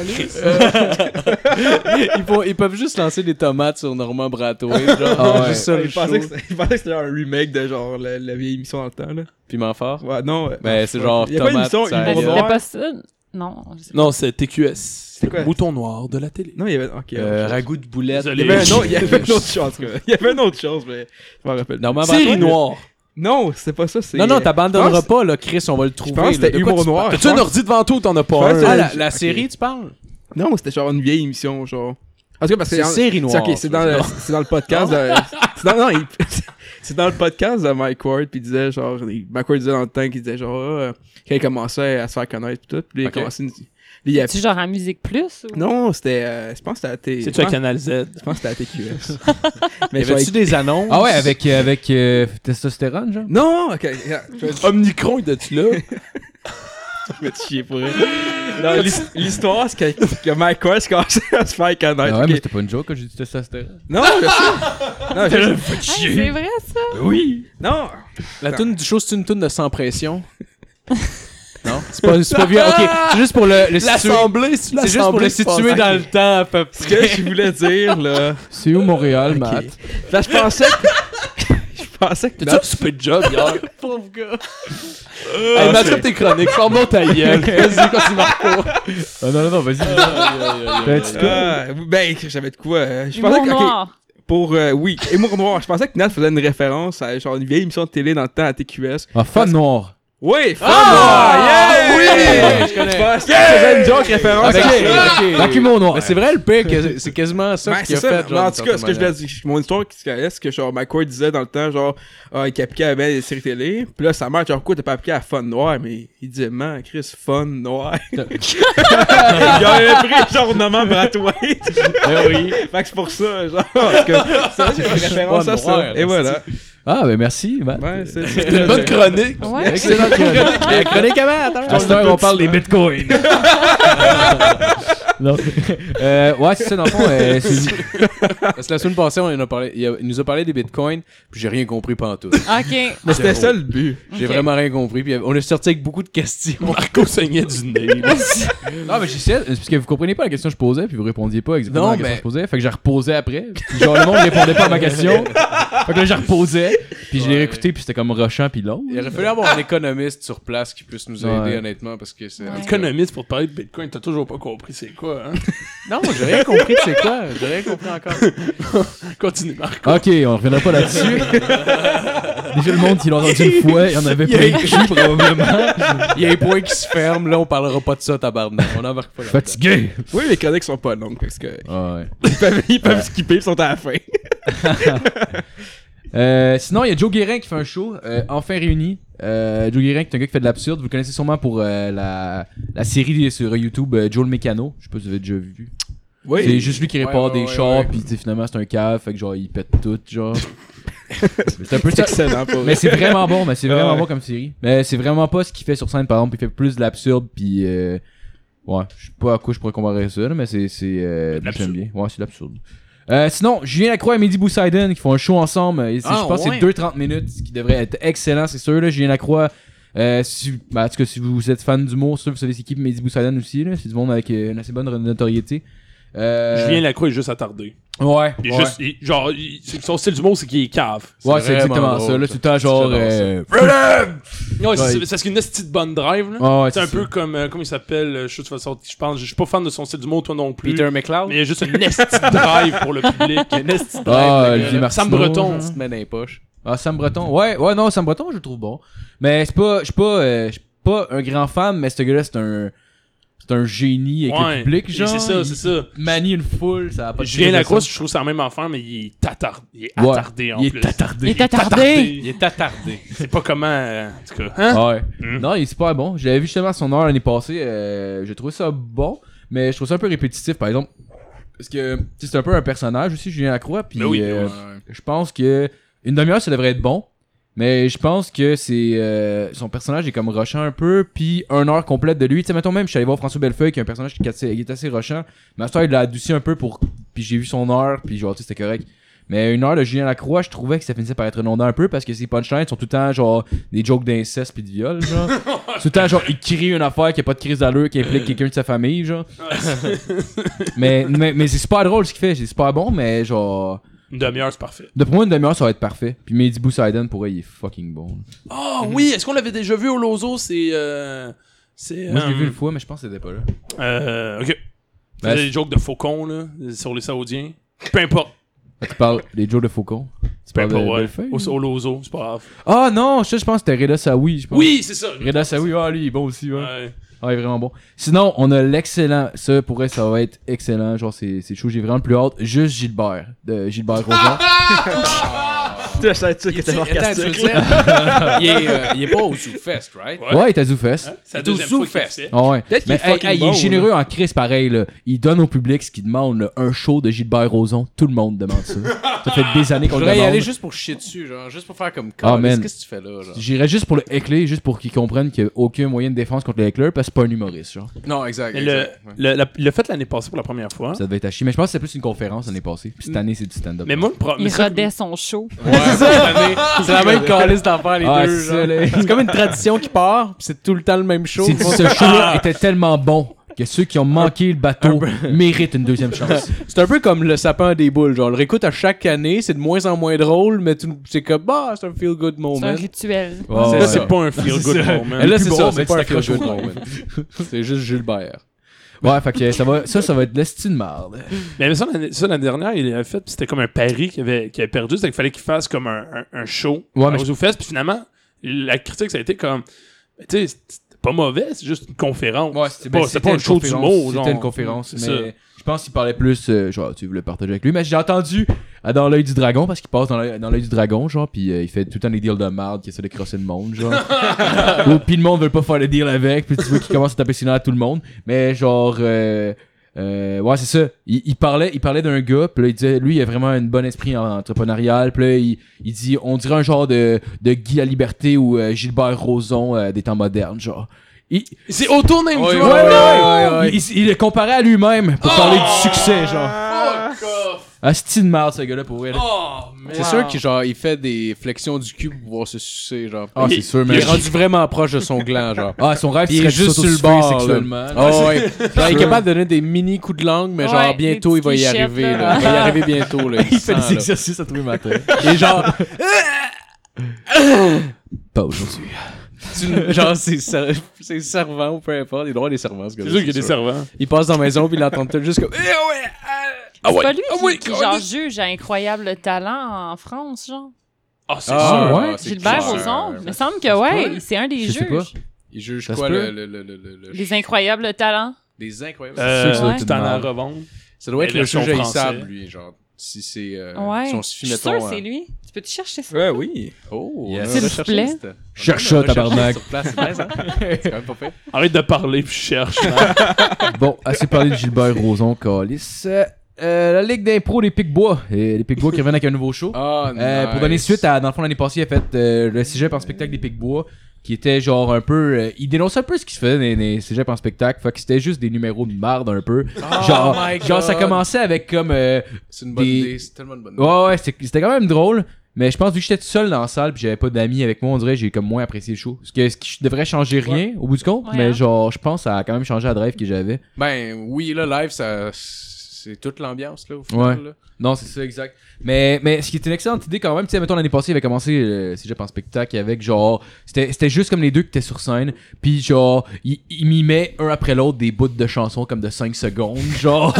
E: ils, font- ils peuvent juste lancer des tomates sur Normand Bratois. Genre,
C: Ah ouais.
E: juste ça, le
F: Il pensait que
E: show.
F: c'était- il pensait que c'était un remake de genre la, la vieille émission dans le temps, là.
E: Piment fort.
F: Ouais, non. euh,
E: Ben, c'est genre
F: Il y a pas une
E: tomate,
F: émission
E: ça
A: Mais
E: aille.
A: Ben, C'était
F: noire.
A: pas ça. Non. je sais pas.
D: Non, c'est TQS. C'est
F: quoi?
D: Mouton noir de la télé.
F: Non, il y avait. Ok.
C: Euh,
F: ok.
C: ragoût de boulettes.
F: il y avait un autre, il y avait une autre chose, en tout cas. Il y avait une autre chose, mais je m'en rappelle.
E: Normand
D: Série
E: Bratois.
D: noire.
F: Non, c'est pas ça, c'est.
E: Non, non,
F: je
E: t'abandonneras
F: pense-
E: pas, là, Chris, on va le trouver.
F: Je pense que
E: là.
F: c'était
E: De quoi
F: Humour
E: tu
F: Noir.
D: T'as-tu un ordi devant toi ou t'en as pas
F: Ouais,
E: parles?
D: un?
E: Ah,
F: c'est-
E: la, la
F: Ok.
E: série, tu parles
F: Non, c'était genre une vieille émission, genre. En tout cas, parce que.
E: C'est série noire.
F: C'est ok, c'est dans, le- c'est dans le podcast. de- c'est dans, non, il- c'est dans le podcast de Mike Ward, puis il disait genre, il- Mike Ward disait dans le temps qu'il disait genre, ah, quand il commençait à se faire connaître, puis tout, puis
E: Ok.
F: il commençait une- il y a-
A: Tu genre à Musique Plus ou...
F: Non, c'était, euh, je pense que c'était à T.
D: C'est-tu
F: je
D: à
F: pense-
D: Canal Z?
F: je pense que c'était à TQS.
E: Mais
F: Mais
E: y avait-tu
F: avec-
E: des annonces
C: Ah ouais, avec, euh, avec euh, testostérone, genre.
F: Non, ok. yeah, Je vais
D: Omnicron, il était-tu là?
F: je vais te chier pour elle. Non, l'his- l'histoire, c'est que, que Mike Ward commençait à se faire
C: Ah
F: connaître.
C: ouais,
F: ok.
C: mais c'était pas une joke quand j'ai dit testostérone.
F: Non, je sais. Non, je sais.
A: Hey, c'est vrai ça?
F: Non.
E: La tune du show, c'est une tune de sans pression Non C'est pas, c'est pas vieux. Ok, c'est juste pour le, le situer.
D: L'Assemblée, c'est
E: C'est juste pour le situer dans le temps, à peu
F: Ce que je voulais dire, là.
C: C'est où Montréal,
F: Matt?
C: Matt?
F: Là, je pensais que. je pensais que.
D: T'as-tu un super job hier?
E: Pauvre gars. Ah,
F: Ah,
D: Hey, Mathieu, tes chroniques, forme ta gueule. Vas-y, continue, Marco.
C: Ah non, non, non, vas-y. euh,
F: Ah, ben, j'avais de quoi. euh, je pensais
A: Humour
F: que. ok,
A: noir.
F: pour. euh, oui, Humour Noir. Je pensais que Nat faisait une référence à genre une vieille émission de télé dans le temps à TQS.
C: Ah, fan noir.
F: Oui, Fun
E: Ah,
F: Noir!
E: oui,
F: Yeah!
E: je connais.
F: Je pensais que faisait une joke
C: Ah,
F: référence
E: Avec-
F: à
E: ok.
C: Avec humour noir.
E: Mais c'est vrai, le pire, que c'est quasiment ça
F: Ben,
E: qu'il
F: c'est
E: a
F: ça,
E: fait.
F: mais
E: genre,
F: en tout cas, ce que je
E: d'une
F: voulais dire, mon histoire qui se connaît, c'est que genre, McCoy disait dans le temps, genre, ah, il appliqué à des séries télé, puis là, sa mère, genre, pourquoi t'as pas appliqué à Fun Noir, mais il disait, man, Chris, Fun Noir. il avait pris, genre, nommant Brathwaite. Ben oui. Fait que c'est pour ça, genre, parce que ça, c'est une référence
E: Fun
F: à
E: Noir,
F: ça. Et
E: là,
F: voilà.
C: Ah, ben merci, Matt.
F: Ouais, c'est c'est-
D: Une bonne chronique.
A: Ouais.
C: Excellent.
E: manière. Chronique avant,
C: À
E: attends.
C: cette heure, on parle des bitcoins. non. Euh, ouais, c'est ça, dans le fond. euh, c'est-
E: Parce que la semaine passée, on en a parlé, il, a- il nous a parlé des bitcoins, puis j'ai rien compris pendant tout.
A: Ok.
F: Mais c'était ça le but.
E: J'ai
A: Ok.
E: vraiment rien compris, puis on est sorti avec beaucoup de questions.
D: Marco saignait du nez. là.
C: Non, mais j'essaie. c'est Parce que vous comprenez pas la question que je posais, puis vous répondiez pas exactement
E: Non,
C: à la question
E: mais-
C: que je posais. Fait que j'ai reposé après. Puis genre, le monde répondait pas à ma question. Fait que là, j'ai reposé. Puis je l'ai
E: Ouais.
C: réécouté, puis c'était comme rushant, puis long.
E: Il aurait fallu avoir un économiste sur place qui puisse nous aider,
C: Ouais.
E: honnêtement, parce que c'est.
A: Ouais.
E: en tout cas-
D: Économiste pour parler de Bitcoin, t'as toujours pas compris c'est quoi, hein?
E: Non, j'ai rien compris de c'est quoi. J'ai rien compris encore.
D: Continue, Marco.
C: Ok, on reviendra pas là-dessus. Déjà, le monde, il l'a entendu une fois, il y en avait
E: Il y a
C: plein de jus, probablement.
E: Il y a un point qui se ferme, là, on parlera pas de ça, tabarnak. On embarque pas là.
C: Fatigué.
F: Oui, les chroniques sont pas longues, parce que
E: Ah
C: Ouais.
F: ils peuvent, ils peuvent skipper, ils sont à la fin.
C: Euh, sinon, il y a Joe Guérin qui fait un show, euh, enfin réuni. Euh, Joe Guérin, qui est un gars qui fait de l'absurde. Vous le connaissez sûrement pour euh, la, la série sur YouTube, euh, Joe le Mécano. Je sais pas si vous avez déjà vu.
E: Oui.
C: C'est juste lui qui
E: Ouais,
C: répare
E: ouais,
C: des
E: ouais,
C: chars,
E: ouais.
C: puis tu sais, finalement, c'est un cave, fait que genre, il pète tout, genre. c'est un peu ça.
F: Excellent pour
C: Mais c'est vraiment bon, mais c'est
F: Ouais,
C: vraiment
F: ouais.
C: bon comme série. Mais c'est vraiment pas ce qu'il fait sur scène, par exemple. Il fait plus de l'absurde, puis euh, ouais, je sais pas à quoi je pourrais comparer ça, là, mais c'est c'est euh, moi, j'aime
D: l'absurde.
C: bien. Ouais, c'est l'absurde. Euh, sinon, Julien Lacroix et Mehdi Boussaiden qui font un show ensemble. Et c'est-
E: Ah,
C: je pense
E: ouais.
C: que c'est 2-30 minutes, ce qui devrait être excellent, c'est sûr. Là, Julien Lacroix, euh, si, bah, en tout cas, si vous êtes fan d'humour, sûr, vous savez c'est qui, puis Mehdi Boussaiden aussi. là, C'est du monde avec euh, une assez bonne notoriété. Euh,
D: Julien Lacroix est juste attardé.
C: Ouais,
D: Il est
C: ouais.
D: juste, il- genre, il- son style du mot, c'est qu'il est cave.
C: Ouais, c'est
E: vraiment
C: exactement
E: drôle,
C: ça. Là,
E: ça.
C: tout le temps, genre.
E: J'adore ça.
C: euh,
D: Non, c'est-
C: Ouais.
D: c'est parce qu'une petite de bonne drive, là.
C: ouais, ouais,
D: c'est un peu comme, euh, comment il s'appelle, euh, je sais pas, je pense, je suis pas fan de son style du mot, toi non plus.
E: Peter McLeod.
D: Mais il y a juste une esti de drive pour le public.
C: Ah,
D: Euh,
E: le gars,
C: Olivier
E: là.
C: Martineau.
D: Sam Breton.
E: Petite main dans les poches.
C: Ah, Sam Breton. Ouais, ouais, non, Sam Breton, je le trouve bon. Mais c'est pas, je suis pas, euh, je suis pas un grand fan, mais ce gars-là, c'est un, c'est un génie avec le public,
D: Et
C: genre.
D: C'est ça,
C: il
D: c'est ça.
C: Manie une foule, ça a pas de
D: Julien
C: crise de
D: Lacroix,
C: sens.
D: je trouve ça la même affaire, mais il est attardé. Il est
C: Ouais.
D: attardé en
C: Il est
D: plus.
C: attardé.
A: Il est attardé.
E: Il est attardé.
D: C'est pas comment. euh, en tout cas. Hein?
C: Ah ouais.
D: Mm.
C: Non, il est super bon. Je l'avais vu justement à son heure l'année passée. Euh, j'ai trouvé ça bon, mais je trouve ça un peu répétitif, par exemple. Parce que, tu sais, c'est un peu un personnage aussi, Julien Lacroix. Puis,
D: Mais Ben oui,
C: euh, je pense que une demi-heure ça devrait être bon mais je pense que c'est euh, son personnage est comme rushant un peu puis une heure complète de lui tu sais mettons même je suis allé voir François Bellefeuille qui est un personnage qui est assez, qui est assez rushant mais à ce temps, il l'a adouci un peu pour puis j'ai vu son heure puis genre tu sais, c'était correct Mais une heure de Julien Lacroix, je trouvais que ça finissait par être redondant un peu parce que ses punchlines sont tout le temps genre des jokes d'inceste puis de viol, genre. tout le temps, genre, il crie une affaire qui a pas de crise d'allure qui implique quelqu'un de sa famille, genre. mais mais, mais c'est super drôle ce qu'il fait, c'est super bon, mais genre.
D: Une demi-heure, c'est parfait.
C: De pour moi, une demi-heure, ça va être parfait. Puis Mehdi Boussaiden, pour elle, il est fucking bon.
D: Ah oui, est-ce qu'on l'avait déjà vu au Lozo C'est. euh, C'est.
C: Moi, je l'ai
D: euh,
C: vu une fois, mais je pense que c'était pas là.
D: euh, ok.
C: Ben,
D: Faisait des jokes de faucons, là, sur les Saoudiens. Peu importe.
C: Ah, Tu parles des Joe de Faucon. Tu
D: Peu
C: parles de
D: importe, Ben, ouais.
C: Bellefeuille?
D: Au, au Lozo, c'est pas grave.
C: Ah non, je, je pense que c'était Reda Saoui. je pense.
D: Oui, c'est ça.
C: Reda Saoui, ah lui, il est bon aussi, ouais.
D: Ouais.
C: Ah, il est vraiment bon. Sinon, on a l'excellent. Ça, pour elle, ça va être excellent. Genre, c'est c'est chaud, j'ai vraiment le plus hâte. Juste Gilbert, de Gilbert Rozon.
F: Tu sais, tu que t'as marqué
E: Attends, tu veux dire, il, est, euh, il est pas au Zoufest, right?
D: Ouais.
C: ouais, il était du fest.
D: C'est la
E: Tout
D: deuxième fois qu'il
E: sous-fait.
D: le fait.
C: Ah ouais.
F: Peut-être qu'il
C: Mais
F: est
C: hey,
F: fucking
C: hey, il
F: bon,
C: est généreux en crise pareil. Là. Il donne au public ce qu'il demande. là. Un show de Gilbert Rozon. Tout le monde demande ça. ça fait des années
E: Je
C: qu'on le
E: voudrais y
C: demande.
E: aller juste pour chier dessus, genre, juste pour faire comme
C: Ah,
E: Carlis,
C: man.
E: Qu'est-ce que tu fais là, genre?
C: J'irais juste pour le heckler, juste pour qu'ils comprennent qu'il n'y a aucun moyen de défense contre le heckler parce que c'est pas un humoriste. Genre.
E: Non, exact.
D: Mais le,
E: exact, ouais.
D: le, la- le fait l'année passée pour la première fois.
C: Ça devait être à chier. Mais je pense que c'est plus une conférence l'année passée.
E: Mm.
C: Puis cette année, c'est du stand-up.
D: Mais moi, le pro- mais
A: Il
D: ça-
A: rodait son show.
E: Ouais, c'est la- c'est la même calice d'enfer, les
C: Ah,
E: deux.
C: c'est
E: genre.
C: ça, là.
E: C'est comme une tradition qui part, pis c'est tout le temps le même show.
C: C'est dit, ce
E: Ah.
C: show-là était tellement bon que ceux qui ont manqué le bateau méritent une deuxième chance.
E: C'est un peu comme le sapin des boules. Genre, on le réécoute à chaque année, c'est de moins en moins drôle, mais tout- c'est comme, bah, c'est un feel-good
A: C'est un
E: moment.
A: rituel.
C: Ouais,
D: Là,
C: ouais.
D: c'est pas un feel good moment.
E: Et là, c'est
C: plus
E: ça,
C: bon,
E: c'est
C: mais
E: pas un
C: tu t'accroches
E: feel-good
C: au
E: moment. C'est juste Gilbert.
C: Ouais, fait que ça, va, ça, ça va être l'estime marde.
D: Mais ça, l'année ça, l'année dernière, il avait fait, puis c'était comme un pari qu'il avait, qu'il avait perdu, c'est qu'il fallait qu'il fasse comme un, un, un show
C: Ouais,
D: à
C: mais
D: aux Zoufest, puis finalement, la critique, ça a été comme, tu sais, c'était pas mauvais, c'est juste une conférence. c'est pas, c'est pas un show du mot, genre.
C: ben, C'était une conférence,
D: C'est
C: mais je pense qu'il parlait plus, euh, genre, tu voulais partager avec lui. Mais j'ai entendu euh, dans l'œil du dragon, parce qu'il passe dans l'œil dans l'œil du dragon, genre, puis euh, il fait tout le temps des deals de marde, qui essaie de crosser le monde, genre. Ou puis le monde veut pas faire le deal avec, puis tu vois qu'il commence à taper sur les nerfs à tout le monde. Mais genre, euh, euh, ouais, c'est ça. Il, il parlait, il parlait d'un gars, puis là, il disait, lui, il a vraiment un bon esprit en- entrepreneurial. Puis là, il, il dit, on dirait un genre de, de Guy la Liberté ou euh, Gilbert Rozon euh, des temps modernes, genre. Il,
D: C'est auto name
E: Ouais,
D: drop.
C: Ouais,
E: ouais,
C: ouais, Oh!
E: ouais,
C: Il, il le comparait à lui-même pour parler du succès, genre. Asti de marde, ce gars-là, pour elle.
D: Oh, man.
E: C'est sûr qu'il genre, il fait des flexions du cul pour pouvoir se sucer, genre.
C: Ah,
D: c'est
C: c'est sûr,
E: Il
C: mais.
E: est rendu vraiment proche de son gland, genre.
C: Ah, son rêve,
E: Il
C: serait
E: est juste sur le
C: s'autosuffire
E: bord, là.
C: sexuellement. Ah,
E: Oh, ouais. Genre, il est capable de donner des mini coups de langue, mais genre
A: Ouais,
E: bientôt
A: des
E: il va y
A: petites
E: arriver.
A: clichettes,
E: Là.
A: là.
E: Il va y arriver bientôt. Là. Il,
C: Il fait
E: sent,
C: des
E: là.
C: exercices à tous les matins.
E: Et genre,
C: Pas aujourd'hui.
E: tu- genre c'est, ser- c'est servant ou peu importe. Il doit avoir des servants, ce gars
D: C'est sûr qu'il y a des servants.
E: Il passe dans la maison puis il entend tout juste comme. Eh
D: Ah
A: C'est pas
D: ouais.
A: lui
D: Ah
A: qui,
D: ouais,
A: qui,
D: Colin.
A: genre, juge à incroyable talent en France, genre.
D: Ah, c'est
C: Ah,
D: sûr.
C: ouais?
E: c'est euh,
A: Gilbert
E: clair.
A: Rozon, il me semble que ouais,
C: pas.
A: c'est un des
C: Je sais
A: juges.
E: Il juge
C: Ça se
E: quoi le,
C: peut.
E: le, le, le, le- le-
A: Les incroyables talents.
E: Des incroyables.
C: C'est
D: Euh,
C: sûr que ça doit
D: tu
C: être
D: t'en
C: une
D: as à
C: merde.
D: revendre.
E: ça doit
D: mais
E: être le
D: version
E: sujet
D: français.
E: haïssable, lui, genre. Si c'est. euh,
A: ouais.
E: Si on
A: Je
E: suffit,
A: suis
E: mettons.
A: sûr que
E: euh,
A: c'est lui. Tu peux te chercher ça.
F: Ouais, oui.
E: Oh,
C: Yes.
E: on a
A: S'il vous
E: recherché
A: plaît.
E: cette-
C: Cherche
E: on a
C: ça,
E: recherché
C: tabarnak.
E: sur place, c'est nice, hein? C'est quand même pas fait.
D: Arrête de parler, puis je cherche. man.
C: Bon, assez parlé de Gilbert Rozon, Calis. Euh, euh, la Ligue d'impro des Picbois. Et les Picbois qui reviennent avec un nouveau show.
E: Ah,
C: Euh, Pour
E: nice.
C: donner suite à, dans le fond, l'année passée, il a fait euh, le cégep en spectacle des Picbois, qui était genre un peu. euh, il dénonçait un peu ce qui se faisait dans les- les cégeps en spectacle, fait que c'était juste des numéros de marde un peu.
E: Oh
C: genre,
E: my God.
C: genre, ça commençait avec comme. euh,
E: C'est une bonne
C: des-
E: idée, c'est tellement une bonne idée.
C: ouais, ouais, c'était c'était quand même drôle, mais je pense, vu que j'étais tout seul dans la salle, puis j'avais pas d'amis avec moi, on dirait que j'ai comme moins apprécié le show. Ce, que, ce qui devrait changer rien, au bout du compte,
A: Ouais,
C: mais
A: hein.
C: genre, je pense, ça a quand même changé la drive que j'avais.
E: Ben oui, là, live, ça, c'est toute l'ambiance, là, au final.
C: Ouais.
E: là.
C: Non, c'est ça, exact. Mais, mais ce qui est une excellente idée quand même, tu sais, mettons l'année passée, il avait commencé euh, le cégep en spectacle avec genre. C'était c'était juste comme les deux qui étaient sur scène, puis genre, ils ils mimaient un après l'autre des bouts de chansons comme de 5 secondes, genre.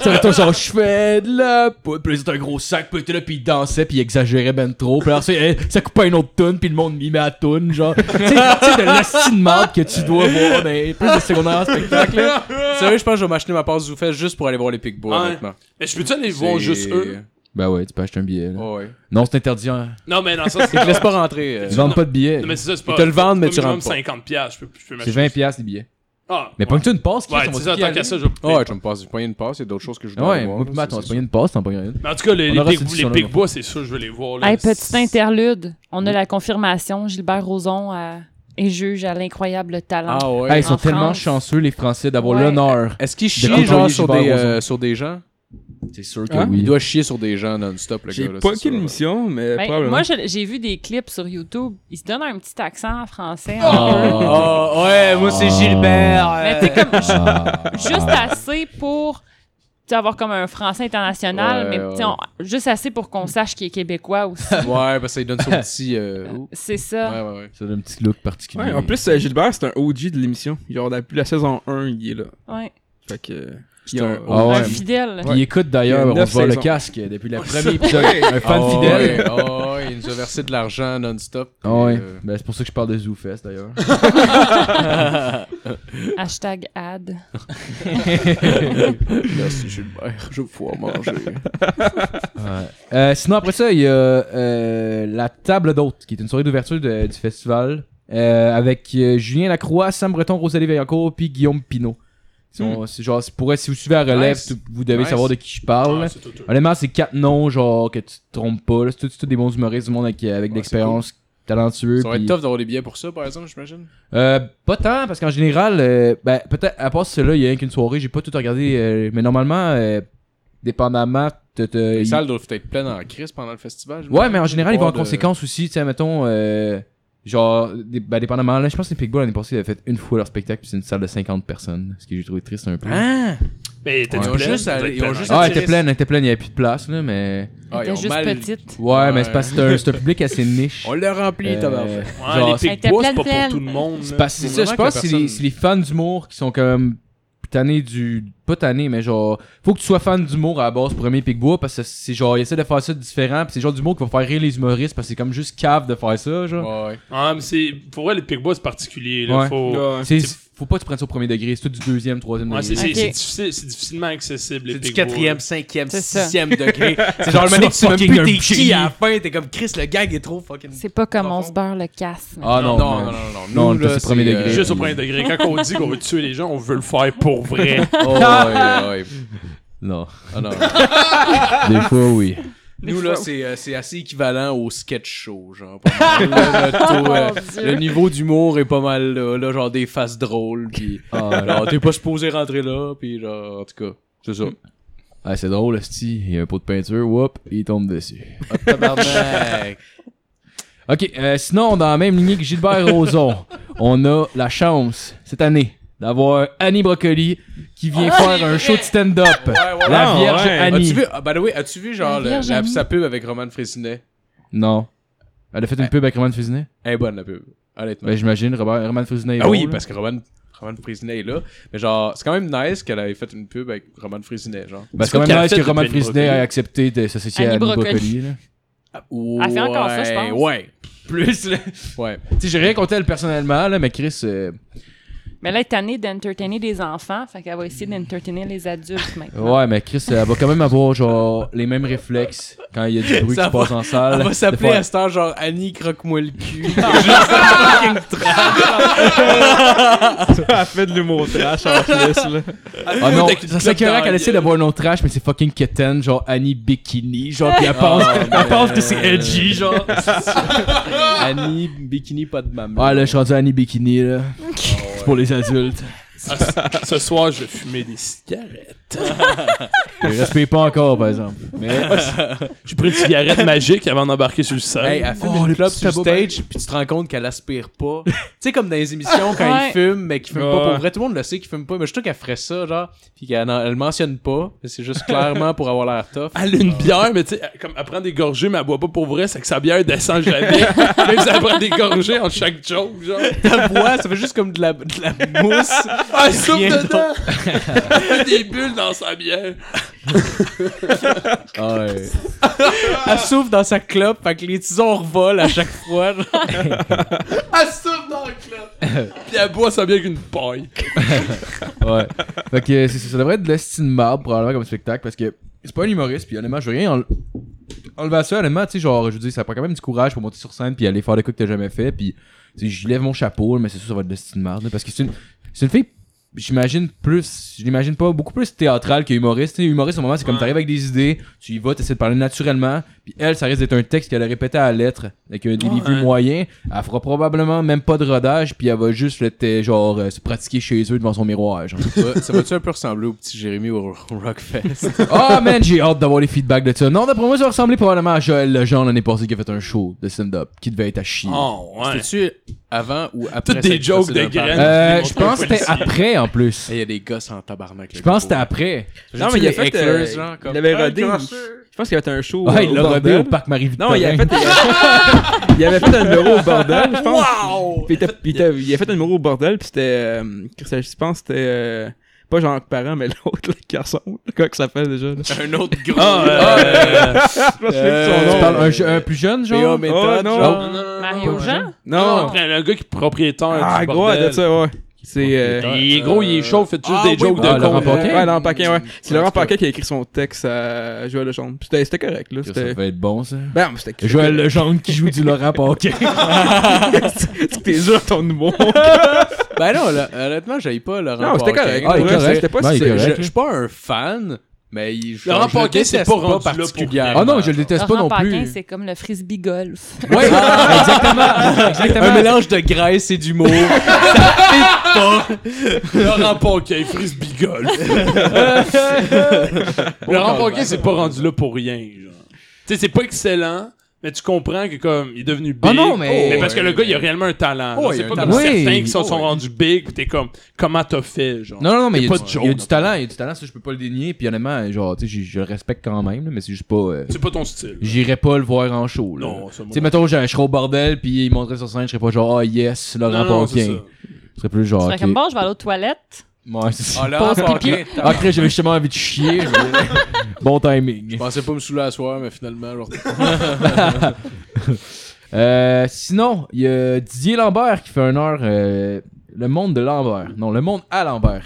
C: ça mettons genre, je fais de la poudre, puis là, c'était un gros sac, puis il était là, puis il dansait, puis il exagérait ben trop, puis alors ça, eh, ça coupait une autre tune, puis le monde mimait à tune, genre. tu sais, tu sais, de l'astine marde que tu dois voir dans les plus de secondaires en spectacle, là.
E: Sérieux, je pense que je vais m'acheter ma passe Zoufest juste pour aller voir les Picbois,
D: Ouais.
E: honnêtement.
D: Mais je peux-tu aller voir
E: C'est-
D: juste eux?
C: Ben ouais, tu peux acheter un billet, là.
E: Ouais.
C: Non, c'est interdit, hein.
D: Non, mais dans ça, c'est.
E: Ils te laissent pas rentrer. euh.
C: Ils vendent
D: Non.
C: pas de billets.
D: Non, mais c'est ça, c'est
E: Ils
D: pas.
E: te le vendent, mais
D: pas
E: tu rentres
D: minimum
E: pas.
D: 50$, piastres, je peux, je peux
C: C'est
D: m'acheter
C: 20 piastres les billets.
D: Ah,
C: Mais
D: ouais.
C: pogne-tu une passe, Chris,
D: Ouais,
C: on
D: c'est
C: va
D: ça,
C: tous y
D: tant
C: aller.
D: qu'à ça, je vais
E: Ah ouais,
D: peut-être-
E: je vais me passe, je vais pogner une passe, il y a d'autres choses que je dois
C: Ouais,
E: voir.
C: moi pis
E: là,
C: Matt,
E: c'est
C: on se
E: sûr.
C: pogner une passe, t'en pognes une.
D: Mais en tout cas, les,
C: On
D: les,
C: aura
D: Big-
C: cette
D: les
C: discussion-là,
D: Big Bois, c'est sûr, je vais les voir. Là.
A: Hey, petite interlude. On a la confirmation. Gilbert Rozon euh, est juge à l'incroyable talent.
E: Ah ouais.
C: Hey, ils sont
A: En
C: tellement
A: France.
C: chanceux, les Français, d'avoir
A: Ouais.
C: l'honneur.
E: Est-ce qu'ils
C: De
E: chient, genre,
C: renvoyer
E: sur
C: Gilbert
E: des, euh,
C: Rozon.
E: sur des gens
C: C'est sûr que
F: Hein?
C: oui.
E: Il doit chier sur des gens non-stop, le
F: J'ai
E: gars. là,
F: pas
E: c'est
F: qu'une
E: sûr.
F: mission, mais
A: Ben,
F: probablement.
A: moi, je- j'ai vu des clips sur YouTube. Ils se donnent un petit accent français.
C: Ah.
G: Oh, ouais, moi c'est
C: Ah.
G: Gilbert. euh,
A: Mais tu sais, comme ju-
C: Ah.
A: juste assez pour tu sais, avoir comme un français international,
E: Ouais,
A: mais tu sais, on- juste assez pour qu'on sache qu'il est québécois aussi.
E: Ouais, parce qu'il donne son petit. euh, ouh.
A: C'est
E: Ouais,
A: ça.
E: ouais, ouais.
C: Ah, Ça donne un petit look particulier.
F: Ouais, en plus, euh, Gilbert, c'est un OG de l'émission. Genre, depuis la saison 1, il est là.
A: Ouais.
F: Fait que. euh,
E: C'est
F: il y a-
E: un-
C: Ah ouais.
A: Un fidèle.
C: Puis il écoute d'ailleurs,
F: Il y a
C: on
F: neuf
C: voit le
F: saisons.
C: casque depuis la première
F: Ouais.
C: épisode. Un fan
E: Ah
C: fidèle.
E: ouais, ah ouais, il nous a versé de l'argent non-stop.
C: Ah ouais.
E: Euh,
C: Ben, c'est pour ça que je parle de ZooFest d'ailleurs.
A: Hashtag ad.
E: Merci Gilbert, je vais pouvoir manger.
C: Euh, sinon, après ça, il y a euh, la table d'hôtes, qui est une soirée d'ouverture de- du festival, euh, avec euh, Julien Lacroix, Sam Breton, Rosalie Vaillancourt, puis Guillaume Pinault. Si on- c'est genre, c'est pour, si vous suivez la relève,
E: Hmm. Nice.
C: tout- vous devez
E: Nice.
C: savoir de qui je parle.
D: Ouais, c'est tout, tout.
C: Honnêtement, c'est quatre noms, genre, que tu te trompes pas. là. C'est tous des bons humoristes, du monde avec, avec de
E: Ouais, c'est
C: l'expérience, talentueux.
E: Ça va être
C: puis-
E: tough d'avoir des billets pour ça, par exemple, j'imagine.
C: Euh, pas tant, parce qu'en général, euh, ben, peut-être, à part celle-là, il y a rien qu'une soirée, j'ai pas tout regardé, euh, mais normalement, euh, dépendamment, t'as- t'as-
E: Les
C: Euh, il-
E: salles doivent être pleines en crise pendant le festival. j'imagine.
C: Ouais, mais en général, ils vont en
E: Bord de-
C: conséquence aussi, tu sais, mettons, euh, genre, des- ben, dépendamment, là, je pense que les Pigbull l'année passée, ils avaient fait une fois leur spectacle, puis c'est une salle de 50 personnes, ce que j'ai trouvé triste un peu.
E: Hein?
D: Mais t'as
E: Ils
D: du
E: ont
D: plein,
E: juste
D: t'as
E: à-
D: du
E: ils ont
D: plein,
E: juste
D: hein.
E: à-
C: Ah, elle était pleine, elle était pleine, il y avait plus de place, là, mais.
E: Ah, ils
A: Elle
E: ont
A: était juste
E: mal-
A: petite.
C: Ouais, mais c'est
E: Ouais.
C: parce que c'est un- c'est un, public assez niche.
E: On l'a rempli,
C: Euh,
E: tabarnak.
D: Ouais,
C: genre,
D: les
A: Elle était
D: pics bois, c'est
A: pleine,
D: pas pour
A: pleine.
D: tout le monde.
C: C'est
D: là.
C: parce- c'est ça, je
E: Vraiment que
C: pense
E: la
C: que c'est les,
E: personne-
C: c'est les fans d'humour qui sont comme tannés du. Pas tannés, mais genre. Faut que tu sois fan d'humour à la base pour aimer Pigbois parce que c'est genre. Ils essaient de faire ça différent, puis c'est genre d'humour qui va faire rire les humoristes parce que c'est comme juste cave de faire ça, genre.
E: Ouais, ouais.
D: Ah, mais c'est. Pour vrai, les pics bois, c'est particulier. Là.
C: Ouais.
D: Faut...
F: Ouais.
C: C'est-
D: c'est-
C: Faut pas que tu prennes ça au premier degré, c'est tout du deuxième, troisième
D: Ouais, c'est
C: degré.
D: c'est-
A: Ok.
D: c'est difficile, c'est difficilement accessible, les
G: C'est du
D: Pigbois,
G: quatrième,
D: là.
G: cinquième,
A: C'est ça.
G: sixième degré. C'est genre le moment que tu
C: fucking
G: fucking plus t'es
C: douché.
G: qui à la fin, t'es comme Chris, le gag est trop fucking.
A: C'est pas comme on
G: Profond.
A: se beurre le casse.
C: Ah non,
E: non,
C: man.
E: non, non, non.
C: Non,
E: Nous,
C: t'as
E: là,
C: ses premiers
E: c'est,
C: degrés.
E: euh,
D: Juste au premier degré. Quand on dit qu'on veut tuer les gens, on veut le faire pour vrai.
E: Oh, ouais, ouais, ouais.
C: Non.
E: Ah, non.
C: Des fois, oui.
E: Nous, là, c'est euh, c'est assez équivalent au sketch show, genre. pas mal. Là,
A: Oh,
E: le, taux, euh, le niveau d'humour est pas mal là, là, genre des faces drôles, pis
C: Ah,
E: genre, t'es pas supposé rentrer là, pis genre, en tout cas, c'est ça.
C: Ah, c'est drôle, Sti. Il y a un pot de peinture, whoop, il tombe dessus.
E: Tabarnak!
C: Ok, euh, sinon, dans la même lignée que Gilbert Rozon, on a la chance, cette année, d'avoir Annie Broccoli qui vient faire un show de stand-up. La
F: Ah,
C: Vierge
F: ouais.
C: Annie.
E: As-tu vu, ah, by the way, as-tu vu genre le-
A: La Vierge
E: la,
A: Annie.
E: sa pub avec Roman Frécinet?
C: Non. Elle a fait une pub avec Roman Fusinet?
E: Elle est bonne, la pub. Honnêtement.
C: Ben, j'imagine, Robert, Roman Fusinet est
E: ah
C: bon,
E: oui,
C: là.
E: parce que Roman, Roman Frécinet est là. Mais genre, c'est quand même nice qu'elle ait fait une pub avec Roman Frécinet, genre.
C: Ben, c'est
D: C'est
C: quand
D: quoi
C: même
D: qu'elle
C: nice
D: a
C: que
D: fait
C: Roman
D: depuis Annie
C: Fusinet
D: Broccoli?
C: ait accepté de s'associer à
A: Annie
C: Annie
A: Broccoli.
C: Broccoli. là.
E: Elle
A: fait Ah, encore ça, je pense.
E: Ouais.
C: Plus, là.
E: Ouais.
C: Tu sais, j'ai rien contre elle personnellement, là, mais Chris, euh,
A: Mais là, elle est tannée d'entertainer des enfants, fait qu'elle va essayer d'entertainer les adultes maintenant.
C: Ouais, mais Chris, euh, elle va quand même avoir genre les mêmes réflexes quand il y a du bruit
E: Ça
C: qui
E: va-
C: passe en salle.
E: Elle va
C: Des
E: s'appeler
C: fois-
E: à cette heure genre Annie croque-moi le cul.
F: Elle fait de l'humour trash en plus, là.
C: Ah non,
E: avec une
C: ça
E: clope
C: serait correct
E: dans
C: qu'elle
E: la
C: essaie
E: gueule.
C: d'avoir un autre trash, mais c'est fucking kitten, genre Annie Bikini, genre pis elle
E: Ah.
C: pense, elle pense que c'est edgy, genre.
E: Annie, bikini, pas de maman.
C: Ouais, Ah, là, je suis rendu à Annie Bikini, là. C'est pour les adultes.
D: Ah, ce soir, je vais fumer des cigarettes.
C: Je respecte pas encore, par exemple.
D: J'ai pris une cigarette magique avant d'embarquer sur le sol.
E: Hey, elle fume
C: Oh, le
E: une clope
C: petit
E: sur le
C: tabac.
E: stage, puis tu te rends compte qu'elle aspire pas. tu sais, comme dans les émissions, quand
A: Ouais.
E: ils fument, mais qu'ils fument pas.
F: Ouais.
E: Pour vrai, tout le monde le sait qu'ils fument pas. Mais je trouve qu'elle ferait ça, genre, puis qu'elle n'en- elle le mentionne pas. mais C'est juste clairement pour avoir l'air tough.
D: Elle a une bière, mais tu sais, elle- comme elle prend des gorgées, mais elle boit pas pour vrai, c'est que sa bière descend jamais. Même si elle prend des gorgées en chaque joke, genre.
E: Ta voix, ça fait juste comme de la, de la mousse.
D: Ah, elle souffle
E: Rien
D: dedans! Elle fait des bulles dans sa bière.
E: Ah
C: Ouais.
E: Elle souffle dans sa clope, fait que les tisons revolent à chaque fois. genre.
D: Elle souffle dans le club. Puis elle boit sa bière avec une paille.
C: Ouais. Fait que euh, c'est- ça devrait être de l'estime marbre, probablement, comme spectacle, parce que c'est pas un humoriste, puis honnêtement, je veux rien enle- enlever à ça, honnêtement, tu sais, genre, je veux dire, ça prend quand même du courage pour monter sur scène, puis aller faire des coups que t'as jamais fait, puis, tu sais, je lève mon chapeau, mais c'est sûr, ça va être de l'estime marbre, là, parce que c'est une, c'est une fille, j'imagine plus, je l'imagine pas beaucoup plus théâtrale que humoriste, tu sais, humoriste, au moment, c'est comme t'arrives avec des idées, tu y vas, t'essaies de parler naturellement, Puis elle, ça risque d'être un texte qu'elle a répété à la lettre. Avec un débit
D: Ouais.
C: moyen. Elle fera probablement même pas de rodage, puis elle va juste le t- genre euh, se pratiquer chez eux devant son miroir. genre.
E: Ouais, ça va-tu un peu ressembler au petit Jérémy au, au Rockfest?
C: Ah man, j'ai hâte d'avoir les feedbacks de ça. Non, d'après moi, ça va ressembler probablement à Joël Lejeune l'année passée qui a fait un show de stand-up qui devait être à chier.
D: Oh, ouais.
E: C'était-tu avant ou après?
D: Toutes des
E: cette
D: jokes de
E: précédente
D: graines.
E: partie?
C: Euh,
D: Des
C: je pense que c'était
D: policiers.
C: après en plus.
E: Et Il y a des gosses en tabarnak.
C: Je pense que c'était après.
F: Non, mais il a fait. euh,
E: Hecklers, genre, comme-
F: Il avait
E: Ah,
F: rodé.
E: comment ça?
F: Je pense qu'il avait fait un show. euh,
C: Ouais, Ah, il l'a rodé
F: bordel.
C: au parc Marie-Victorin.
F: Non, il avait fait. il avait fait un numéro au bordel, je pense.
D: Wow!
F: Puis il, était- il était- il a fait un numéro au bordel, puis c'était. euh, je pense que c'était. euh, pas Jean-Luc Parent, mais l'autre, le garçon. Quoi que ça s'appelle déjà. là.
E: Un autre gros.
D: Ah, euh,
F: Je pense que c'est son
E: Euh,
D: Oh,
C: Tu
F: nom.
C: parles un, je- un plus jeune, genre?
E: P.A. méthode,
F: Oh, non.
E: genre.
D: Non, non, non,
A: Mario
D: non.
A: Jean?
F: Non.
A: non.
D: Le gars qui est propriétaire
F: Ah,
D: du
F: gros,
D: bordel.
F: de ça, ouais. C'est. euh,
E: Oh,
D: Il est gros, il est chaud, il fait juste
E: Ah,
D: des
E: oui,
D: jokes
C: ah,
D: de
C: Laurent
D: con.
C: Paquin?
F: Ouais, Laurent Paquin, ouais. C'est Laurent
E: en tout cas.
F: Paquin qui a écrit son texte à Joël Lechombe. Puis C'était c'était correct, là.
C: Ça
F: C'était.
C: va être bon, ça.
F: Ben, mais c'était
C: Joël Legendre qui joue du Laurent Paquin.
F: Tu t'es sûr ton humour.
E: Ben non, là, honnêtement, j'aille pas Laurent
F: Non, c'était
E: Paquin.
F: correct.
C: Ah, il est
F: Ouais,
C: correct.
F: C'était pas
C: Non, il est
F: si.
E: Je-
C: correct.
E: Je suis pas un fan, mais il, je,
D: Laurent
E: je
D: Paquin,
E: le
D: c'est
E: déteste
D: pas rendu là pour
E: particulièrement.
C: Ah non, je le déteste pas
A: Laurent
C: non
A: Paquin,
C: plus.
A: c'est comme le frisbee
E: Ah,
A: golf.
C: Ouais, exactement.
E: Un
C: Exactement.
E: mélange de graisse et d'humour.
D: Ah! Laurent Paquin, frisbee golf. Laurent Paquin, c'est pas rendu là pour rien, genre. Tu sais, c'est pas excellent, mais tu comprends que comme, il est devenu big.
C: Ah non, mais-
D: parce que le gars, il a réellement un talent. genre.
E: Oh, il
D: c'est
E: a
D: pas
E: un
D: comme
C: talent.
D: certains
C: Oui.
D: qui sont, sont
E: Oh,
D: rendus big, pis t'es comme, comment t'as fait, genre.
C: Non, non, non, mais il y a
D: pas
C: du-
D: de
C: il
D: joke,
C: y a
D: non.
C: du talent, il y a du talent, ça je peux pas le dénier. Puis honnêtement, genre, tu sais, je- je le respecte quand même, là, mais c'est juste pas. euh,
D: C'est pas ton style.
C: J'irais pas le voir en show, là.
D: Non, ça, moi-
C: euh, Tu sais, mettons, je je serais au bordel, puis il monterait sur scène, je serais pas genre, ah yes,
D: Non,
C: Laurent
D: non, c'est ça.
C: Paquin. Je serais plus genre.
A: Je serais
C: ok.
A: comme bon, je vais aller aux toilettes.
C: Ouais, c'est ça.
E: Ah, Laurent
A: Passe
E: Paquin.
C: Ah, Chris, j'avais justement envie de chier. je- bon
E: Je
C: timing.
E: pensais pas me saouler à soir, mais finalement, genre.
C: Euh, sinon, il y a Didier Lambert qui fait un heure. euh, le monde de Lambert. Non, le monde à Lambert.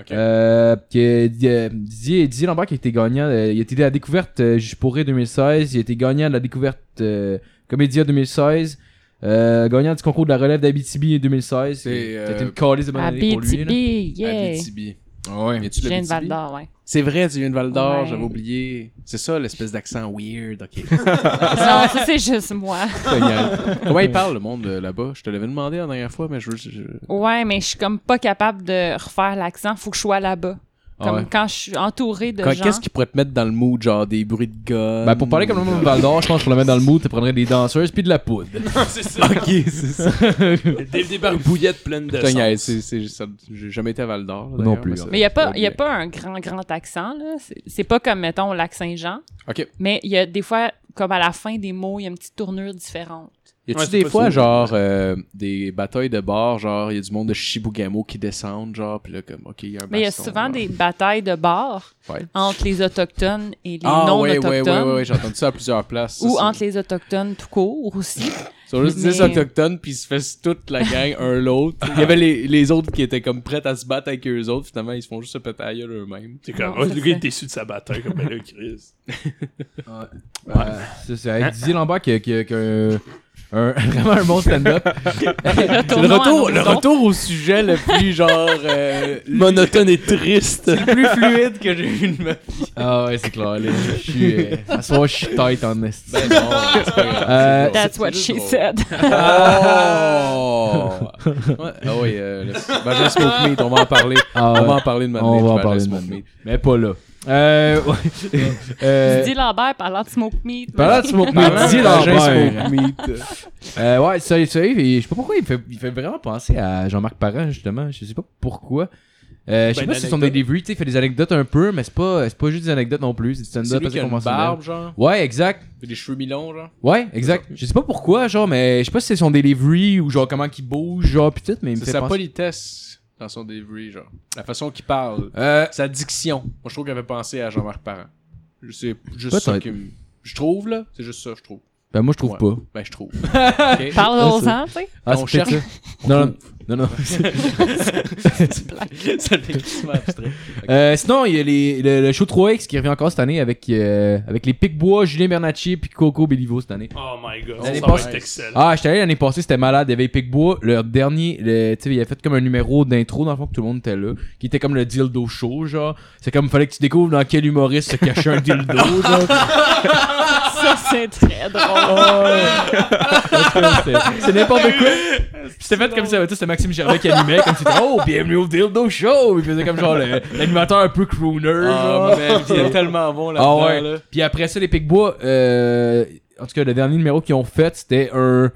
E: Ok.
C: Euh, que, euh, Didier, Didier Lambert qui a été gagnant. euh, il a été à la découverte euh, Juste pour rire 2016. Il a été gagnant de la découverte euh, Comédia 2016. Euh, gagnant du concours de la relève d'Abitibi en 2016.
E: C'est, euh,
C: C'était une calice de bonne
A: À
C: année pour lui. là.
A: BTB,
E: Ah,
A: yeah.
E: Abitibi.
C: Ouais.
E: Viens-tu de
A: Jeanne
E: l'Abitibi?
A: Val d'Or, ouais.
E: C'est vrai, tu viens de Val d'Or,
A: Ouais.
E: j'avais oublié. C'est ça, l'espèce d'accent weird, ok.
A: non, ça c'est juste moi.
E: Comment il parle, le monde euh, là-bas Je te l'avais demandé la dernière fois, mais je veux. je- je-
A: Ouais, mais je suis comme pas capable de refaire l'accent. Faut que je sois là-bas.
E: Ah
A: Comme
E: ouais.
A: quand je suis entourée de
E: Quand-
A: gens.
E: Qu'est-ce qui pourrait te mettre dans le mood, genre des bruits de gars
C: Ben, pour parler comme le monde de Val d'Or, je pense que pour le mettre dans le mood, tu prendrais des danseuses puis de la poudre.
D: c'est ça.
E: Ok, c'est ça.
D: Des, des barbouillettes pleines de
E: Putain, yeah,
D: sang.
E: c'est- c'est- ça- J'ai jamais été à Val d'Or.
C: Non
E: d'ailleurs,
C: plus,
E: ça-
A: Mais il n'y a, pas-
E: j'avais
A: y a
E: oublié.
A: pas un grand, grand accent. là. C'est- C'est pas comme, mettons, au lac Saint-Jean.
E: Ok.
A: Mais il y a des fois, comme à la fin des mots, il y a une petite tournure différente.
E: Y a-tu
D: Ouais, c'est
E: des
D: pas
E: fois,
D: ça.
E: genre, euh, des batailles de bars, genre, y a du monde de Shibugamo qui descendent, genre, pis là, comme, ok, y a un
A: Mais il y a
E: baston,
A: souvent
E: genre.
A: des batailles de bars
E: Ouais.
A: entre les Autochtones et les
E: Ah, ouais,
A: non-Autochtones.
E: ouais, ouais, ouais, ouais, j'ai entendu ça à plusieurs places. ça,
A: Ou
E: c'est-
A: entre les Autochtones tout court aussi.
E: Ils sont juste
A: Mais-
E: 10 autochtones, puis ils se fessent toute la gang, un l'autre. Il y avait les, les autres qui étaient comme prêtes à se battre avec eux autres, finalement, ils se font juste se péter à la gueule eux-mêmes.
D: C'est comme,
A: Non,
D: oh,
A: c'est
D: le gars, il
A: ça.
D: est déçu de sa bataille, comme ben là, Chris.
C: Euh, ça, c'est avec Didier Lambert qui a, qui a- qui a un- un- vraiment un bon stand-up.
E: C'est le
A: Retournons à
E: retour,
A: nos
E: le
A: moutons.
E: retour au sujet le plus, genre, euh,
D: Monotone et triste.
E: le plus fluide que j'ai eu de ma vie.
C: ah ouais, c'est clair. là, je suis. Euh, à ce soir, je suis tight en esti.
E: Ben
C: Euh,
E: Euh,
A: That's what she said.
E: Oh! Ouais, Ah oui, euh, le- Benjamin Smoke Meat, on va en parler.
C: ah,
E: On va
C: ouais,
E: en parler de Mad
C: on
E: Meat,
C: va en
E: Benjamin
C: parler de
E: Smoke
C: Mad
E: Meat.
C: Mais pas là. Euh, ouais, euh,
A: Didier Lambert parlant de smoke meat.
C: Parlant de Smoke Meat,
E: Parlant de
C: Didier
E: Benjamin
C: Lambert.
E: Smoke Meat.
C: Euh, ouais, ça, ça, et je sais pas pourquoi il me fait, il fait vraiment penser à Jean-Marc Parent, justement. Je sais pas pourquoi. Euh, je sais
D: Ben,
C: pas
D: une
C: si son
D: anecdote.
C: delivery, tu sais, il fait des anecdotes un peu, mais c'est pas, c'est pas juste des anecdotes non plus. C'est du
E: C'est
C: stand-up
E: lui qui
C: assez
E: a une
C: conventionnel.
E: barbe, genre.
C: Ouais, exact.
E: Puis Des cheveux mi-longs, genre.
C: Ouais, exact. Je sais pas pourquoi, genre, mais je sais pas si c'est son delivery ou genre comment qu'il bouge, genre, pis tout, mais il me
E: C'est
C: fait
E: sa
C: penser-
E: politesse dans son delivery, genre. La façon qu'il parle.
C: Euh,
E: Sa diction. Moi, je trouve qu'elle avait pensé à Jean-Marc Parent. Je sais, juste
C: Peut-être.
E: ça qui me- Je trouve, là. C'est juste ça, je trouve.
C: ben moi je trouve
E: Ouais.
C: pas.
E: Ben, je trouve.
A: Parle aux gens, tu sais.
C: Ah,
E: On
C: c'est peut-être
E: cherche.
C: ça. Non, non, Non, non.
G: Ça devient extrêmement abstrait.
C: Euh, sinon, il y a les, le, le show 3X qui revient encore cette année avec, euh, avec les Picbois, Julien Bernacci puis Coco Béliveau cette année.
D: Oh my god,
C: L'année
D: ça va
C: passée-
D: être excellent.
C: Ah, j'étais allé l'année passée, c'était malade. Il y avait Picbois, leur dernier, le, tu sais, il avait fait comme un numéro d'intro dans le fond que tout le monde était là, qui était comme le dildo show, genre. C'est comme, fallait que tu découvres dans quel humoriste se cachait un dildo, genre.
A: Ça, c'est très drôle.
C: C'est- c'est n'importe quoi. Puis C'était fait comme ça, tu sais, c'était Maxime Gervais qui animait, comme c'était Oh, bienvenue au Dildo Show! Il faisait comme genre le- l'animateur un peu crooner. genre.
E: C'est tellement Ah, bon là.
C: Ah ouais. Puis après ça, les Picbois, euh, en tout cas, le dernier numéro qu'ils ont fait, c'était un.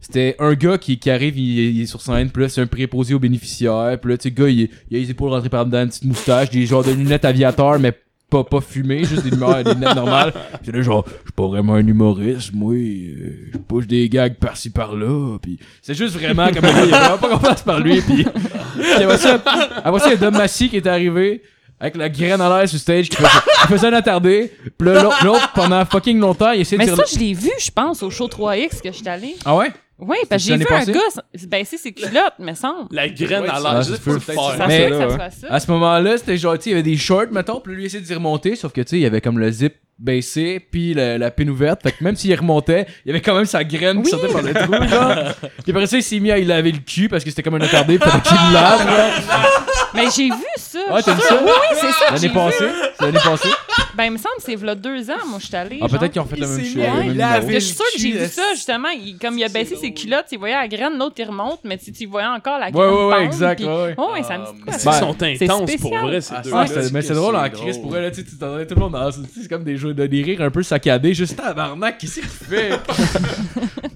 C: C'était un gars qui, qui arrive, il, il est sur scène, puis là, c'est un préposé aux bénéficiaires, puis là, tu sais, le gars, il, il a les épaules rentrées par dedans, une petite moustache, des genres de lunettes aviateurs, mais pas, pas fumées, juste des, lumières- des lunettes normales. Puis là, genre, je suis pas vraiment un humoriste, moi, euh, je push des gags par-ci, par-là, puis c'est juste vraiment comme, il y a vraiment pas confiance par lui, puis... Puis après ça, après ça, il y a Dom Massy qui est arrivé, avec la graine à l'air sur stage, qui faisait, qui faisait un attardé, puis là, l'autre- l'autre, pendant fucking longtemps, il essayait de
A: Mais
C: tirer...
A: ça, je l'ai vu, je pense, au show 3X que je suis allée.
C: Ah ouais?
A: Oui, parce que j'ai
C: l'année
A: vu un
C: passée?
A: gars se- baisser ses culottes, me semble.
D: La graine
E: Ouais,
D: à
C: ça
D: l'air, juste
C: se peut.
D: pour le
A: Ça
D: faire.
A: se
C: Mais-
A: peut que ça soit ça.
C: À ce moment-là, c'était genre, tu sais, il y avait des shorts, mettons, puis lui, il essayait d'y remonter, sauf que, tu sais, il y avait comme le zip baissé, puis la, la pine ouverte, fait que même s'il remontait, il y avait quand même sa graine qui sortait par le trou, genre. Puis après ça, il s'est mis à y laver le cul, parce que c'était comme un attardé, puis qu'il le lave, genre.
A: Mais j'ai vu ça.
C: Ouais, t'as vu ça?
A: Oui, oui, c'est ça. que
C: L'année
A: j'ai vu.
C: passée? C'est l'année passée?
A: Ben, il me semble que c'est v'là deux ans, moi, je suis allée.
C: Ah,
A: genre.
C: peut-être qu'ils ont fait la même chose.
A: mis à
C: le même
A: Parce
C: numéro.
A: que je suis sûre que j'ai vu ça, justement. Il- comme il a baissé ses culottes, il voyait la graine, l'autre, il remonte, mais tu tu voyais encore la graine.
C: Ouais, ouais, ouais,
A: pendre,
C: exact,
A: puis-
C: ouais, ouais. Ben,
A: Oh, ouais, ça me dit de quoi,
D: Ils
A: ça?
C: Ouais.
D: sont
A: C'est
D: intenses pour
A: spécial.
D: vrai, ces
E: Ah,
D: deux.
C: Ouais,
E: c'est-
C: c'était- mais c'est
E: que
C: drôle
E: c'est
C: en
E: drôle.
C: crise pour elle, là, tu sais, tu t'entendais tout le monde dans c'est- c'est comme des jeux de des rires un peu saccadés, juste tabarnak, qu'est-ce qu'il fait?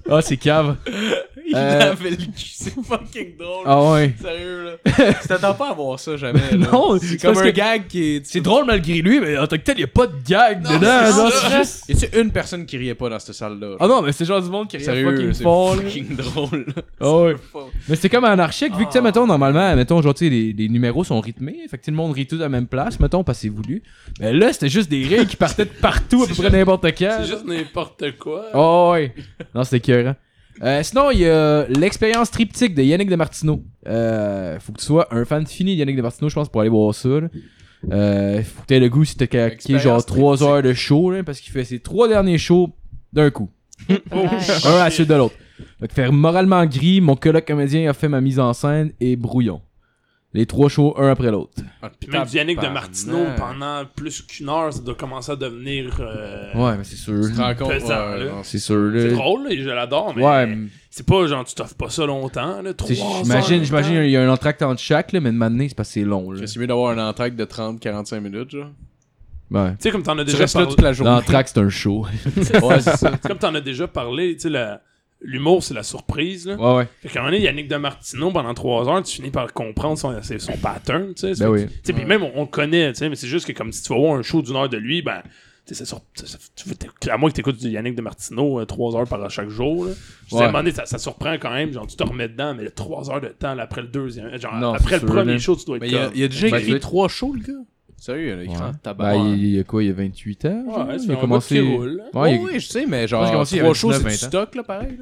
C: Ah, c'est cave.
E: Il
C: Euh,
E: avait le cul, c'est fucking drôle.
C: Ah ouais.
E: Sérieux là. Tu t'attends pas à voir ça jamais. là.
C: Non,
E: c'est
C: c'est
E: comme
C: parce
E: un
C: que-
E: gag qui est.
C: C'est drôle malgré lui, mais en tant que tel, y a pas de gag dedans, genre, c'est juste-
E: Y a-tu une personne qui riait pas dans cette salle-là?
C: Ah non, mais c'est genre du monde qui
E: Sérieux,
C: Sérieux, fucking
E: c'est
C: fort, là.
E: fucking drôle.
C: Ah ouais. Mais c'est comme anarchique, vu que, tu sais, mettons, normalement, mettons, genre, tu sais, les, les numéros sont rythmés, fait que tout le monde rit tous à la même place, mettons, parce que c'est voulu. Mais là, c'était juste des rires qui partaient de partout, à peu
D: C'est
C: près n'importe quand.
D: C'est juste n'importe quoi.
C: Oh ouais. Non, c'était écœurant. Euh, sinon, il y a l'expérience triptyque de Yannick Demartino. Euh, faut que tu sois un fan fini de Yannick Demartino, je pense, pour aller voir ça. là. Euh, faut que t'aies le goût si t'as calqué
E: Expérience
C: genre 3
E: triptyque.
C: heures de show, là, parce qu'il fait ses trois derniers shows d'un coup.
D: Oh,
A: Ouais.
C: Un à la suite de l'autre. Fait que faire moralement gris, mon colloque comédien a fait ma mise en scène et brouillon. Les trois shows, un après l'autre.
D: Puis même Yannick de Martineau, pendant plus qu'une heure, ça doit commencer à devenir. euh,
C: Ouais, mais c'est sûr.
E: Tu te rends compte, euh,
D: Pesant,
E: ouais,
D: là.
E: non, c'est-
C: C'est sûr, là.
D: C'est drôle, là, je l'adore, mais
C: Ouais, mais-
D: c'est pas genre tu t'offres pas ça longtemps. Là,
C: tu sais,
D: trois
C: j'imagine,
D: heures.
C: j'imagine, il y a un entracte entre chaque, là, mais de m'amener, c'est parce que c'est long, là.
E: C'est mieux d'avoir un entracte de 30-45 minutes, genre.
C: Ouais.
D: Tu sais, comme t'en as
E: Tu
D: déjà
E: restes là
D: parlé.
E: toute la journée.
C: L'entraque, c'est un show.
E: Ouais, c'est ça.
D: Comme t'en as déjà parlé, tu sais, la- l'humour, c'est la surprise. Là.
C: Ouais, ouais.
D: Fait qu'à un moment donné, Yannick de Martineau, pendant trois heures, tu finis par comprendre son, ses- son pattern, tu sais.
C: Ben oui.
D: Tu sais, puis même, on, on le connaît, tu sais, mais c'est juste que comme si tu vas voir un show d'une heure de lui, ben, tu sais, c'est sûr, tu sais, tu veux t'éc- à moins que t'écoutes du Yannick de Martineau euh, trois heures par chaque jour, là. Je
C: Ouais.
D: t'ai demandé, ça, ça surprend quand même, genre, tu te remets dedans, mais le trois heures de temps, là, après le deuxième, genre,
C: Non,
D: après
C: c'est
D: le
C: sûr,
D: premier
C: là.
D: show, tu dois être
E: Mais il a,
D: comme...
E: il a déjà
C: Ben,
E: écrit
C: tu-
E: trois shows, le gars. Sérieux, il a écrit un tabac.
C: Ben, il, il y a quoi, il y a 28 ans? genre?
D: Ouais,
C: il
D: c'est
C: a
D: un
C: commencé.
D: gars qui roule.
C: Ouais, il-
E: oui, oui, je sais, mais
C: Je pense qu'il a
E: genre,
C: commencé, il
E: trois
C: avait
E: shows, c'est
C: 19,
E: du
C: 20 ans.
E: stock, là, pareil.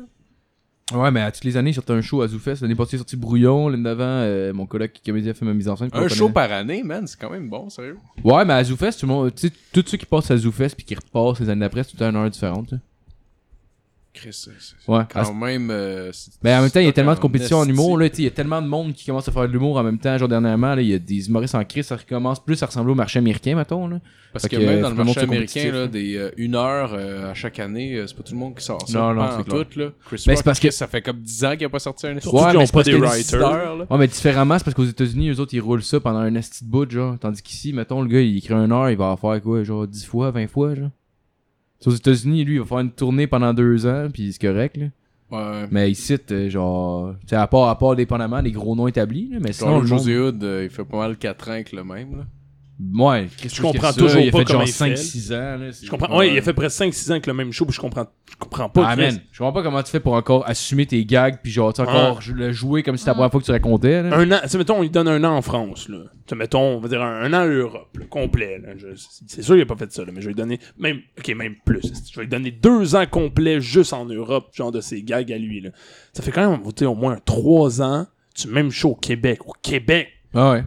E: Là.
C: ouais, mais à toutes les années, il sortait un show à Zoufest. L'année passée, il est sorti Brouillon. L'année d'avant, euh, mon collègue qui comédien a fait ma mise en scène. qu'on
E: Un show
C: connaît.
E: par année, man, c'est quand même bon, sérieux.
C: Ouais, mais à Zoufest, tout le monde, tu sais, tous ceux qui passent à Zoufest puis qui repassent les années d'après, c'est tout à une heure différente. là.
E: Chris, c'est- c'est
C: Ouais. À-
E: quand même. euh, c'est-
C: Ah, Mais en même temps, il y a
E: stock
C: tellement de compétition en
E: esti.
C: humour, là, tu sais, il y a tellement de monde qui commence à faire de l'humour en même temps. Genre, dernièrement, là, il y a des humoristes en crise, ça recommence plus à ressembler au marché américain, mettons, là.
E: Parce
C: Fait
E: que
C: que,
E: même
C: euh,
E: dans le
C: faut que le monde
E: marché
C: soit
E: américain,
C: compétitif,
E: là,
C: là.
E: des euh, une heure euh, à chaque année, euh, c'est pas tout le monde qui sort ça.
C: Non, non,
E: pas en
C: c'est clair.
E: tout, là. Chris
C: Mais
E: Rock,
C: c'est parce que-
E: Chris, ça fait comme 10 ans qu'il a pas sorti un
D: Surtout
C: Ouais,
D: qu'ils
C: mais
D: ont
C: c'est
D: pas
C: parce
D: des
C: que les
D: writers.
E: là.
C: Ouais, mais différemment, c'est parce qu'aux États-Unis, eux autres, ils roulent ça pendant un esti de bout, genre. Tandis qu'ici, mettons, le gars, il écrit un heure, il va en faire quoi, genre 10 fois, 20 fois, genre. C'est aux États-Unis, lui, il va faire une tournée pendant deux ans, puis c'est correct, là.
E: Ouais.
C: Mais ici, t'es, genre, tu sais, à part, à part dépendamment des gros noms établis, là, mais sinon,
E: Sinon,
C: le monde...
E: José Hood, euh, il fait pas mal 4 ans avec le même, là.
C: Ouais, Chris,
D: Je comprends
C: qu'est-ce que ça,
D: toujours
C: il a
D: pas
C: fait
D: comment
C: genre
D: il
C: 5,
D: fait.
C: 6 ans, là.
D: Je comprends. Ouais, il a fait presque 5-6 ans avec le même show, puis je comprends, je comprends pas.
C: Ah,
D: Chris.
C: man, je comprends pas comment tu fais pour encore assumer tes gags, puis genre, tu sais, encore jou- le jouer comme si c'était la première fois que tu racontais, là.
D: Un an, tu sais, mettons, on lui donne un an en France, là. Tu sais, mettons, on va dire un, un an à Europe, là, complet, là. Je- c'est sûr qu'il a pas fait ça, là, mais je vais lui donner, même, ok, même plus. Je vais lui donner deux ans complets juste en Europe, genre de ses gags à lui, là. Ça fait quand même, tu sais, au moins trois ans Tu même chaud au Québec. Au Québec,
C: Ah ouais.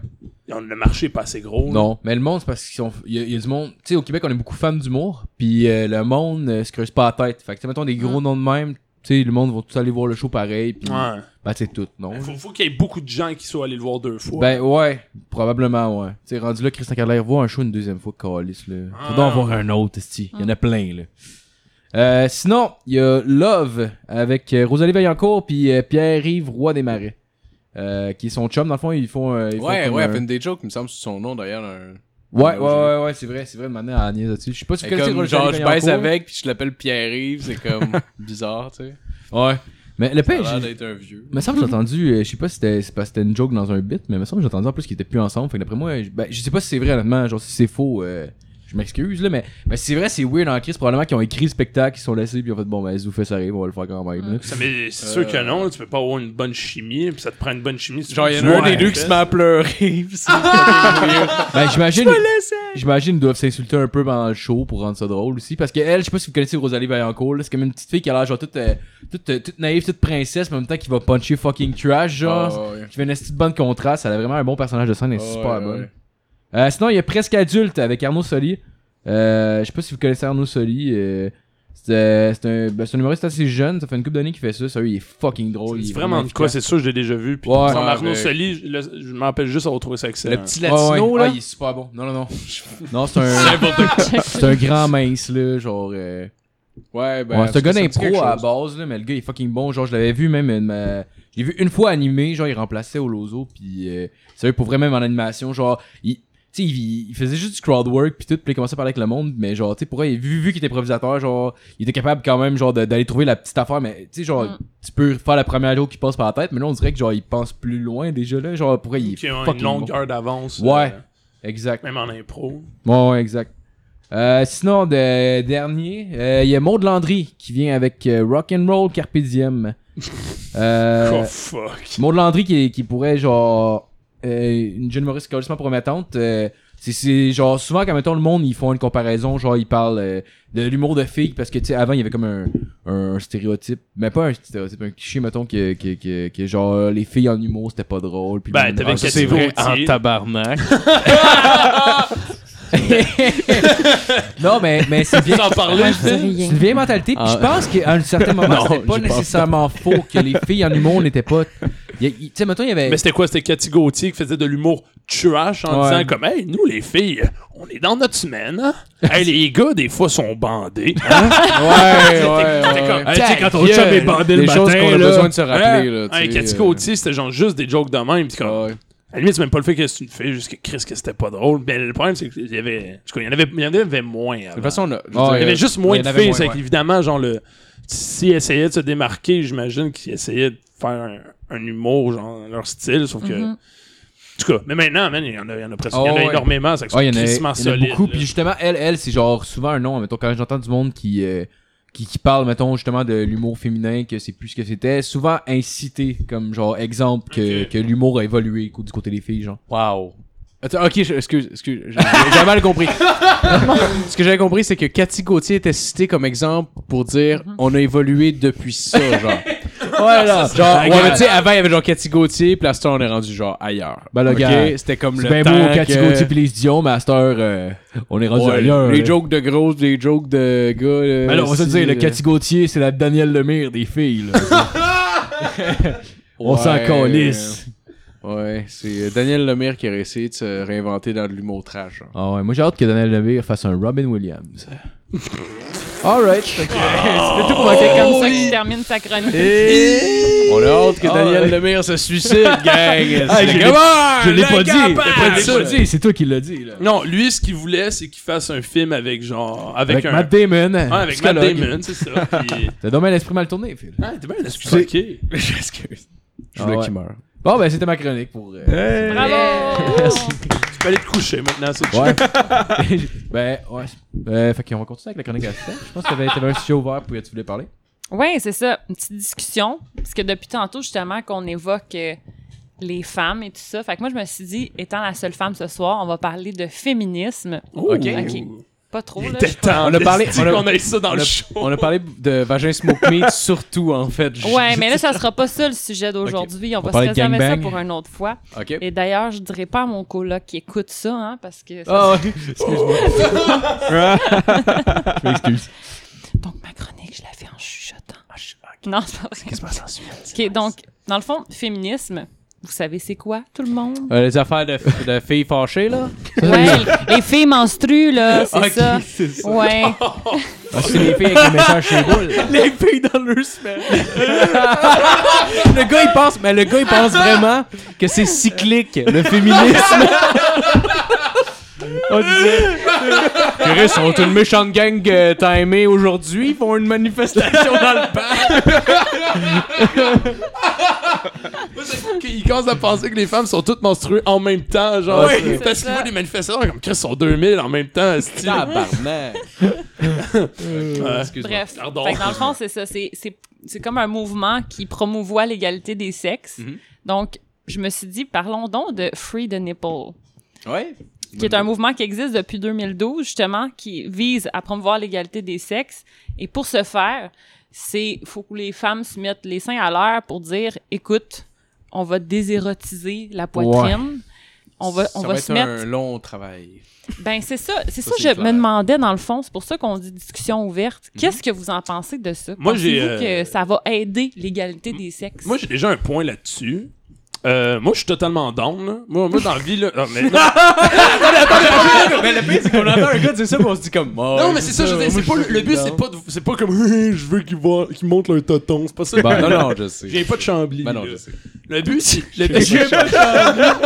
D: le marché est pas assez gros. là.
C: Non, mais le monde, c'est parce qu'ils sont. Il y, a- il y a du monde. Tu sais, au Québec, on est beaucoup fans d'humour, puis euh, le monde euh, se creuse pas la tête. Fait que, tu sais, mettons des gros noms de même, tu sais, le monde va tous aller voir le show pareil, puis.
D: Ouais.
C: Bah, c'est tout, non?
D: Faut, faut qu'il y ait beaucoup de gens qui soient allés le voir deux fois.
C: Ben ouais, probablement ouais. Tu sais, rendu là, Christian Carler voit un show une deuxième fois, Calis là.
E: Ah.
C: Faut donc en voir un autre, esti. Il y en a plein là. Euh, sinon, il y a Love avec euh, Rosalie Vaillancourt puis euh, Pierre-Yves Roy des Marais. Euh, qui est son chum, dans le fond, ils font. euh, ils font
E: Ouais,
C: comme
E: ouais,
C: un-
E: elle fait une des jokes, il me semble, sur son nom derrière. Un...
C: ouais, ouais,
E: un-
C: ouais, ouais, c'est vrai, c'est vrai, de manière à niaiser là-dessus. Je sais pas si
E: Elle
C: vous connaissez
E: est comme,
C: Rosalie
E: genre, je
C: Vaillancourt.
E: baise avec, puis je l'appelle Pierre-Yves, c'est comme bizarre, tu sais.
C: Ouais. Mais le pire,
E: Ça a l'air
C: j'ai-
E: d'être un vieux.
C: me semble que j'ai entendu, euh, je sais pas si c'était c'est parce que c'était une joke dans un bit, mais me semble que j'ai entendu en plus qu'ils étaient plus ensemble. Fait que d'après moi, je- ben, je sais pas si c'est vrai honnêtement, genre si c'est faux, euh, je m'excuse là, mais ben, si c'est vrai, c'est weird en crise. Probablement qu'ils ont écrit le spectacle, ils sont laissés, puis en fait, bon, ben, Zoufès ça arrive, on va le faire quand même. là.
D: Ça, mais c'est sûr que non, là, tu peux pas avoir une bonne chimie, puis ça te prend une bonne chimie. si tu
E: euh, Genre, il y en a
D: joues
E: un
D: à
E: des deux qui
D: fête.
E: se met à pleurer, puis c'est
C: Ben, j'imagine. J'imagine ils doivent s'insulter un peu pendant le show pour rendre ça drôle aussi. Parce que elle, je sais pas si vous connaissez Rosalie Vaillancourt, là, c'est comme une petite fille qui a l'air genre toute, euh, toute, euh, toute naïve, toute princesse, mais en même temps qui va puncher fucking trash, genre.
E: Ah, ouais.
C: Qui fait une petite bonne contraste. Elle a vraiment un bon personnage de scène, elle est
E: Ah,
C: super
E: ouais,
C: bonne.
E: ouais.
C: Euh, sinon, il y a Presque Adulte avec Arnaud Soli. Euh, je sais pas si vous connaissez Arnaud Soli. euh, c'est euh, c'est un, ben, c'est un humoriste assez jeune, ça fait une couple d'années qu'il fait ça. Sérieux, il est fucking drôle. il
D: C'est
C: est
D: vraiment de quoi,
C: efficace.
D: c'est sûr, je l'ai déjà vu. Puis
C: Ouais,
D: son
E: ouais,
D: Arnaud
E: avec-
D: Soli, je le- je me rappelle juste avoir trouvé ça excellent.
E: Le petit
C: Ouais,
E: latino,
C: ouais.
E: là.
C: Ah, il est super bon. Non, non, non. non, c'est un. c'est un grand mince, là. Genre. euh,
E: Ouais, ben.
C: ouais, c'est un gars
E: ça me dit quelque
C: d'impro à la
E: chose.
C: base, là, mais le gars il est fucking bon. Genre, je l'avais vu même. euh, ma- Je l'ai vu une fois animé, genre, il remplaçait Olozo, puis euh, sérieux, pour vrai, même en animation, genre, il. tu sais, il, il faisait juste du crowd work puis tout, puis il commençait à parler avec le monde, mais genre, tu sais, pour vrai, vu, vu qu'il était improvisateur, genre, il était capable quand même, genre, de- d'aller trouver la petite affaire, mais, tu sais, genre,
A: Mm.
C: tu peux faire la première joke qui passe par la tête, mais là, on dirait que, genre, il pense plus loin déjà, là, genre, pour vrai, il est
D: qui a une
C: fucking bon.
D: longueur d'avance.
C: Ouais.
D: euh,
C: Exact.
D: même en impro.
C: Ouais, ouais, exact. Euh, sinon, de, dernier, euh, il y a Maud Landry qui vient avec euh, Rock'n'Roll Carpe Diem. Euh,
D: Oh fuck.
C: Maud Landry qui, qui pourrait, genre, euh, une jeune humoriste complètement promettante. euh, c'est- c'est genre souvent quand mettons le monde ils font une comparaison genre ils parlent euh, de l'humour de filles parce que tu sais avant il y avait comme un, un stéréotype mais pas un stéréotype un cliché mettons que, que, que, que, genre les filles en humour c'était pas drôle puis
D: Ben, t'avais
C: Ah,
D: Cathy Gauthier.
G: tabarnak.
C: non mais mais c'est bien
D: Sans parler,
A: Je dis
C: C'est
A: rien.
C: une vieille mentalité. Puis
G: Ah.
C: je pense qu'à un certain moment,
G: Non,
C: c'était pas
G: je pense
C: nécessairement faux que les filles en humour n'étaient pas. Il y a- il- Tu sais, mettons, il y avait.
D: Mais c'était quoi? C'était Cathy Gauthier qui faisait de l'humour trash en
C: Ouais.
D: disant comme « Hey, nous les filles, on est dans notre semaine. hein? Hey, les gars, des fois, sont bandés. Hein?
E: Ouais, ouais, ouais.
D: Hey, tu sais, quand on
E: Yeah.
D: chum est bandé
E: Des
D: le
E: choses
D: matin,
E: qu'on a
D: là.
E: besoin de se rappeler,
D: Hein?
E: là, tu
D: Hey,
E: sais,
D: Cathy
E: euh.
D: Gauthier, c'était genre juste des jokes de même. Puis comme,
E: Ouais.
D: À la limite, c'est même pas le fait que c'est une fille, juste que Chris, que c'était pas drôle. Mais le problème, c'est qu'il y avait. en tout cas, il y en avait, il y en avait moins. avant.
E: De toute façon, là, je veux
C: Ouais.
E: dire,
D: il y avait juste
C: il
D: moins
C: y en
D: de
C: avait
D: filles.
C: moins,
D: C'est
C: ouais.
D: qu'évidemment, genre, le. S'ils essayaient de se démarquer, j'imagine qu'ils essayaient de faire un, un humour, genre, leur style, sauf que.
A: Mhm.
D: En tout cas, mais maintenant, man, il y en a, il y en a presque.
C: Oh,
D: il y en a
C: ouais.
D: énormément, c'est que
C: Ouais, il y en
D: c'est
C: avait- il y en
D: crissement
C: a
D: solide,
C: beaucoup.
D: là.
C: Puis justement, elle, elle c'est genre souvent un nom. Mettons, quand j'entends du monde qui. euh, qui, qui parle, mettons, justement de l'humour féminin, que c'est plus ce que c'était, souvent incité comme genre exemple que,
D: Ok.
C: que l'humour a évolué du côté des filles, genre.
G: Wow.
E: Attends, ok, je- excuse, excuse, j'ai j'ai mal compris. Ce que j'avais compris, c'est que Cathy Gauthier était citée comme exemple pour dire on a évolué depuis ça, genre. ouais, là. Genre, ouais, mais tu sais, avant, il y avait genre Cathy Gauthier, puis là, ce temps, on est rendu genre ailleurs.
C: Ben là,
E: Ok,
C: gars,
E: c'était comme
C: C'est
E: le.
C: bien
E: temps
C: beau, Cathy
E: que-
C: Gauthier pis les Dion, mais à cette heure, euh, on est rendu
E: Ouais,
C: ailleurs.
E: les
C: là.
E: jokes de grosses, les jokes de gars. euh,
C: Mais là, on va se
E: si,
C: dire, le
E: euh,
C: Cathy Gauthier, c'est la Danielle Lemire des filles, là. on
E: Ouais.
C: s'en calisse.
E: Ouais, c'est euh, Daniel Lemire qui a essayé de se réinventer dans de l'humour trash. hein. genre.
C: Ah ouais, moi j'ai hâte que Daniel Levere fasse un Robin Williams. Alright.
A: C'est
C: oh
A: comme ça qu'il termine sa chronique.
C: Eh
E: On a hâte que
C: Ah,
E: Daniel
C: ouais.
E: Lemire se suicide, gang.
C: Ah,
E: C'est
C: je l'ai-
E: comment,
C: Je l'ai
E: le
C: pas dit. Je l'ai
E: capable.
C: pas dit, c'est toi qui l'as dit, là.
D: Non, lui, ce qu'il voulait, c'est qu'il fasse un film avec, genre. Avec,
C: Avec,
D: un.
C: Matt Damon.
D: Ouais, avec Matt Damon, c'est ça. Puis...
C: T'as dommage l'esprit mal tourné, Phil.
D: Ah, t'es bien excusé.
E: Je voulais
C: Ah ouais.
E: qu'il meure.
C: Bon, ben c'était ma chronique pour. euh,
A: Bravo!
D: Tu peux aller te coucher maintenant, c'est
C: Ouais. ben, ouais. Euh, fait qu'on va continuer avec la chronique à la fin. Je pense que t'avais t'avais un sujet ouvert pour que tu voulais parler.
A: Oui, c'est ça. Une petite discussion. Parce que depuis tantôt, justement, qu'on évoque euh, les femmes et tout ça. Fait que moi, je me suis dit, étant la seule femme ce soir, on va parler de féminisme.
D: Ouh.
A: Ok. Pas trop,
D: Il
A: là.
D: était
A: je crois.
D: temps.
E: On a parlé-
D: d'esti
E: on a-
D: qu'on ait ça dans
E: on,
D: le
E: a,
D: show.
E: on a parlé de vagin smoke meat surtout, en fait. Je-
A: Ouais,
E: je-
A: mais là, ça sera pas ça le sujet d'aujourd'hui. On,
C: On
A: va
C: parlait
A: se
C: de
A: réserver ça
C: gangbang.
A: pour une autre fois.
E: Ok.
A: Et d'ailleurs, je dirais pas à mon coloc qui écoute ça, hein, parce que ça-
E: Ah ouais, excuse-moi.
C: Je m'excuse.
A: Donc, ma chronique, je la fais en chuchotant. Non, c'est pas vrai. OK, donc, dans le fond, féminisme, vous savez c'est quoi, tout le monde?
E: Euh, les affaires de, de filles fâchées, là.
A: Ouais, les filles menstrues, là, c'est ça. Ouais.
E: Ah, c'est les filles avec les messages chez boules.
G: Les filles dans leur semaine.
E: Le gars, il pense, mais le gars, il pense vraiment que c'est cyclique, le féminisme. On disait. Chris, ils sont une méchante gang euh, timée aujourd'hui. Ils font une manifestation dans le parc.
D: Ils commencent à penser que les femmes sont toutes menstruées en même temps, genre.
E: Ouais,
D: c'est-
A: c'est
D: parce qu'ils
A: ça.
D: voient des manifestations comme Chris sont 2000 en même temps, style.
E: Tabarnak.
D: Ouais.
A: Bref,
D: Pardon.
A: Fait que dans le fond, c'est ça. C'est, c'est, c'est comme un mouvement qui promouvoit l'égalité des sexes. Donc, je me suis dit, parlons donc de Free the Nipple,
E: Ouais.
A: qui est un mouvement qui existe depuis 2012, justement, qui vise à promouvoir l'égalité des sexes. Et pour ce faire, c'est faut que les femmes se mettent les seins à l'air pour dire, écoute, on va désérotiser la poitrine. On va, on
E: ça
A: va,
E: être
A: se mettre
E: un long travail.
A: ben, c'est ça. C'est ça,
E: Ça, c'est
A: que je me
E: clair.
A: demandais, dans le fond. C'est pour ça qu'on dit discussion ouverte. Qu'est-ce que vous en pensez de ça?
D: Moi, j'ai,
A: Pensez-vous
D: euh,
A: que ça va aider l'égalité des sexes?
D: Moi, j'ai déjà un point là-dessus. Euh, moi, je suis totalement down. là. Moi, moi, dans la vie, là. Non, mais, non,
C: Ah,
E: mais le pire, c'est qu'on entend un gars dire ça, mais on se dit comme. Oh,
D: non, mais c'est ça, je veux dire, c'est pas le, le but, c'est pas, de- c'est pas comme Hey, je veux qu'ils voient- qu'ils montent leur toton. C'est pas ça.
E: Ben, non, non, je sais.
D: J'ai pas de Chambly.
E: Ben non,
D: là.
E: je sais.
D: Le but, c'est. Le but, c'est-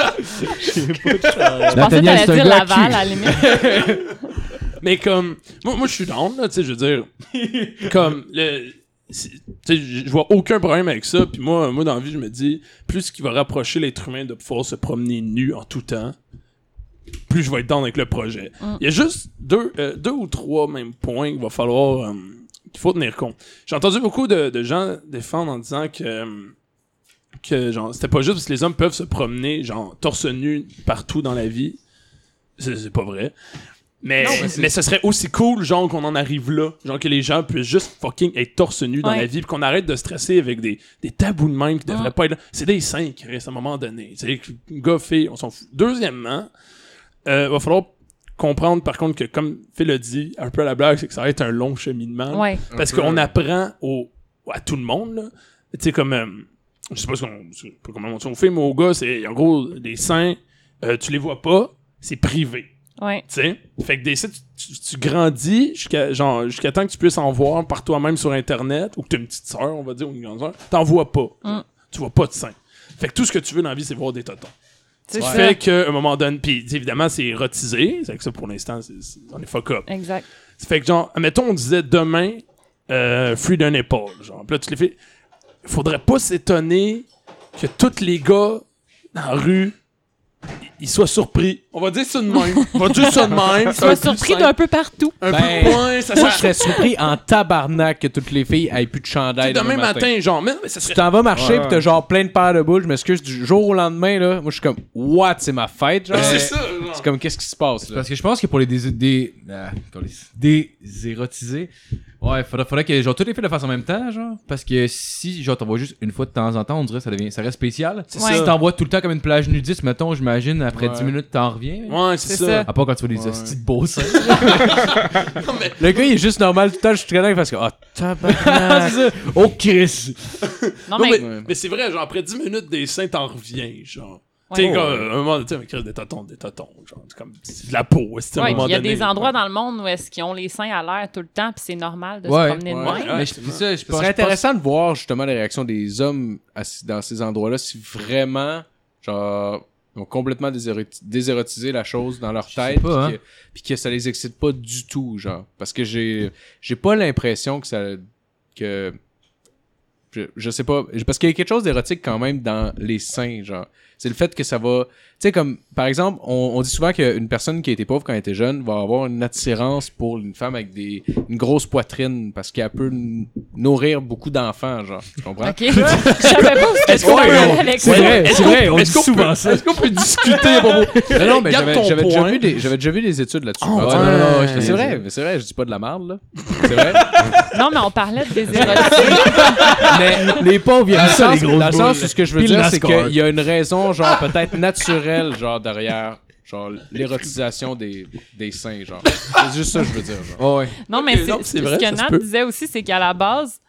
A: je pensais que
C: Nathaniel,
A: t'allais
C: c'est un
A: dire
C: gars à
A: Laval,
C: cul.
A: à la limite.
D: Mais comme, moi, moi je suis down, là, tu sais, je veux dire, comme, le, c'est- tu sais, je je vois aucun problème avec ça, puis moi, moi, dans la vie, je me dis, plus qu'il va rapprocher l'être humain de pouvoir se promener nu en tout temps, plus je vais être down avec le projet. Il y a juste deux, euh, deux ou trois même points qu'il va falloir, euh, qu'il faut tenir compte. J'ai entendu beaucoup de, de gens défendre en disant que... euh, que genre c'était pas juste parce que les hommes peuvent se promener genre torse nu partout dans la vie c'est c'est pas vrai mais, mais ce serait aussi cool, genre, qu'on en arrive là. Genre, que les gens puissent juste fucking être torse nu dans
A: Ouais.
D: la vie, puis qu'on arrête de stresser avec des, des tabous de même qui devraient pas être là. C'est des seins, Chris, à un moment donné. C'est gars, filles, on s'en fout. Deuxièmement, euh, va falloir comprendre, par contre, que comme Phil l'a dit, un peu à la blague, c'est que ça va être un long cheminement.
A: Ouais.
D: Parce qu'on apprend au, à tout le monde, là. Tu sais, comme, euh, je sais pas ce qu'on- je sais pas comment on dit au film, mais au gars, c'est, en gros, des seins, euh, tu les vois pas, c'est privé.
A: Ouais.
D: Tu sais, fait que des sites, tu, tu- tu grandis jusqu'à genre jusqu'à temps que tu puisses en voir par toi-même sur internet ou que tu une petite sœur, on va dire, ou une grande sœur, t'en vois pas. Tu vois pas de sein. Fait que tout ce que tu veux dans la vie, c'est voir des totons.
A: C'est
D: Ce qui
A: ça.
D: Fait qu'à un moment donné, puis évidemment, c'est érotisé. C'est que ça, pour l'instant, c'est- c'est- on est fuck up.
A: Exact.
D: Ça Fait que genre, mettons, on disait demain, euh, fruit d'un épaule. Genre, Puis là, tu les fais. Faudrait pas s'étonner que tous les gars dans la rue, i- ils soient surpris. On va dire ça de même. On va dire ça de même.
A: Tu m'as surpris d'un peu partout.
D: Un
E: Ben,
D: peu moins, ça
E: Moi,
D: sert
E: je serais surpris en tabarnak que toutes les filles aient plus de chandail
D: demain matin, genre, mais, non, mais ça
E: Tu
D: serait.
E: t'en vas marcher
F: Ouais,
E: pis t'as genre plein de paires de boules, je m'excuse, du jour au lendemain, là, moi je suis comme, what, c'est ma fête, genre.
D: C'est
E: C'est
D: ça, genre.
E: comme, qu'est-ce qui se passe, là?
C: Parce que je pense que pour les dés, dés, ah, câlisse. désérotiser, ouais, faudrait, faudrait que genre toutes les filles le fassent en même temps, genre. Parce que si genre t'en vois juste une fois de temps en temps, on dirait que ça devient, ça reste spécial.
D: C'est
A: Ouais.
C: Si
D: ça.
C: t'en vois tout le temps comme une plage nudiste, mettons, j'imagine, après
E: Ouais.
C: 10 minutes, t'en reviens.
D: Ouais, c'est
A: C'est
D: ça.
A: ça.
C: À part quand tu vois des
E: Ouais.
C: hosties de beaux seins.
E: Le gars, il est juste normal tout le temps, je suis très dingue parce que, ah, tabarnak.
C: oh Chris!
D: Non,
A: Non, mais,
D: mais mais c'est vrai, genre, après 10 minutes des seins, t'en reviens, genre.
A: Ouais.
D: Tu sais, comme, un moment, tu sais, mais Chris, des totons, des totons, genre, c'est comme, c'est de la peau, c'est à un
A: ouais,
D: moment
A: il y a
D: donné.
A: des endroits dans le monde où est-ce qu'ils ont les seins à l'air tout le temps, puis c'est normal de
C: Ouais.
A: se promener de
E: Ouais.
A: même.
C: Mais je- c'est ça, je
E: Ce
C: pense.
E: serait
C: je pense-
E: intéressant de voir justement les réactions des hommes à- dans ces endroits-là si vraiment, genre, ils ont complètement déséro- désérotisé la chose dans leur
C: Je sais
E: tête puis
C: pas, hein.
E: que, puis que ça les excite pas du tout, genre. Parce que j'ai j'ai pas l'impression que ça. que je, je sais pas. Je- Parce qu'il y a quelque chose d'érotique quand même dans les seins, genre. C'est le fait que ça va. Tu sais, comme, par exemple, on, on dit souvent qu'une personne qui a été pauvre quand elle était jeune va avoir une attirance pour une femme avec des, une grosse poitrine parce qu'elle peut n- nourrir beaucoup d'enfants, genre. Tu
D: Ah.
E: comprends?
A: Ok. je savais pas où ce que tu voulais aller avec
H: C'est
A: ça.
H: vrai, c'est vrai, on dit souvent ça.
D: Est-ce qu'on peut discuter à propos
E: Non, non, mais
D: Garde
E: j'avais
D: ton
E: j'avais déjà,
D: point.
E: vu des- j'avais déjà vu des études là-dessus.
D: Ah,
E: Ah,
D: ouais.
E: tu- non, non, non,
D: Ouais.
E: c'est vrai, mais c'est vrai, je dis pas de la marde, là. C'est vrai.
A: Non, mais on parlait de désir érotique.
H: Mais les pauvres, ils
E: Dans
H: aiment
E: le
H: ça, les
E: sens,
H: grosses
E: dans le sens
H: boules.
E: où ce que je veux
H: Puis le
E: dire, c'est
H: NASCAR.
E: qu'il y a une raison, genre, peut-être naturelle, genre, derrière, genre, l'érotisation des, des seins, genre. C'est juste ça que je veux dire, genre.
C: Ouais.
A: Non, mais
D: Ok,
A: c'est-
D: non, c'est
A: ce
D: vrai,
A: que
D: ça se
A: Nat
D: peut.
A: disait aussi, c'est qu'à la base,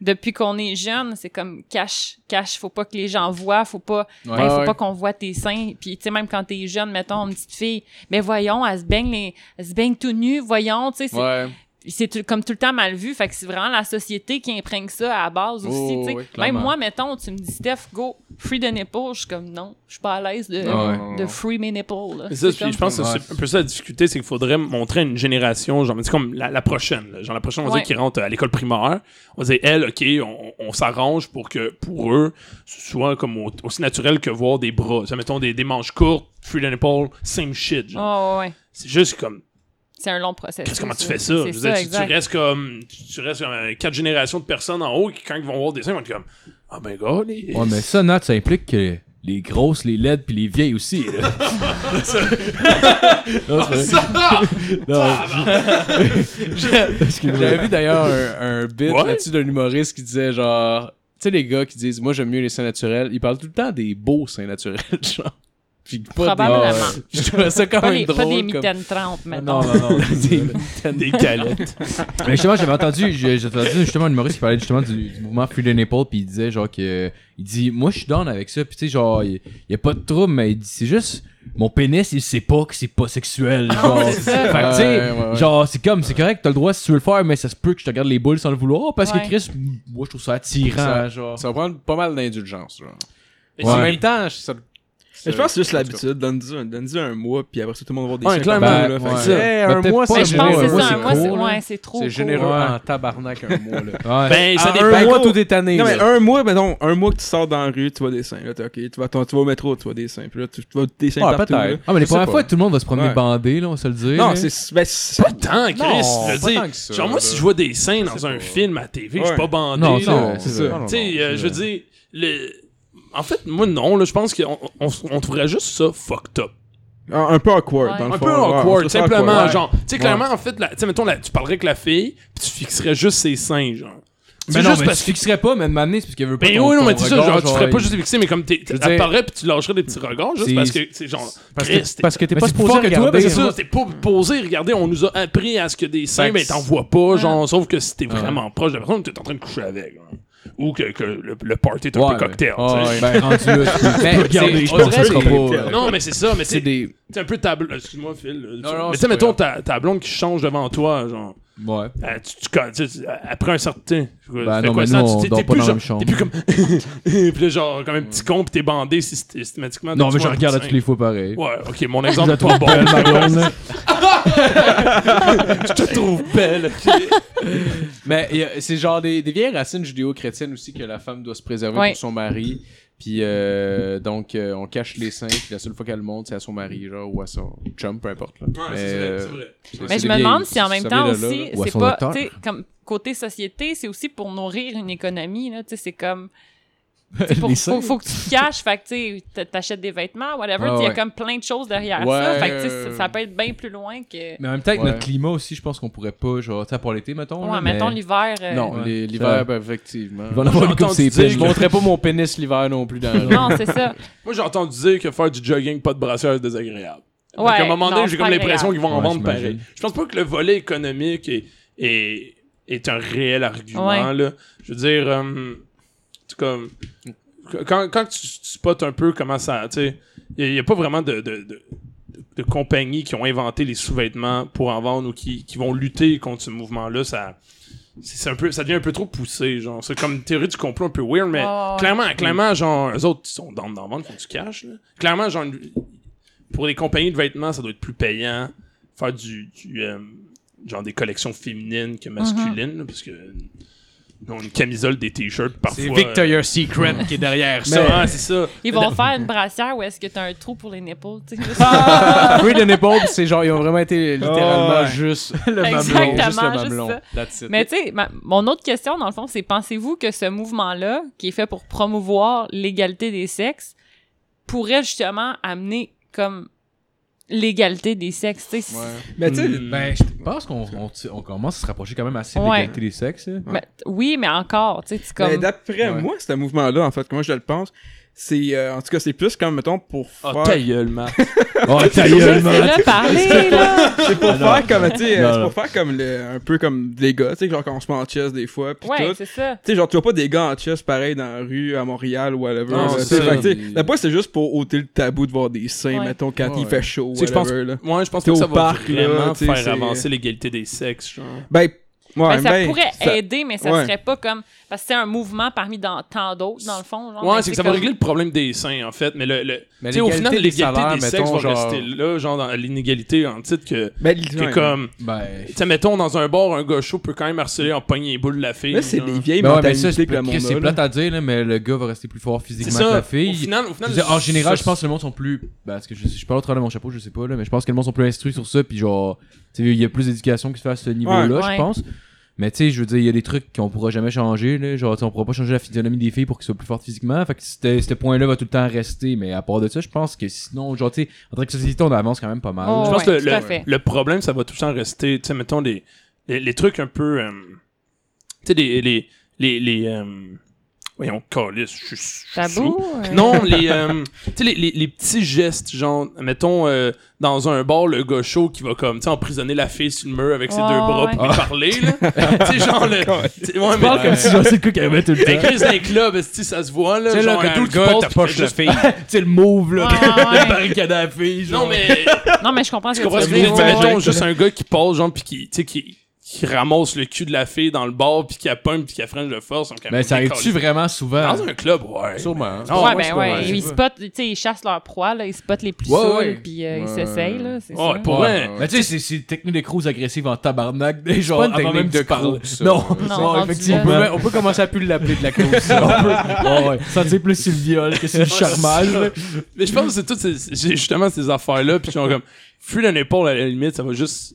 A: depuis qu'on est jeune, c'est comme cache, cache, faut pas que les gens voient, faut pas,
E: Ouais,
A: hey, faut
E: ouais.
A: pas qu'on voit tes seins. Puis tu sais même quand t'es jeune, mettons une petite fille, mais voyons, elle se baigne les, elle se baigne tout nu, voyons, tu sais, c'est-
E: Ouais.
A: c'est tout- comme tout le temps mal vu. Fait que c'est vraiment la société qui imprègne ça à la base
E: Oh,
A: aussi. tu sais.
E: oui,
A: Même
E: clairement.
A: moi, mettons, tu me dis Steph, go, free de nipples. Je suis comme non, je suis pas à l'aise de,
E: Ah Ouais.
A: de free mes nipples. là.
D: Mais ça,
A: C'est
D: puis
A: comme-
D: je pense que c'est un peu ça la difficulté, c'est qu'il faudrait montrer à une génération, genre, mais c'est comme la, la prochaine, là. genre la prochaine, on va
A: Ouais.
D: dire, qui rentre à l'école primaire, on va dire, elle, ok, on, on s'arrange pour que, pour eux, ce soit comme au- aussi naturel que voir des bras, ça mettons des, des manches courtes, free the nipple, same shit, genre.
A: Ah, ouais, ouais.
D: C'est juste comme,
A: C'est un long processus.
D: qu'est-ce, comment tu
A: là.
D: fais ça? Je
A: C'est
D: veux dire, tu, tu
A: exact.
D: restes comme, tu, tu restes comme euh, quatre générations de personnes en haut qui, quand ils vont voir des seins, ils vont être comme, ah ben gars, les-
C: Ouais, mais ça, Nat, ça implique que les grosses, les laides, puis les vieilles aussi. Là. non, c'est vrai.
E: J'avais vu d'ailleurs un, un bit
D: Ouais.
E: là-dessus d'un humoriste qui disait genre, tu sais les gars qui disent moi j'aime mieux les seins naturels, ils parlent tout le temps des beaux seins naturels genre. Puis pas des- euh,
A: Probablement.
E: Je trouvais ça quand
A: Pas,
E: même
A: les, pas
E: drôle
A: des
E: comme
A: mitaines 30,
D: Ah,
C: non,
A: maintenant.
C: non, non.
D: des galettes.
C: Mais justement, j'avais entendu, j'ai j'ai entendu justement un humoriste qui parlait justement du, du mouvement Free the Nipple, puis il disait genre que. Il dit, moi je suis down avec ça, puis tu sais, genre, il y a pas de trouble, mais il dit, c'est juste, mon pénis, il sait pas que c'est pas sexuel. Genre,
A: c'est ça.
C: Fait que tu sais,
E: Ouais, ouais, ouais.
C: genre, c'est comme, c'est correct, t'as le droit si tu veux le faire, mais ça se peut que je te regarde les boules sans le vouloir, Oh, parce
A: Ouais.
C: que Chris, moi je trouve ça attirant.
E: Ça-
C: genre.
E: Ça va prendre pas mal d'indulgence genre.
D: Et
E: En
D: c'est-
E: même temps, ça-
F: Mais je pense que c'est juste
E: en tout cas.
F: l'habitude. Donne-y un- donne-y un mois, puis après ça, tout le monde va
D: Ouais,
F: voir des seins
D: clairement,
F: partout, là. Fait que
E: ouais.
F: ça-
E: Hey,
C: Mais
E: un
C: peut-être pas
E: mois, c'est
A: Mais je pense que
E: généreux.
A: c'est ça.
E: Un
A: Moi,
E: mois,
A: c'est
E: court,
A: ouais, c'est trop.
E: C'est
A: court.
E: généreux
C: Ouais.
E: en tabarnak un mois là.
C: Ouais.
D: Ben, ça
F: Ah,
D: dépend.
E: un
F: Ben,
E: mois
F: gros,
E: tout est tanné.
F: Non, mais
E: là.
F: un mois, mettons, un mois que tu sors dans la rue, tu vois des seins. Là, t'es ok, tu vas, ton- tu vas au métro, tu vois des seins. Puis là, tu, tu vois des seins
E: Ah,
F: partout.
E: peut-être.
F: là.
C: Ah, mais les
E: Je sais
C: premières
E: pas.
C: fois, tout le monde va se promener
F: Ouais.
C: bandé, là, on va se le dire.
F: Non,
C: là.
F: c'est. Ben, c'est-
D: Tant, Chris, je veux
E: pas
D: dire,
E: tant que ça,
D: genre moi
E: là.
D: si je vois des scènes dans
E: C'est
D: un
E: pas-
D: film à TV, je suis
F: Ouais.
D: pas bandé.
C: Non,
D: là.
C: non,
F: c'est
C: c'est
F: ça.
C: ça.
D: Tu sais, euh, je veux dire, le... en fait, moi non, là, je pense qu'on on, on trouverait juste ça fucked up.
F: un un peu awkward,
A: Ouais.
F: dans le
D: Un
F: fond.
D: peu
F: Ouais, on
D: awkward,
F: trouve ça
D: simplement,
F: awkward.
D: genre, tu sais, clairement, en fait, la- tu sais, mettons, la- tu parlerais avec la fille, puis tu fixerais juste ses seins, genre.
C: Mais
D: C'est
C: Ben non,
D: juste
C: mais
D: parce
C: tu
D: que...
C: fixerais pas, mais de m'amener, c'est parce qu'elle veut pas.
D: Ben
C: ton-
D: oui, non,
C: ton
D: mais c'est ça,
C: regard,
D: genre, tu ferais pas
C: il-
D: juste les fixer, mais comme t'es-
E: veux
D: elle
E: dire-
D: parlerait, puis tu lâcherais des petits regards, juste
C: C'est-
D: parce que, c'est genre,
E: Parce
D: Chris,
E: que, parce que t'es
C: Mais
E: pas
C: c'est plus
E: supposé
C: fort que toi,
E: regarder. hein.
D: c'est ça, t'es pas posé, regardez, on nous a appris à ce que des seins,
E: Fait que
D: mais t'en
E: c'est-
D: vois pas, genre,
A: Ouais.
D: sauf que si t'es vraiment proche de la personne, t'es en train de coucher avec. hein. Ou que, que le, le party est un
C: Ouais,
D: peu
C: ouais.
D: cocktail.
E: Ouais,
D: tu sais.
E: ouais.
C: Ben, rendu là, tu peux-
E: Ben,
C: regarder,
E: c'est-
C: je
E: on
C: pense
E: dirait
C: que ça
E: que
C: sera pas, euh,
D: Non, mais c'est ça, mais
E: C'est
D: c'est
E: des.
D: c'est un peu ta bl- Excuse-moi, Phil. euh, tu-
E: non,
D: mais tu
E: c'est
D: sais, mettons,
E: pas
D: ta, ta blonde qui change devant toi, genre.
C: Ouais.
D: euh, tu, tu, con- tu, tu- après un certain.
C: Ben
D: fait
C: non,
D: quoi,
C: mais
D: ça,
C: nous,
D: tu-
C: on
D: t'es-
C: dort
D: t'es
C: pas
D: plus
C: dans la
D: genre-
C: même
D: T'es plus comme. Puis là, genre, comme un petit con, pis t'es bandé systématiquement.
C: Non, mais
D: Tu
C: je
D: vois un
C: regarde à
D: petit
C: toutes les fois pareil.
D: sein. Ouais, ok, mon
C: Je
D: exemple.
C: la
D: est
C: trouve
D: pas bon.
C: belle, ma blonde, là.
D: Je te trouve belle.
E: Mais il y a- c'est genre des, des vieilles racines judéo-chrétiennes aussi que la femme doit se préserver
A: Ouais.
E: pour son mari. Puis euh, donc, euh, on cache les seins. Puis la seule fois qu'elle le montre, c'est à son mari, genre, ou à son chum, peu importe. Là.
D: Ouais,
E: Mais,
D: c'est vrai, c'est
E: euh,
D: vrai.
E: c'est-
A: Mais
E: c'est
A: je
E: des
A: me
E: vieilles-
A: demande si en même
E: ça
A: temps
E: vient de là,
A: aussi,
E: là.
C: ou à
A: c'est
C: son
A: pas,
C: docteur.
A: tu sais, comme côté société, c'est aussi pour nourrir une économie, là, tu sais, c'est comme. Pour,
C: Les seins.
A: faut, faut que tu te caches, fait que tu sais, t- t'achètes des vêtements, whatever.
C: Ouais,
A: Il y a
C: ouais.
A: comme plein de choses derrière
E: Ah Ouais,
A: ça. Fait que tu sais,
E: euh,
A: ça, ça peut être bien plus loin que.
C: Mais en même temps, avec
E: Ouais.
C: notre climat aussi, je pense qu'on pourrait pas, genre, tu sais, pour l'été, mettons.
A: Ouais,
C: là,
A: mettons
C: mais-
A: l'hiver. euh,
E: Non,
C: Ouais.
E: les-
C: Ça-
E: l'hiver, ben, effectivement.
C: Ils vont en avoir une coupe,
D: entendu
C: c'est
D: dire-
E: Je montrais pas mon pénis l'hiver non plus dans la rue.
A: Non, c'est ça.
D: Moi, j'ai entendu dire que faire du jogging, pas de brassière, c'est désagréable. Donc,
A: Ouais.
D: à un moment
A: non,
D: donné, j'ai
A: c'est
D: comme
A: pas
D: l'impression qu'ils vont en
C: Ouais,
D: vendre
C: j'imagine.
D: pareil. Je pense pas que le volet économique est, est, est un réel argument.
A: Ouais.
D: Là. Je veux dire, euh, tu comme. Quand, quand tu, tu spots un peu comment ça. Tu sais, il n'y a, pas vraiment de, de, de, de compagnies qui ont inventé les sous-vêtements pour en vendre ou qui, qui vont lutter contre ce mouvement-là. Ça. C'est c'est un peu, ça devient un peu trop poussé, genre. C'est comme une théorie du complot un peu weird, mais
A: Ouais, ouais.
D: clairement, clairement, genre, eux autres, ils sont dans, dans le monde, ils font du cash, là. Clairement, genre, pour les compagnies de vêtements, ça doit être plus payant faire du, du, euh, genre des collections féminines que masculines, là, parce que ils ont une camisole, des t-shirts parfois. euh,
E: C'est Victoria's Secret qui est derrière
D: Ça,
E: ça.
D: hein, c'est ça.
A: Ils vont faire une brassière où est-ce que t'as un trou pour les nipples, tu sais. juste-
E: Free the nipple, c'est genre, ils ont vraiment été littéralement hein.
F: Ah ouais.
E: Oh, juste le mamelon.
A: Exactement,
E: Juste le
A: juste
E: mamelon.
A: ça.
E: That's it.
A: Mais tu sais, ma- mon autre question, dans le fond, c'est pensez-vous que ce mouvement-là, qui est fait pour promouvoir l'égalité des sexes, pourrait justement amener comme l'égalité des sexes, tu sais, si-
F: Mais tu sais,
E: hmm,
C: Ben, je pense qu'on on- on commence à se rapprocher quand même assez de
A: Ouais.
C: l'égalité des sexes. là.
A: mais- oui, mais encore, tu sais, tu
F: ben,
A: comme...
F: d'après
C: Ouais.
F: moi, ce mouvement-là, en fait, comment je le pense, c'est. euh, en tout cas, c'est plus comme, mettons, pour
D: Ah,
F: faire.
D: ta gueule, Matt.
C: Oh, ta gueule, man.
A: Laissez-le parler, là!
F: c'est pour
C: Ah,
F: faire comme, tu sais, euh,
C: Non,
F: c'est
C: non.
F: pour faire comme le, un peu comme des gars, tu sais, genre quand on se met en chess des fois, pis
A: Ouais,
F: tout.
A: c'est ça.
F: Tu sais, genre, tu vois pas des gars en chess pareil dans la rue à Montréal ou whatever.
D: Non,
F: là,
D: c'est
F: tu sais,
D: ça.
F: fait que, tu sais, la fois, c'est juste pour ôter le tabou de voir des seins,
A: Ouais.
F: mettons, quand
E: Ouais,
F: il
E: ouais.
F: fait chaud,
D: Tu sais, je pense-
F: whatever, là.
D: Ouais, je pense
F: T'es
D: pas que ça va
F: au parc, là,
D: vraiment
F: tu sais,
D: faire
F: c'est-
D: avancer l'égalité des sexes, genre.
F: Ben, ouais,
A: Ben, ça
F: ben,
A: pourrait
F: ça-
A: aider, mais ça
F: ouais.
A: serait pas comme... Parce que c'est un mouvement parmi dans, tant d'autres, dans le fond. Genre,
D: Ouais,
A: mais
D: c'est
A: tu
D: que
A: sais,
D: ça va
A: comme-
D: régler le problème des seins, en fait. Mais le, le-
E: Mais
D: tu sais, au
E: l'égalité
D: final,
E: des
D: l'égalité
E: salaires,
D: des sexes
E: mettons,
D: va
E: genre-
D: rester là, genre dans l'inégalité en titre que,
F: Ben,
D: que
F: ouais.
D: comme,
C: Ben,
D: tu sais, mettons, dans un bar, un gars chaud peut quand même harceler en pognant les boules de la fille.
F: Là, c'est
D: genre.
F: des vieilles
C: Ben ouais, ben ça,
F: mentalités
C: c'est
F: que le monde
C: Chris, c'est
F: a, là.
C: plate à dire, là, mais le gars va rester plus fort
D: C'est
C: physiquement que
D: ça.
C: la
D: Au
C: fille.
D: final, au final,
C: Je veux dire, en
D: ça-
C: général, je pense que le monde sont plus. ben, Parce que je, je parle au travers de mon chapeau, je sais pas, là, mais je pense que le monde sont plus instruits sur ça, puis genre, tu sais, il y a plus d'éducation qui se fait à ce niveau-là,
A: Ouais.
C: je
A: Ouais.
C: pense. Mais tu sais, je veux dire, il y a des trucs qu'on pourra jamais changer, là. Genre, tu sais, on pourra pas changer la physionomie des filles pour qu'elles soient plus fortes physiquement. Fait que c'était- ce point-là va tout le temps rester, mais à part de ça, je pense que sinon, genre, tu sais, en tant que société, on avance quand même pas mal.
A: Oh,
C: là.
D: Je pense
A: ouais,
D: que
A: tout à fait.
D: le, le problème, ça va tout le temps rester, tu sais, mettons, les, les, les trucs un peu, euh, tu sais, les, les, les, les, euh, voyons, calice, je suis- je suis
A: Tabou?
D: sous.
A: euh,
D: Non, les, euh, tu sais, les, les, les petits gestes, genre, mettons, euh, dans un bar, le gars chaud qui va comme, tu sais, emprisonner la fille sur le mur avec ses
A: Ouais,
D: deux bras pour
A: ouais.
D: lui parler, là. tu sais, genre, le. tu sais, Ouais, mais.
C: Parle comme si genre, c'est le coup qu'elle avait tout le
D: Ben,
C: temps.
D: Chris d'un club, si ça se voit, là.
E: Tu sais, là,
D: genre,
E: quand
D: un
E: tout le
D: gars
E: gars
D: qui
E: t'as
D: fait
E: poche la
D: juste-
E: fille.
C: Tu sais, le move, là.
A: Ouais, ouais.
C: Barricade à la fille, genre.
D: Non, mais.
A: Non, mais je comprends ce que
D: Tu comprends
A: tu
D: ce
A: veux
D: que je veux
A: dire.
D: dire?
A: ouais, ouais.
D: Mettons juste un gars qui passe, genre, pis qui, tu sais, qui, qui ramasse le cul de la fille dans le bar, pis qui la pogne, pis qui la freine de force. on
C: Ben, ça arrive-tu
D: décolle.
C: vraiment souvent?
D: Dans un club, ouais.
E: Sûrement.
D: Non, Ah,
A: ouais,
D: moi,
A: ben
D: je-
A: ouais.
E: ouais.
A: Ils spotent, tu sais, ils chassent leur proie, là, ils spotent les plus
C: Ouais,
A: saouls,
C: ouais.
A: puis euh, ils
E: Ouais.
A: s'essayent, là, c'est
D: Ouais,
A: ça.
D: pour vrai.
C: Mais tu sais, c'est- c'est une technique de crouse agressive en tabarnak. Des gens,
E: pas une technique de
C: parler.
E: crouse, ça.
C: Non,
E: Non,
C: non,
A: rendu
C: effectivement.
A: là,
E: On peut, même- on peut commencer à plus l'appeler de la cause.
C: Ça, on peut- ouais, ouais. Ça, c'est plus sur le viol que Ah, c'est le charmage. là.
D: Mais je pense que c'est toutes ces, j'ai justement ces affaires-là, pis genre, comme, fuis d'un épaule, à la limite, ça va juste.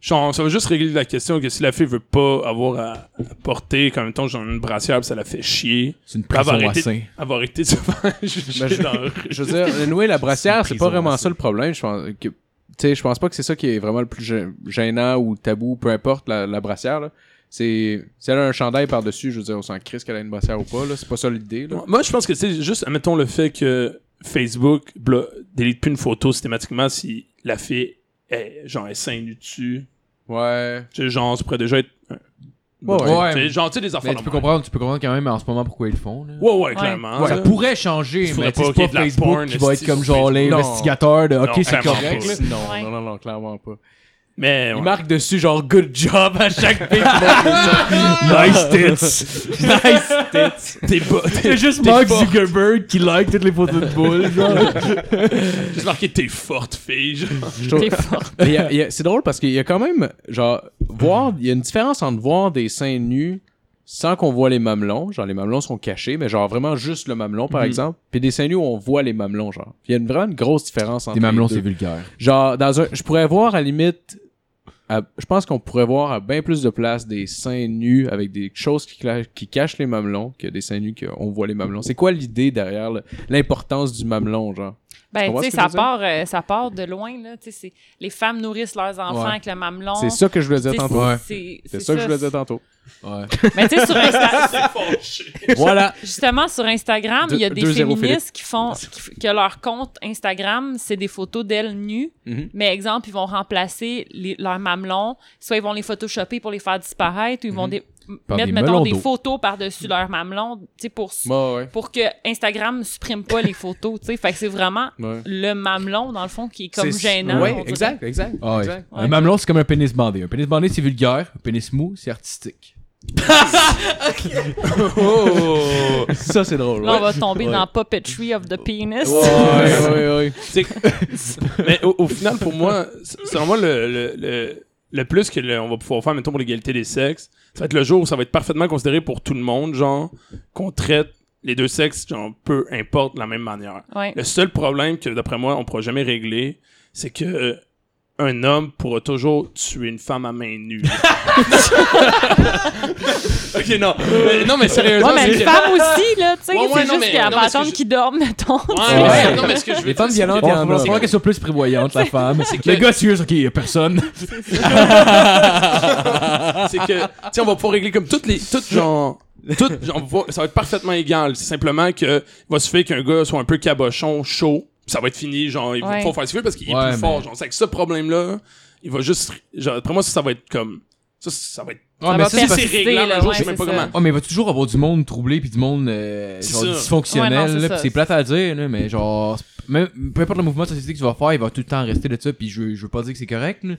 D: genre, ça va juste régler la question que si la fille veut pas avoir à, à porter, comme mettons, genre une brassière, pis ça la fait chier.
C: C'est une
D: Elle va
C: prison à
D: arrêter-
C: sein.
D: Elle va arrêter de se faire juger
E: Ben, je-
D: dans la rue.
E: je veux dire, nouer la brassière, c'est
C: prison,
E: pas vraiment
C: là,
E: ça le problème. Je pense que, tu sais, je pense pas que c'est ça qui est vraiment le plus gê- gênant ou tabou, peu importe la, la brassière. là. C'est si elle a un chandail par-dessus, je veux dire, on s'en crisse qu'elle a une brassière ou pas. là. C'est pas ça l'idée. là.
D: Ouais, Moi, je pense que c'est juste, admettons le fait que Facebook blo- délite plus une photo systématiquement si la fille est, genre, est seins nus dessus.
E: Ouais.
D: Tu sais, genre, ça pourrait déjà être. un-
E: Ouais,
D: Tu sais,
C: ouais.
D: tu sais, Genre, tu sais, des
C: Mais
D: affaires
C: tu
D: de
C: peux
D: même.
C: comprendre, tu peux comprendre quand même en ce moment pourquoi ils le font. là.
D: Ouais, ouais, clairement.
C: Ça
D: là.
C: pourrait changer,
D: Faudrait
C: mais tu sais,
D: pas qu'il y ait
C: c'est
D: de la
C: pas Facebook
D: porn,
C: qui va être
D: esti,
C: comme
D: sur
C: genre
D: Facebook.
C: l'investigateur de OK, c'est
D: clairement
C: correct.
D: pas.
C: là.
E: Non,
A: Ouais.
E: non, non, non, clairement pas.
D: Mais. ouais.
E: Il marque dessus genre good job à chaque pic.
H: Nice tits.
E: nice tits.
D: T'es pas.
H: C'est
D: T'es
H: juste
D: t'es
H: Mark
D: forte.
H: Zuckerberg qui like toutes les photos de boules, genre.
D: Juste marqué t'es forte, fille. genre.
E: Je trouve-
A: T'es fort.
E: Mais il y a- il y a- c'est drôle parce qu'il y a quand même, genre, voir, il y a une différence entre voir des seins nus sans qu'on voit les mamelons, genre les mamelons sont cachés, mais genre vraiment juste le mamelon
C: Mhm.
E: par exemple, puis des seins nus où on voit les mamelons, genre. Il y a une, vraiment une grosse différence entre
C: Des mamelons,
E: les
C: c'est
E: deux.
C: vulgaire.
E: Genre, dans un, je pourrais voir à la limite, à- je pense qu'on pourrait voir à bien plus de place des seins nus avec des choses qui, cla- qui cachent les mamelons que des seins nus qu'on voit les mamelons. C'est quoi l'idée derrière le- l'importance du mamelon, genre? Tu
A: Ben,
E: comprends
A: tu sais,
E: ce que je
A: ça
E: veux
A: part, euh, ça part de loin, là, tu sais, c'est- les femmes nourrissent leurs enfants
E: Ouais.
A: avec le mamelon.
E: C'est ça que je voulais dire
A: Tu sais,
E: tantôt.
A: c'est-
E: C'est ça que je voulais dire tantôt.
C: Ouais.
A: Mais tu sais, sur Insta-
E: Voilà.
A: justement, sur Instagram,
E: Deux-
A: il y a des
E: deux zéro,
A: féministes qui font qui f- que leur compte Instagram, c'est des photos d'elles nues.
E: Mhm.
A: Mais exemple, ils vont remplacer les- leurs mamelons. Soit ils vont les photoshopper pour les faire disparaître, ou ils vont des- m-
C: Par
A: mettre,
C: des
A: mettons,
C: melons
A: des
C: d'eau.
A: photos par-dessus leurs mamelons, tu sais, pour, s-
E: Ouais, ouais.
A: pour que Instagram ne supprime pas les photos, tu sais. Fait que c'est vraiment
E: Ouais.
A: le mamelon, dans le fond, qui est comme
E: C'est-
A: gênant.
E: Ouais,
A: on dirait.
E: exact, exact.
C: Ah ouais.
E: exact.
C: Un mamelon, c'est comme un pénis bandé. Un pénis bandé, c'est vulgaire. Un pénis mou, c'est artistique.
E: Oh! ça, c'est drôle.
A: Là, on
E: ouais.
A: va tomber dans Puppetry of the Penis.
E: Ouais, ouais, ouais.
D: C'est- mais au, au final, pour moi, c'est c'est vraiment le, le, le, le plus que le- on va pouvoir faire, mettons, pour l'égalité des sexes. ça va être le jour où ça va être parfaitement considéré pour tout le monde, genre, qu'on traite les deux sexes, genre, peu importe, de la même manière.
A: Ouais.
D: Le seul problème que, d'après moi, on pourra jamais régler, c'est que euh, un homme pourra toujours tuer une femme à main nue. ok, non. Mais- Euh, non, mais sérieusement,
A: Ouais, mais
D: c'est-
A: une femme aussi, là, tu sais,
D: Ouais, ouais,
A: c'est
D: non, mais-
A: juste qu'elle
D: non, mais ce
A: va
D: que
A: attendre
D: je-
A: qu'il dorme, mettons.
D: Ouais,
C: Ouais.
D: ouais. Non, Ah, mais ce que je veux
E: Les
D: dire,
E: femmes
D: c'est
E: violentes,
C: Bon,
E: il y
C: il va
E: en a.
C: falloir qu'elle soit plus prévoyante, la femme.
D: C'est Ah, que-
C: Le gars, c'est ok, il y a personne.
D: c'est que, tu sais, on va pouvoir régler comme toutes les, toutes genre, toutes, genre, on va pouvoir- ça va être parfaitement égal. C'est simplement que, il va se faire qu'un gars soit un peu cabochon, chaud, pis ça va être fini, genre, il va
A: Ouais.
D: faut faire ce qu'il veut parce qu'il
C: Ouais,
D: est plus fort,
C: mais-
D: genre, c'est que ce problème-là, il va juste, genre, après moi, ça, ça va être comme, ça, ça va être,
E: Ah,
A: Ça
C: mais
A: va
C: ça, c'est
D: si
C: parce-
D: bah, c'est
A: persister,
D: réglable
A: là,
D: un jour,
A: ouais,
D: je sais même
A: c'est
D: pas
A: ça.
D: comment.
C: Ouais, Ah, mais il va toujours avoir du monde troublé puis du monde euh,
D: C'est
C: genre
D: ça.
C: dysfonctionnel.
A: Ouais, non, c'est
C: là,
A: ça.
C: puis c'est plate à dire, là, mais genre, c'est- même, peu importe le mouvement de société que tu vas faire, il va tout le temps rester de ça. Puis je, je veux pas dire que c'est correct. là.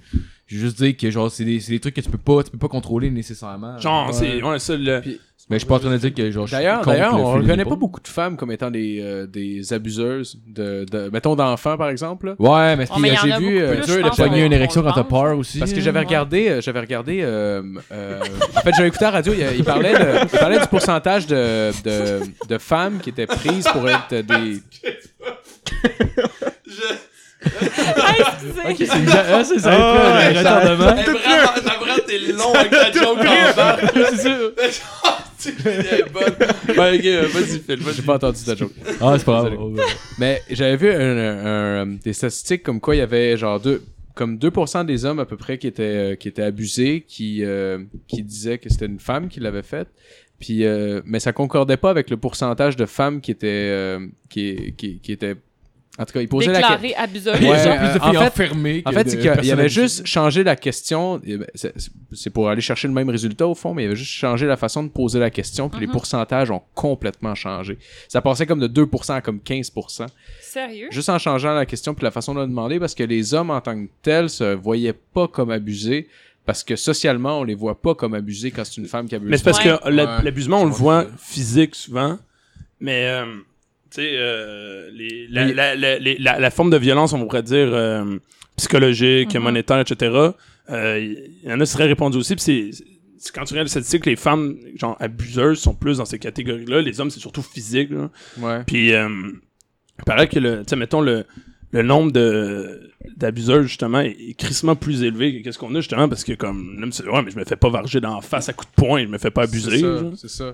C: Je veux juste dire que genre, c'est des, c'est des trucs que tu peux pas, tu peux pas contrôler nécessairement.
D: Genre,
E: Ouais.
D: c'est, ouais, ça, le,
C: Mais je suis pas en train de dire que genre, je suis
E: D'ailleurs,
C: contre
E: d'ailleurs,
C: le
E: on
C: free
E: reconnaît
C: nipple.
E: pas beaucoup de femmes comme étant des, euh, des abuseuses de, de- mettons d'enfants par exemple. là.
C: Ouais, mais c'est
A: Oh, mais il y en
E: j'ai
A: a
E: vu, euh,
A: beaucoup
E: Dieu,
A: plus,
E: il
A: je
E: a
A: pense,
E: pas
C: T'as
E: on-
A: qu'on-
C: mis une
A: qu'on
C: érection quand
A: pense.
C: t'as peur aussi.
E: Parce que
C: là.
E: j'avais
A: Ouais.
E: regardé, euh, j'avais regardé. euh, euh, en fait, j'avais écouté à la radio, il, il parlait de- il parlait du pourcentage de, de, de femmes qui étaient prises pour être des.
A: Ah, excusez.
H: c'est ça.
C: Ah,
E: Ah,
H: le retardement.
D: Hey, vraiment, Navrant, t'es long avec ta joke en bas. C'est sûr. Elle est bonne. Ouais, ok, euh, vas-y, Phil, vas-y.
E: J'ai pas entendu ta joke.
H: Ah, c'est pas grave.
E: Désolé. Mais j'avais vu un- un- un, des statistiques comme quoi il y avait genre deux, comme 2% des hommes à peu près qui étaient, euh, qui étaient abusés, qui, euh, qui disaient que c'était une femme qui l'avait faite. Puis, euh, mais ça concordait pas avec le pourcentage de femmes qui étaient, euh, qui, qui, qui étaient, en tout cas, ils posaient la question.
A: Déclaré abuseur.
C: Il y a
E: Ouais,
C: plus de
E: euh, en
C: filles
E: fait-
C: enfermées
E: En
C: que
E: fait,
C: de
E: c'est qu'il y
C: personnes
E: avait
C: abusées.
E: juste changé la question. et ben, C'est c'est pour aller chercher le même résultat au fond, mais il y avait juste changé la façon de poser la question. Puis les
A: Mhm.
E: pourcentages ont complètement changé. Ça passait comme de 2% à comme 15%.
A: Sérieux?
E: Juste en changeant la question puis la façon de la demander, parce que les hommes en tant que tels se voyaient pas comme abusés. Parce que socialement, on les voit pas comme abusés quand c'est une femme qui abuse.
D: Mais c'est parce que la-
E: Ouais.
D: l'abusement, on le
E: Ouais.
D: voit physique souvent, mais euh, tu sais, euh, les- la,
E: Oui.
D: la- la- les- la- la forme de violence, on pourrait dire euh, psychologique,
A: Mhm.
D: monétaire, etc. euh, Il y en a qui seraient répondus aussi, puis c'est- c'est quand tu regardes les statistiques, les femmes genre abuseuses sont plus dans ces catégories-là. Les hommes, c'est surtout physique. là.
E: Ouais.
D: Puis, euh, il paraît que, le, tu sais, mettons, le, le nombre de d'abuseurs, justement, est, est crissement plus élevé que qu'est-ce qu'on a, justement, parce que, comme, l'homme se dit, ouais, mais je me fais pas varger dans la face à coups de poing, je me fais pas abuser.
E: C'est ça,
D: genre.
E: C'est ça.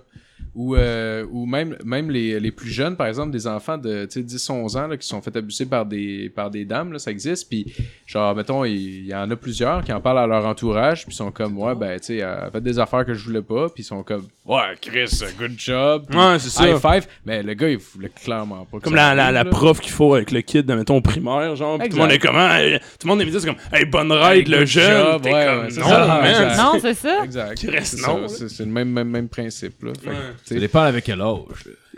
E: Ou, euh, ou même, même les, les plus jeunes, par exemple, des enfants de 10-11 ans là, qui se sont fait abuser par des, par des dames, là, ça existe. Puis, genre, mettons, il il y en a plusieurs qui en parlent à leur entourage, puis sont comme, ouais, ben, tu sais, elle fait des affaires que je voulais pas, puis ils sont comme, ouais, Chris, euh, good job. Puis,
D: Ouais, c'est ça.
E: High five. Mais le gars, il voulait clairement pas. que
D: Comme
E: ça
D: la, la,
E: arrive,
D: la
E: là.
D: prof qu'il faut avec le kid, mettons, au primaire, genre, puis tout le monde est
E: Exact.
D: comme, Hey, tout le monde est mis c'est comme, hey, bonne ride,
E: Hey,
D: Ah, le
E: good
D: jeune.
E: job,
D: T'es
E: ouais,
D: comme,
E: ouais, c'est
D: non,
E: ça,
D: man.
E: exact.
A: Non, c'est ça.
E: Exact.
D: Qui reste
E: C'est ça,
D: non, là.
E: C'est c'est le même, même, même principe, là. Fait que,
D: Ouais.
E: tu
C: Ça
E: sais,
C: dépend avec quel âge.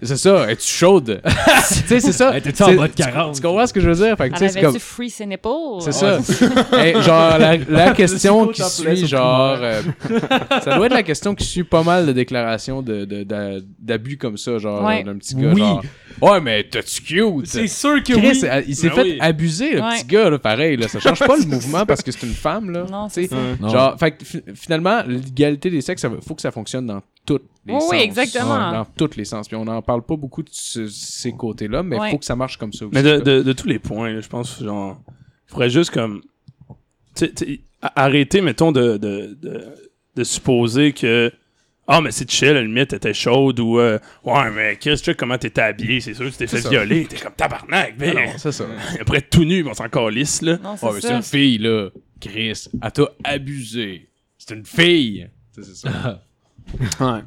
E: C'est ça, es-tu chaude? tu sais, c'est ça.
H: Hey, t'es-tu en
E: C'est-
H: bas de
E: tu-
H: 40?
E: Tu comprends ce que je veux dire? Fait que, tu
A: Elle
E: sais, c'est comme.
A: avait-tu free ses nipples?
E: C'est ça. Hey, genre, la, la question qui suit, genre. euh, ça doit être la question qui suit pas mal de déclarations de- de- d'a- d'abus comme ça, genre,
A: Ouais.
E: d'un petit gars.
H: Oui.
E: Genre, ouais, mais t'es-tu cute?
H: C'est sûr que
E: Chris,
H: oui.
E: euh, il s'est
D: Ben
E: fait
D: oui.
E: abuser, le
A: Ouais.
E: petit gars, là, pareil. Là, ça change pas le mouvement parce que c'est une femme. Là,
A: Non,
E: tu sais.
A: c'est ça.
C: Non.
E: Genre, fait que fi- finalement, l'égalité des sexes, il faut que ça fonctionne dans toutes les
A: Oui,
E: sens.
A: oui, exactement.
E: Ouais, Dans tous les sens. Puis on n'en parle pas beaucoup de ce- ces côtés-là, mais il
A: Ouais.
E: faut que ça marche comme ça aussi.
D: Mais de,
E: là.
D: de, de tous les points, là, je pense, genre, faudrait juste comme. tu sais- tu sais, a- arrêter, mettons, de, de, de, de supposer que. Ah, mais c'est chill, à la limite, t'étais chaude ou. euh, ouais, mais Chris, check comment t'étais habillé, c'est sûr, tu t'es fait
E: ça.
D: violer, t'es comme tabarnak,
E: Ah
D: ben.
E: non, c'est ça.
D: Après, être tout nu, mais on s'en calisse, là.
A: Non, c'est
E: Ouais, mais c'est
A: ça.
E: une fille, là. Chris, elle t'a abusé. C'est une fille. Ça, C'est ça.
D: Ouais.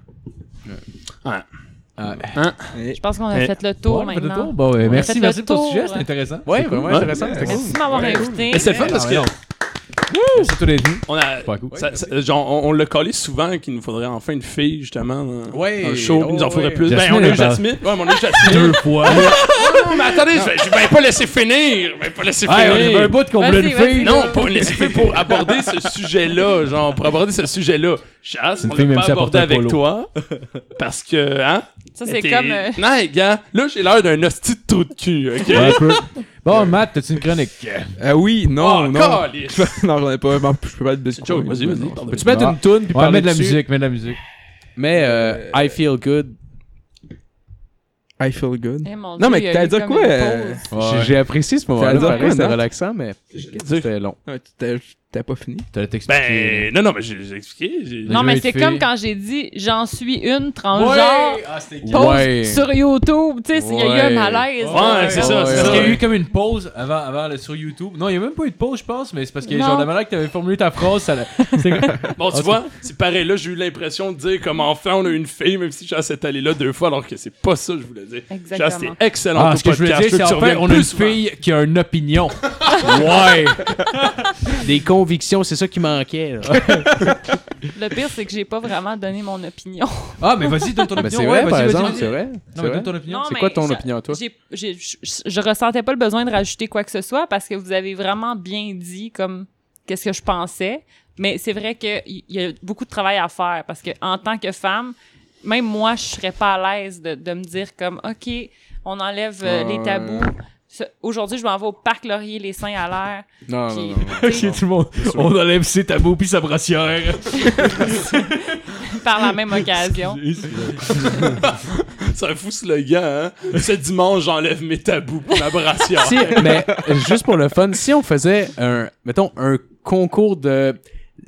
A: Je pense qu'on a
D: Eh.
A: fait le tour
C: Ouais, on fait le
A: maintenant.
C: tour. Bon, euh, merci,
A: fait
C: merci
A: le
C: pour ton
A: tour.
C: sujet, c'était intéressant. Hein?
E: Ouais, vraiment
D: Ouais.
E: intéressant. C'était cool.
A: Merci de m'avoir invité.
D: Mais c'est le fun parce que.
C: Merci tous les deux.
D: On a.
C: Pas cool.
D: ça- ça- genre, on, on l'a collé souvent qu'il nous faudrait enfin une fille, justement. dans-
E: Ouais.
D: dans le show, puis il nous en
E: Oh,
D: faudrait
E: ouais.
D: plus.
C: Jasmine,
D: ben, on a eu
C: elle parle.
D: Jasmine. Ouais, mais on a eu Jasmine.
H: Deux fois.
D: Non, mais attendez, je vais, je vais pas laisser finir. Je vais pas laisser
H: Hey, on
D: finir.
H: avait un bout qu'on voulait
A: Vas-y,
H: une
A: vas-y.
H: fille.
D: Non, pas laisser finir pour aborder ce sujet-là. Genre, pour aborder ce sujet-là. Chasse,
C: Une
D: on
C: fille,
D: l'a
C: même
D: pas
C: si elle porte
D: abordé
C: un
D: avec
C: polo.
D: toi. Parce que, hein?
A: Ça, c'est
D: t'es-
A: comme. euh,
D: Non, les gars, là, j'ai l'air d'un hostie de trou de cul, OK?
C: Un peu. Bon, Matt, t'as-tu une chronique?
F: Euh, oui, non,
D: Oh,
F: non.
D: calice!
F: non, j'en ai pas. non, Je peux pas être Bitcoin.
D: Joe, vas-y,
F: mais
D: vas-y.
F: non.
D: pardon.
E: Peux-tu mettre une toune puis
C: Ouais,
E: parler
C: mets de la
E: dessus?
C: musique, mets de la musique.
E: Mais euh, I feel good.
F: I feel good.
A: Eh,
F: Non,
A: mon Dieu,
F: mais
A: il y a
F: t'allais
A: eu
F: dire
A: comme
F: quoi,
A: une
F: euh,
A: pause.
E: J'ai- J'ai apprécié ce moment-là.
F: Ça dure
E: pareil,
F: pas,
E: C'était
F: non?
E: relaxant, mais c'était long.
F: Ah, tu t'as- T'as pas fini.
C: T'allais t'expliquer.
D: Ben, non, non, mais j'ai j'ai expliqué. j'ai-
C: Les
A: Non, mais
C: jeux
A: c'est
C: de filles.
A: comme quand j'ai dit j'en suis une transgenre
D: Ah,
A: pause
E: Ouais.
A: sur YouTube. Tu sais, il y a eu un
E: Ouais.
A: malaise.
D: Ouais,
A: là.
D: c'est ça, c'est
C: Parce
D: ça.
C: qu'il y a eu comme une pause avant, avant le, sur YouTube. Non, il y a même pas eu de pause, je pense, mais c'est parce que
A: Non.
C: genre la manière que t'avais formulé ta phrase, ça l'a- Ah, c'est
D: Bon, tu vois, c'est pareil, là, j'ai eu l'impression de dire comme enfin on a une fille, même si j'ai cette allée là deux fois, alors que c'est pas ça que je voulais dire. Genre,
A: Exactement.
D: c'était excellent
C: Ah,
D: ton
C: ce que je veux
D: podcast,
C: dire, c'est
D: que tu
C: enfin,
D: reviennes
C: on a
D: plus
C: une
D: souvent.
C: fille qui a une opinion.
E: Ouais! Des convictions, c'est ça qui manquait. là.
A: Le pire, c'est que j'ai pas vraiment donné mon opinion.
C: Ah, mais vas-y, donne ton
E: Mais
C: opinion.
E: c'est
C: ouais,
E: vrai,
C: vas-y,
E: par
C: vas-y,
E: exemple,
C: vas-y.
E: c'est vrai.
C: Non,
E: c'est
C: mais
E: vrai.
C: donne ton opinion.
A: Non,
E: C'est quoi
A: mais
E: ton
A: j'a-
E: opinion, toi?
A: j'ai- j'ai- je, je- je ressentais pas le besoin de rajouter quoi que ce soit parce que vous avez vraiment bien dit comme qu'est-ce que je pensais. Mais c'est vrai qu'il y y a beaucoup de travail à faire parce que en tant que femme, même moi, je serais pas à l'aise de, de me dire comme OK, on enlève euh, les tabous. Ce- Aujourd'hui, je m'en vais au parc Laurier, les seins à l'air.
E: Ah, Non,
A: Puis,
E: non, non.
A: tu sais,
C: Ok, tout le monde, on enlève ses tabous puis sa brassière.
A: par la même occasion.
D: C'est un fou slogan, hein. Ce dimanche, j'enlève mes tabous pour la brassière.
E: Si, mais euh, juste pour le fun, si on faisait un, mettons, un concours de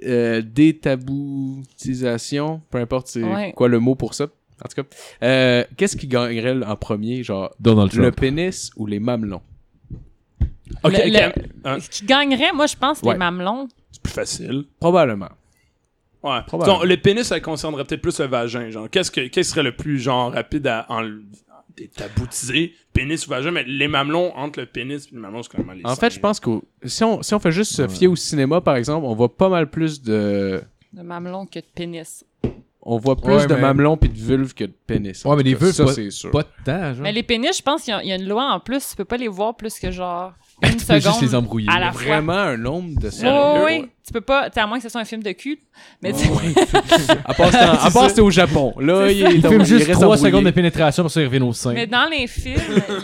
E: euh, détaboutisation, peu importe c'est
A: Ouais.
E: quoi le mot pour ça, en tout cas, euh, qu'est-ce qui gagnerait en premier, genre
C: Donald
E: le pénis ou les mamelons?
D: Ok,
A: Le-
D: ok,
A: le-
D: hein,
A: Ce qui gagnerait, moi, je pense,
E: Ouais.
A: les mamelons.
D: c'est plus facile.
E: Probablement.
D: Ouais.
E: Probablement.
D: Donc, le pénis, ça concernerait peut-être plus le vagin. Genre, qu'est-ce que, qu'est-ce qui serait le plus, genre, rapide à enlever? détaboutiser pénis ou vagin mais les mamelons entre le pénis et le mamelon c'est quand même les
E: En fait, je pense que si on, si on fait juste se fier au cinéma, par exemple, on voit pas mal plus de...
A: De mamelons que de pénis.
E: On voit plus
C: Ouais,
E: de
C: mais-
E: mamelons puis de vulves que de pénis. en
C: Ouais, mais
E: tout
C: les
E: cas.
C: vulves,
E: ça,
C: pas-
E: c'est sûr.
C: Pas de temps, genre.
A: Mais les pénis, je pense qu'il y a- il y, a une loi en plus. Tu peux pas les voir plus que genre
C: Tu
A: une
C: peux juste les
A: seconde
C: embrouiller.
A: à la fois.
E: Vraiment un nombre de
A: Oui,
E: ça.
A: oui, oui. Tu peux pas, tu sais, à moins que ce soit un film de cul. Mais tu-
E: À part c'est- à part c'était au Japon. Là, il,
C: Il
E: donc,
C: filme
E: il
C: juste
E: reste
C: 3
E: embrouillé.
C: secondes de pénétration pour ça, il revient au sein.
A: mais dans les films,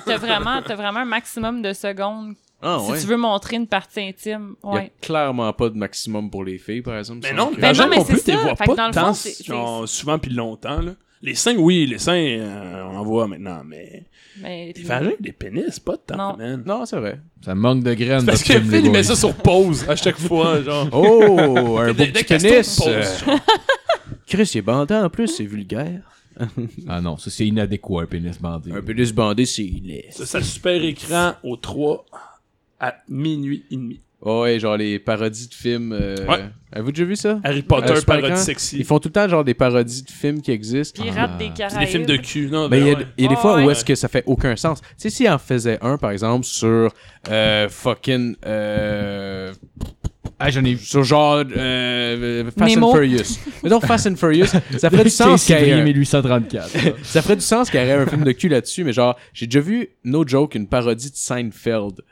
A: t'as vraiment, t'as vraiment un maximum de secondes
E: Ah,
A: si
E: ouais.
A: tu veux montrer une partie intime.
E: Il y a
A: Ouais.
E: clairement pas de maximum pour les filles, par exemple.
D: mais
E: ça.
D: non
E: Que-
D: les
A: Ben
D: vagins
A: non, mais
D: non
A: c'est
D: plus t'es
A: ça.
D: vois
A: Fait que
D: pas
A: dans le
D: tant,
A: fond, c'est-
D: genre, souvent puis longtemps là. les seins oui les seins euh, on en voit maintenant mais
A: Mais,
D: les vagins les pénis pas tant
A: Non.
D: man
E: Non, c'est vrai.
C: Ça manque de graines.
D: parce
C: de
D: que
C: film,
D: Phil
C: les
D: il met
C: boys.
D: ça sur pause à chaque fois genre
E: Oh, un beau
D: Dès- dès
E: petit
D: qu'elle se tourne,
E: pénis. euh,
D: pause, genre.
E: Chris, il est bandé en plus, c'est vulgaire.
C: Ah non, ça c'est inadéquat, un pénis bandé.
E: Un pénis bandé, c'est laid.
D: ça, ça super écran au 3 à minuit et demi
E: Oh, ouais, genre les parodies de films. euh,
D: Ouais.
E: Avez-vous déjà vu ça?
D: Harry Potter
E: Euh, super
D: parodie
E: grand. Ils
D: sexy
E: font tout le temps genre des parodies de films qui existent.
A: Pirates
C: Ah.
A: des
D: Puis
A: Caraïbes.
D: des films de cul non
E: Mais il y a,
D: ben ouais.
E: il y a des
A: Ah
E: fois où
A: ouais.
E: est-ce que ça fait aucun sens. Tu sais, s'il en faisait un, par exemple, sur euh, fucking. Euh,
C: Ah, j'en ai vu.
E: sur genre euh, Fast and
A: Nemo.
E: Furious. Mettons Fast and Furious, ça ferait du sens qu'il y ait un-
C: 1834.
E: ça ferait du sens qu'il y aurait un film de cul là-dessus, mais genre, j'ai déjà vu, no joke, une parodie de Seinfeld.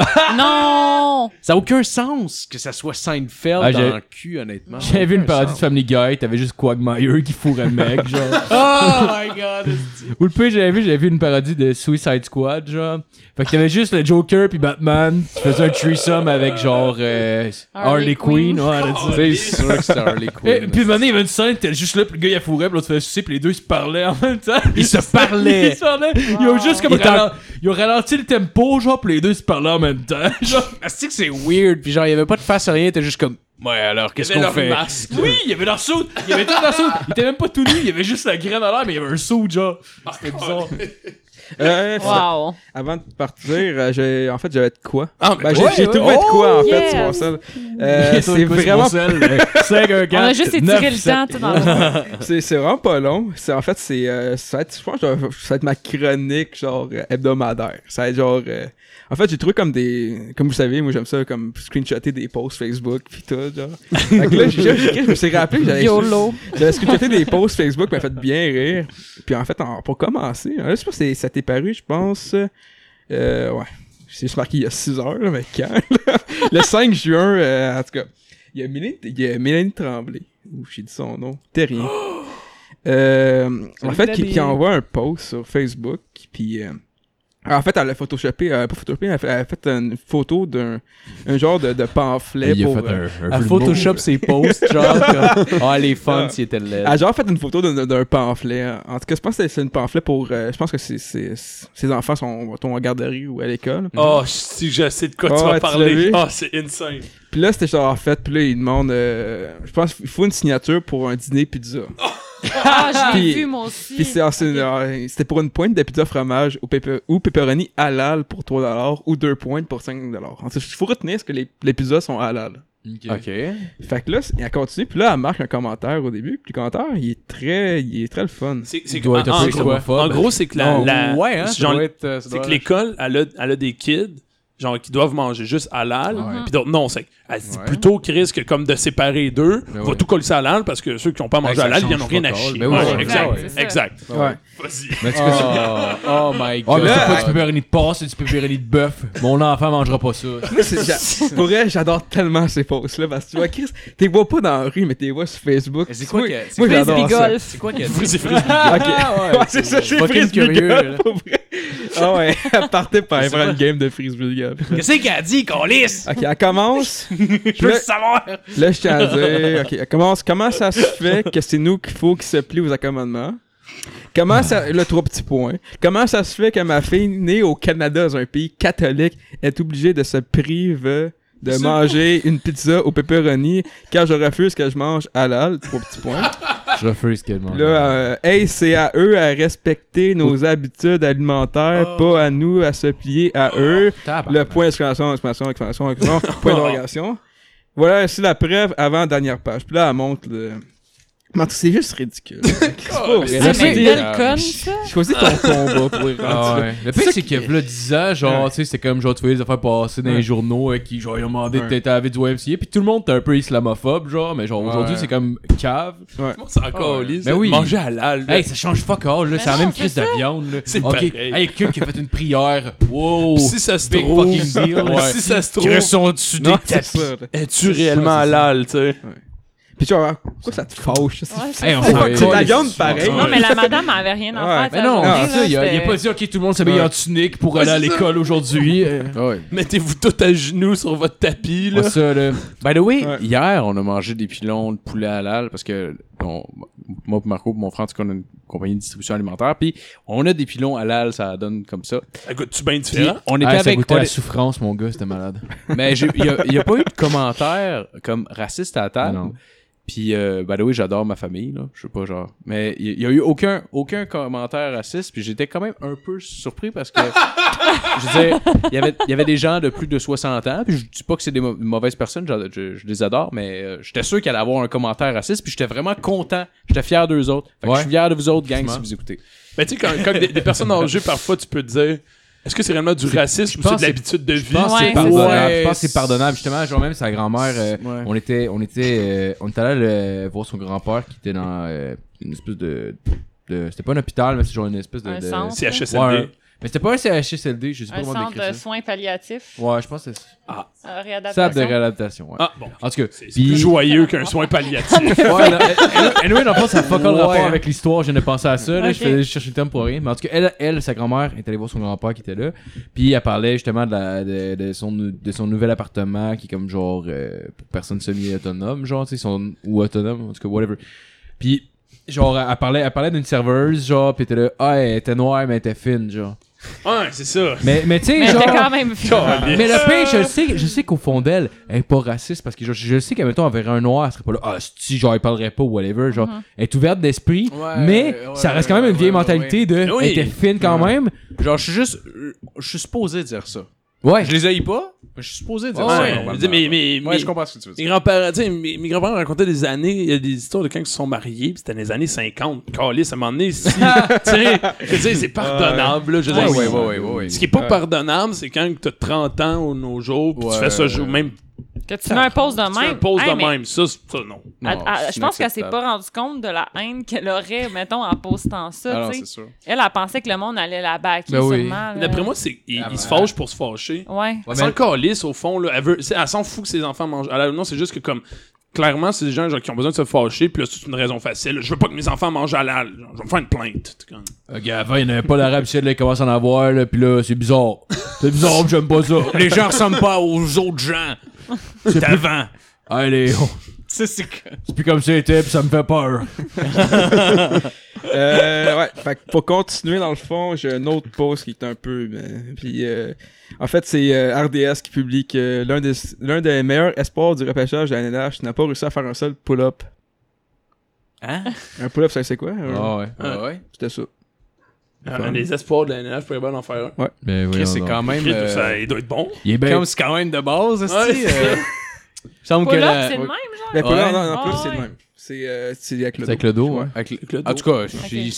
A: Non!
E: Ça n'a aucun sens que ça soit Seinfeld
C: Ah, j'ai-
E: dans le cul, honnêtement.
C: J'avais vu une parodie de Family Guy, t'avais juste Quagmire qui fourrait le mec, genre.
E: Oh my god!
C: Ou le pire, j'avais vu, j'avais vu une parodie de Suicide Squad, genre. Fait que t'avais juste le Joker puis Batman, tu faisais un threesome avec genre euh, Harley,
A: Harley
C: Quinn,
A: Quinn.
C: ouais, là-dessus.
E: C'est sûr que c'est Harley
C: Et
E: Quinn.
C: Eh, puis, maintenant, il y avait une scène, t'es juste là, puis le gars, il a fourré, puis l'autre faisait sucer, puis les deux, ils se parlaient en même temps.
E: Ils se parlaient.
C: Ils se parlaient. Ils ont juste comme
E: Ils étaient en-
C: ralen- Ils ont ralenti le tempo, genre, puis les deux, ils se parlaient en même temps. Genre,
E: Asti que c'est weird, puis genre, il y avait pas de face à rien, t'es juste comme, ouais, alors, qu'est-ce qu'on fait?
C: oui, il y avait leur saut. Il y avait tout leur saut. Il était même pas tout nu, il y avait juste la graine à l'air, mais il y avait un saut, genre. C'était bizarre.
F: Euh,
A: Wow.
F: Avant de partir, euh, j'ai- en fait, j'avais de quoi.
D: Ah, mais
E: Bah,
F: Ben, j'ai
D: ouais,
F: j'ai
D: ouais.
F: trouvé de quoi, en
A: Oh,
F: fait, sur mon
A: yes.
F: sel. Euh, c'est vraiment,
C: 5, 1, 4.
A: On a juste étiré le temps, tu sais, dans le-
F: c'est c'est vraiment pas long. C'est en fait, c'est, euh, ça va être, je pense, que ça va- ça va être ma chronique genre euh, hebdomadaire. Ça va être genre, euh, en fait, j'ai trouvé comme des, comme vous savez, moi j'aime ça comme screenshotter des posts Facebook puis tout genre. Fait que là, j'ai- j'ai- je me suis rappelé, que j'avais
A: YOLO.
F: J'avais scruté des posts Facebook, m'a fait bien rire. Puis en fait, en- pour commencer, hein, je sais pas si ça t'est paru, je pense. Euh, ouais. C'est juste marqué il y a 6 heures, là, mais quand? là? Le 5 juin, euh, en tout cas. Il y a Mélanie, il y a Mélanie Tremblay. Ouh, j'ai dit son nom. Terrien. Euh, en fait, qui, qui envoie un post sur Facebook, puis euh, En fait, elle a photoshopé, euh, pas photoshopé, elle a fait, elle a fait une photo d'un un genre de, de pamphlet
C: Il a
F: pour.
C: fait
F: euh,
C: un, un
E: À
C: jeu de
E: Photoshop ses posts, genre, comme, ah, les fans, s'ils étaient
F: elle a
E: laids.
F: genre Ah, fait une photo d'un- d'un pamphlet. hein. En tout cas, je pense que c'est une pamphlet pour. euh, je pense que c'est- c'est- ses enfants sont, sont en garderie ou à l'école.
D: Oh, si je sais de quoi tu
F: Ah,
D: vas
F: tu l'as
D: parler.
F: vu?
D: Oh, c'est insane.
F: Puis là, c'était genre en fait, puis là, il demande. euh, je pense qu'il faut une signature pour un dîner pizza.
A: Ah, je l'ai
F: Puis-
A: vu, moi aussi.
F: Puis c'est- c'est-
A: Ok.
F: euh, c'était pour une pointe de pizza fromage ou, pepper, ou pepperoni halal pour 3$ ou deux pointes pour 5$. En tout cas, il faut retenir ce que les, les pizzas sont halal.
C: mots.
E: Ok.
F: Fait que là, c- elle continue, puis là, elle marque un commentaire au début, puis le commentaire, il est très, il est très le fun.
D: C'est
C: Il
D: c'est
C: doit
D: en-
C: être un
D: en
C: peu
D: gros-
C: xénophobe.
D: En gros, c'est que la.
E: Non,
D: la-
E: ouais, hein,
D: c'est
E: ça
D: genre-
E: doit être, euh, ça
D: c'est
E: doit
D: que l'école, elle a, elle a des kids, genre, qui doivent manger juste halal,
C: Ouais.
D: puis d'autres non. C'est, elle se dit
C: Ouais.
D: plutôt, Chris, que comme de séparer les deux,
C: Ben
D: va
C: ouais.
D: tout coller ça halal parce que ceux qui n'ont pas mangé
C: ça
D: halal, ils
C: change
D: n'en ont rien à
C: pas
D: chier.
C: de rôle. Ben oui,
D: Ouais,
C: ouais,
D: exact.
A: ouais, c'est ça.
D: Exact.
F: Ouais.
D: Vas-y.
C: Mais tu peux-
E: Oh, oh my
C: Ah,
E: god.
C: mais c'est pas
E: Ah,
C: du pepperoni de porc, c'est du pepperoni de bœuf. Mon enfant mangera pas ça.
F: Moi, c'est- j'a- pour vrai, j'adore tellement ces posts-là, parce que tu vois, Chris, t'es vois pas dans la rue, mais t'es vois sur Facebook.
E: Mais c'est quoi
F: Moi-
E: que- c'est
F: Moi,
A: Frisbee
F: j'adore ça.
A: golf.
E: C'est quoi qu'il y a
D: Vas-y, Frisbee.
F: Ok. Ouais, c'est ça,
E: c'est
F: c'est
E: fucking
F: Frisbee
E: curieux,
F: golf,
E: là.
F: pour vrai. Ah ouais, elle partait par
E: Je sais
F: faire
E: pas.
F: une game de Frisbee golf.
E: Qu'est-ce qu'elle a dit, qu'on lisse?
F: Ok, elle commence.
E: Je veux le savoir.
F: Là, je tiens à dire, ok, comment, comment ça se fait que c'est nous qu'il faut qui se plie aux accommodements? Comment ça, là, trois petits points. Comment ça se fait que ma fille, née au Canada, dans un pays catholique, est obligée de se priver de manger une pizza au pepperoni car je refuse que je mange halal, trois petits points.
C: Je refuse qu'elle mange.
F: Là, euh, hey, c'est à eux à respecter nos habitudes alimentaires, pas à nous à se plier à eux. Le point d'exclamation, exclamation, exclamation, exclamation, point d'interrogation. Voilà, ici la preuve avant dernière page. Puis là, elle montre le. Mais c'est juste ridicule. C'est pas vrai.
A: Ah, mais
F: Choisis-
A: belle
C: euh,
A: conne, ça.
F: Choisis ton combat pour y
C: Ah
F: rendre.
C: ouais. Le pire, c'est que là, 10 ans, genre, tu sais, c'est comme, genre, tu voyais les affaires passer dans les
F: Ouais.
C: journaux euh, qui, genre, ils ont demandé
F: Ouais.
C: de t'être avec du YMCA, puis tout le monde était un peu islamophobe, genre, mais genre, aujourd'hui,
F: Ouais.
C: c'est comme cave.
D: C'est encore lisse.
C: Ben oui.
D: Manger halal. là.
C: Hey, ça change fuck all, là, c'est la
A: non,
C: même
A: c'est
C: crise de
A: ça.
C: viande, là.
D: C'est
C: Ok,
D: pareil.
C: Hey, Kirk qui a fait une prière. Wow.
D: Pis si ça se
C: Oh, Big
D: trouve.
C: fucking deal. Ouais.
D: Si ça se trouve.
C: Chris, sont dessus
F: Non, c'est ça. là.
D: Es-tu réellement halal, tu sais?
F: Puis tu vois, pourquoi ça te fâche? ça, c'est-
A: Ouais, c'est
C: Hey, on
A: ça.
C: s'en
F: Ah, C'est de la
C: colle.
F: viande pareille.
A: Non, mais la madame elle avait rien à
F: Ouais.
A: faire.
C: Mais
A: cette
C: non,
A: journée,
C: c'est Ah, ça, il
A: là,
C: a, il a
A: c'était-
C: pas dit, ok, tout le monde s'habille en tunique pour aller à
D: c'est ça.
C: l'école aujourd'hui. euh.
D: Mettez-vous tout à genoux sur votre tapis, là.
C: Ouais, ça, là.
E: By the way,
F: Ouais.
E: hier, on a mangé des pilons de poulet halal parce que on- moi, pis Marco, pis mon frère, en tout cas, on a une compagnie de distribution alimentaire. Puis on a des pilons halal, ça donne comme ça.
D: Ça goûte-tu bien
E: Puis
D: différent?
E: on était
C: Ah, ça
E: avec.
C: goûtait
E: on
C: la
E: est-
C: souffrance, mon gars, c'était malade.
E: mais il y, a- y a pas eu de commentaires comme raciste à la table.
C: Non.
E: Puis, euh, by the way, j'adore ma famille, là. Je sais pas, genre. Mais il y, a eu aucun, aucun commentaire raciste. Puis j'étais quand même un peu surpris parce que. je veux dire, il y avait- il y avait des gens de plus de 60 ans. Puis je dis pas que c'est des mau- mauvaises personnes, je, je- je les adore. Mais euh, j'étais sûr qu'il allait avoir un commentaire raciste. Puis j'étais vraiment content. J'étais fier d'eux autres. Fait que
C: Ouais.
E: je suis fier de vous autres, gang, si
C: Effectivement.
E: vous écoutez.
D: Mais tu sais, quand, quand des, des personnes en jeu, parfois, tu peux te dire est-ce que c'est réellement du racisme ou c'est
C: pense
D: de l'habitude de vie
C: pense que
A: Ouais,
C: c'est
A: c'est
C: pardonnable.
E: ça.
C: Je pense que c'est pardonnable. Justement, genre même sa grand-mère, euh,
E: Ouais.
C: on était, on était, euh, on était allé euh, voir son grand-père qui était dans euh, une espèce de, de- c'était pas un hôpital, mais c'est genre une espèce de,
A: Un
C: de-
A: centre.
D: C'est HSLD.
C: Ouais, un- mais c'était pas un CHSLD, je sais pas
A: Un
C: comment
A: centre de
C: décrire ça.
A: soins palliatifs.
C: Ouais, je pense que c'est
A: euh,
C: ça de
A: réadaptation.
C: réadaptation. ouais.
D: Ah, bon.
C: En tout cas,
D: C'est c'est
C: puis-
D: plus joyeux qu'un soin palliatif.
C: Ouais, non, elle- elle- anyway, dans le fond, ça a pas le rapport
E: Ouais.
C: avec l'histoire. Je viens de penser à ça. là.
A: Ok.
C: Je, faisais, je cherchais le terme pour rien. Mais en tout cas, elle, elle sa grand-mère, est allée voir son grand-père qui était là. Puis elle parlait justement de, la, de, de son, nou- de son nouvel appartement qui est comme genre euh, pour personnes semi-autonomes, genre, tu sais, son- ou autonome, en tout cas, whatever. Puis, genre, elle parlait, elle parlait d'une serveuse, genre, puis elle était là, ah, elle était noire, mais elle était fine, genre.
D: ouais, c'est ça.
C: Mais, mais tu sais,
A: Mais
C: genre.
A: j'étais quand même fière.
C: Mais le pire, je sais, je sais qu'au fond d'elle, elle est pas raciste parce que je, je sais qu'à mettons, elle verrait un noir, elle serait pas là, ah, si, genre, elle parlerait pas ou whatever, genre, elle est ouverte d'esprit,
E: Ouais,
C: mais
E: ouais,
C: ça
E: ouais,
C: reste quand même
E: ouais,
C: une vieille
E: ouais,
C: mentalité de,
D: Oui.
C: elle était fine quand même.
E: Genre, je suis juste. euh, Je suis supposé dire ça.
C: Ouais.
E: Je les haïs pas, mais je suis supposé dire
D: Ouais,
E: ça.
D: je veux
E: normalement.
D: dire, mais, mais,
E: Ouais,
D: mais-
E: je comprends ce que tu veux dire.
D: Mes grands-parents, tu sais, mes, mes grands-parents racontaient des années, il y a des histoires de quand ils se sont mariés, pis c'était dans les années 50. Calisse, à un moment donné, si, tu sais, je veux dire, c'est pardonnable, là, je veux dire,
E: ouais,
D: si-
E: ouais, ouais, ouais, ouais.
D: Ce qui est pas
E: Ouais.
D: pardonnable, c'est quand t'as 30 ans au nos jours, pis
E: Ouais.
D: tu fais ça, jour- même,
A: Que tu mets un post de même.
D: tu fais un pause
A: Hey,
D: de
A: mais
D: même, ça, c'est- ça, non.
A: elle-
E: Non,
A: elle-
E: c'est
A: Je pense qu'elle s'est
E: inacceptable.
A: pas rendue compte de la haine qu'elle aurait, mettons, en postant
E: Ah
A: ça.
E: non,
A: tu
E: c'est
A: sais.
E: sûr.
A: elle, elle pensait que le monde allait la baquer
C: Ben oui.
A: sûrement. là.
D: D'après moi, c'est, ils, ils se fâchent pour se fâcher.
A: Ouais.
D: elle s'en calisse, au fond, là. Elle, veut, c'est- elle s'en fout que ses enfants mangent. Elle, non, c'est juste que, comme, clairement, c'est des gens genre, qui ont besoin de se fâcher, puis là, c'est une raison facile. Je veux pas que mes enfants mangent à l'al. Genre, Je vais me faire une plainte. C'est comme-
C: Ok, avant, il n'y avait pas d'arabe ici, là, il commence à en avoir, là, pis là, c'est bizarre. C'est bizarre, pis j'aime pas ça.
E: Les gens ressemblent pas aux autres gens d'avant.
C: Allez, on-
E: Ça, c'est que-
C: c'est plus comme ça était, pis ça me fait peur.
F: euh, ouais, fait que pour continuer dans le fond, j'ai un autre post qui est un peu ben, puis euh, en fait, c'est euh, RDS qui publie que l'un des l'un des meilleurs espoirs du repêchage de la NNH n'a pas réussi à faire un seul pull-up.
E: Hein?
F: Un pull-up, ça c'est quoi Un-
C: Ah ouais.
E: Ah ouais.
F: C'était ça.
D: Un des Ah, espoirs de la NNF pourrait bien en faire un.
C: Ben oui.
E: Chris, c'est quand même.
D: Chris,
E: euh,
D: ça, il doit être bon.
C: Il est bien.
E: Comme c'est quand même de base, aussi.
D: Ouais,
E: euh, il semble que
A: Pull-up,
E: la-
A: c'est le même.
F: Mais pull-up,
E: Ouais.
F: non, non,
A: Ah
F: pull-up, c'est
A: ouais.
F: le même. C'est euh, c'est avec le
C: C'est avec le dos,
F: Ouais.
C: ouais.
E: Avec le-
D: Avec le
E: En
D: dos.
E: tout cas, il il- il
F: Ouais,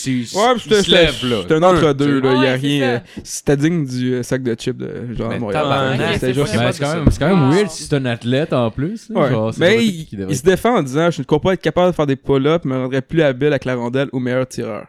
F: puis c'était-
E: se lève, là.
F: c'était un entre-deux, là.
A: Ah
F: Il y a
A: ouais, c'est
F: rien.
A: ça.
F: euh, C'était digne du euh, sac de chips de genre
E: Mais
F: Montréal.
E: tabarnak,
F: Ouais,
A: c'est
F: C'était juste.
A: pas
C: Ben, c'est quand, même, c'est quand
E: Ah.
C: même
A: Wow.
C: weird si c'est un athlète en plus. là,
F: Ouais.
C: genre, c'est genre
F: mais
C: le
F: il,
C: type qui devrait-
F: il se défend en disant Je ne crois pas être capable de faire des pull-ups, mais rendrait plus habile avec la rondelle ou meilleur tireur.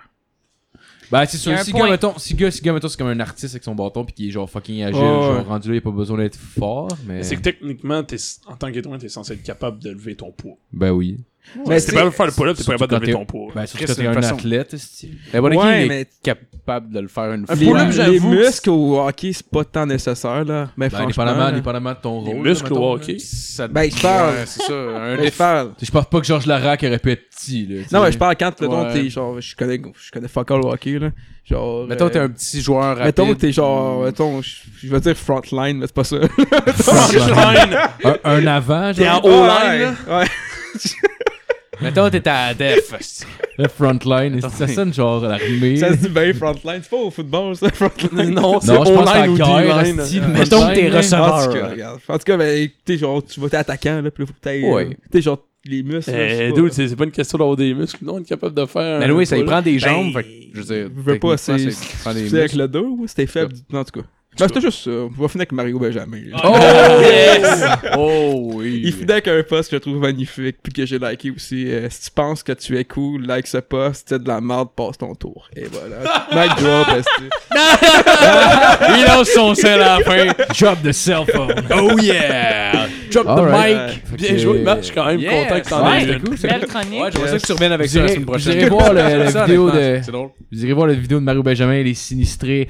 C: Ben, c'est
A: Il
C: sûr.
A: y a un
C: Si
A: point.
C: gars, mettons, si gars, si gars, mettons, c'est comme un artiste avec son bâton pis qui est genre fucking agile,
F: Ouais,
C: genre
F: ouais.
C: rendu là, il a pas besoin d'être fort, mais.
D: C'est que techniquement, t'es- en tant qu'étoile, t'es censé être capable de lever ton poids.
C: Ben oui.
F: mais
D: Si t'es pas capable de faire le pull-up, t'es pas
C: surtout
D: capable de lever
C: quand
D: ton poids.
C: Ben, surtout
E: Chris,
C: quand
E: c'est
C: t'es
E: une
C: un
E: façon.
C: athlète, c'est.
E: La bonne
F: Ouais,
E: équipe, Eh, il
F: mais-
E: est capable de le faire une fois.
F: les,
D: pull-up,
F: les
D: j'avoue.
F: muscles au hockey, c'est pas tant nécessaire, là. Mais
C: Ben,
F: franchement.
C: dépendamment,
F: là,
C: dépendamment de ton
D: Les
C: rôle. là,
D: muscles
C: mettons,
D: au
C: là.
D: hockey.
E: Ça-
F: Ben, je parle.
E: Ouais, c'est ça, un
F: mais je
E: défi.
F: parle.
C: Je pense pas que Georges Larac aurait pu être petit, là. tu sais.
F: Non, mais je parle quand, mettons,
E: Ouais.
F: t'es genre, je connais, je connais fuck all au hockey, là. Genre.
E: Mettons,
F: euh,
E: t'es un petit joueur rapide.
F: Mettons, t'es genre, mettons, je je vais dire frontline, mais c'est pas ça.
C: un, un avant,
D: T'es en
C: genre.
D: O-line,
F: Ouais. Ouais.
E: Mettons, t'es à la def. esti.
C: Le frontline. est-ce que Ça sonne genre l'armée.
F: Ça se dit bien frontline. C'est pas au football, ça, frontline.
D: Non, c'est
C: Non, je pense à la
D: O-line ou
C: guerre.
D: D-line.
C: esti,
H: Mettons que t'es
C: frontline, là.
F: En tout cas,
H: receveur.
F: regarde. En tout cas, ben, t'es genre, tu vas t'es attaquant, là, puis là, faut que t'ailles,
E: Ouais.
F: euh, T'es genre, les muscles. là, je sais
D: Eh,
F: pas.
D: dude, c'est c'est pas une question d'avoir des muscles. Non, on est capable de faire.
E: Mais
D: un
E: oui, ça y
D: pull-up.
E: prend des
D: Ben,
E: jambes. fait que, je veux
F: Je
E: dire,
F: veux pas, c'est.
E: techniquement, ça prend des
F: C'est avec
E: muscles.
F: le dos, ou c'était faible? du- Non, en tout cas. Ben, c'était juste ça. On va finir avec Mario Benjamin. là.
E: Oh oui.
F: Il finit avec un post que je trouve magnifique, puis que j'ai liké aussi. Euh, si tu penses que tu es cool, like ce post. Si t'es de la merde, passe ton tour. Et voilà. Mike drop, esti.
E: Il lance son sel à la fin.
H: Job de cell phone.
E: Oh yeah. Drop the
C: Alright.
E: mic.
C: Fait
D: Bien
C: que-
D: joué, Matt. Je suis quand même
E: Yeah,
D: content que t'en
A: Ouais.
D: aies une.
C: cool, Ah, c'est
A: Belle chronique.
E: Ouais, j'aimerais ça que tu reviennes avec ça la
C: Vous
E: semaine
C: irez- vous
E: prochaine.
C: irez voir le- la
E: Ça,
C: vidéo
E: honnêtement,
C: de-
E: C'est drôle.
C: Vous irez voir la vidéo de Mario Benjamin, les sinistrés.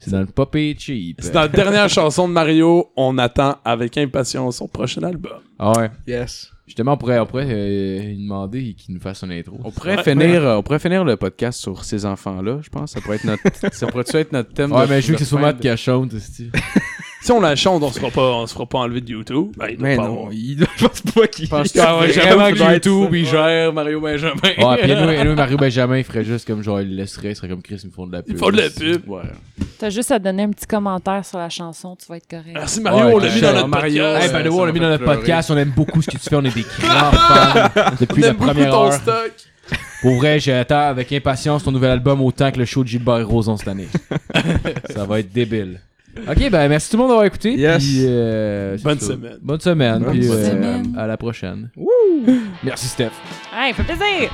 C: C'est dans le pop et cheap.
D: C'est dans la dernière chanson de Mario. On attend avec impatience son prochain album.
C: Ah ouais.
F: Yes.
C: Justement, on pourrait, on pourrait euh, lui demander qu'il nous fasse son intro.
E: On pourrait, finir, euh, on pourrait finir le podcast sur ces enfants-là, je pense. Ça pourrait être notre, ça pourrait être notre thème.
C: Ouais,
E: de-
C: mais je veux
E: de
C: que ce soit
E: fin
C: Matt
E: de-
C: qui a chante, esti.
D: Si on la chante, on se fera pas, on se fera pas enlever de YouTube. Ben, il doit
F: Mais
D: pas
F: non,
D: avoir-
F: il doit je pense pas qu'il.
E: Je pense que
F: Ah ouais,
E: vraiment
F: j'avoue,
E: que
F: faudrait être
E: YouTube,
F: ça.
E: il gère Mario Benjamin.
C: Ouais, puis anyway, anyway, Mario Benjamin, il ferait juste comme genre, il le laisserait, il serait comme Chris, ils me font de la pub.
D: Il faut de la pub.
E: Ouais.
A: T'as juste à donner un petit commentaire sur la chanson, tu vas être correct.
D: Merci Mario,
C: Ouais,
D: on l'a mis
C: ouais.
D: dans notre
E: Mario,
C: Hey,
D: podcast.
C: by the
E: Ça
C: way, on l'a mis dans
E: m'a fait
C: notre
E: pleurer.
C: podcast, on aime beaucoup ce que tu fais, on est des grands fans depuis
D: on
C: la
D: aime beaucoup
C: première
D: ton
C: heure.
D: stock.
C: Pour vrai, j'attends avec impatience ton nouvel album autant que le show de Gilbert Rozon cette année. ça va être débile. Ok, ben merci tout le monde d'avoir écouté.
F: Yes.
C: puis, euh, c'est
D: Bonne
C: ça.
D: semaine.
C: Bonne semaine.
F: Bonne
C: puis, euh,
A: semaine.
C: à la prochaine. Merci Steph.
A: Hey, fait plaisir!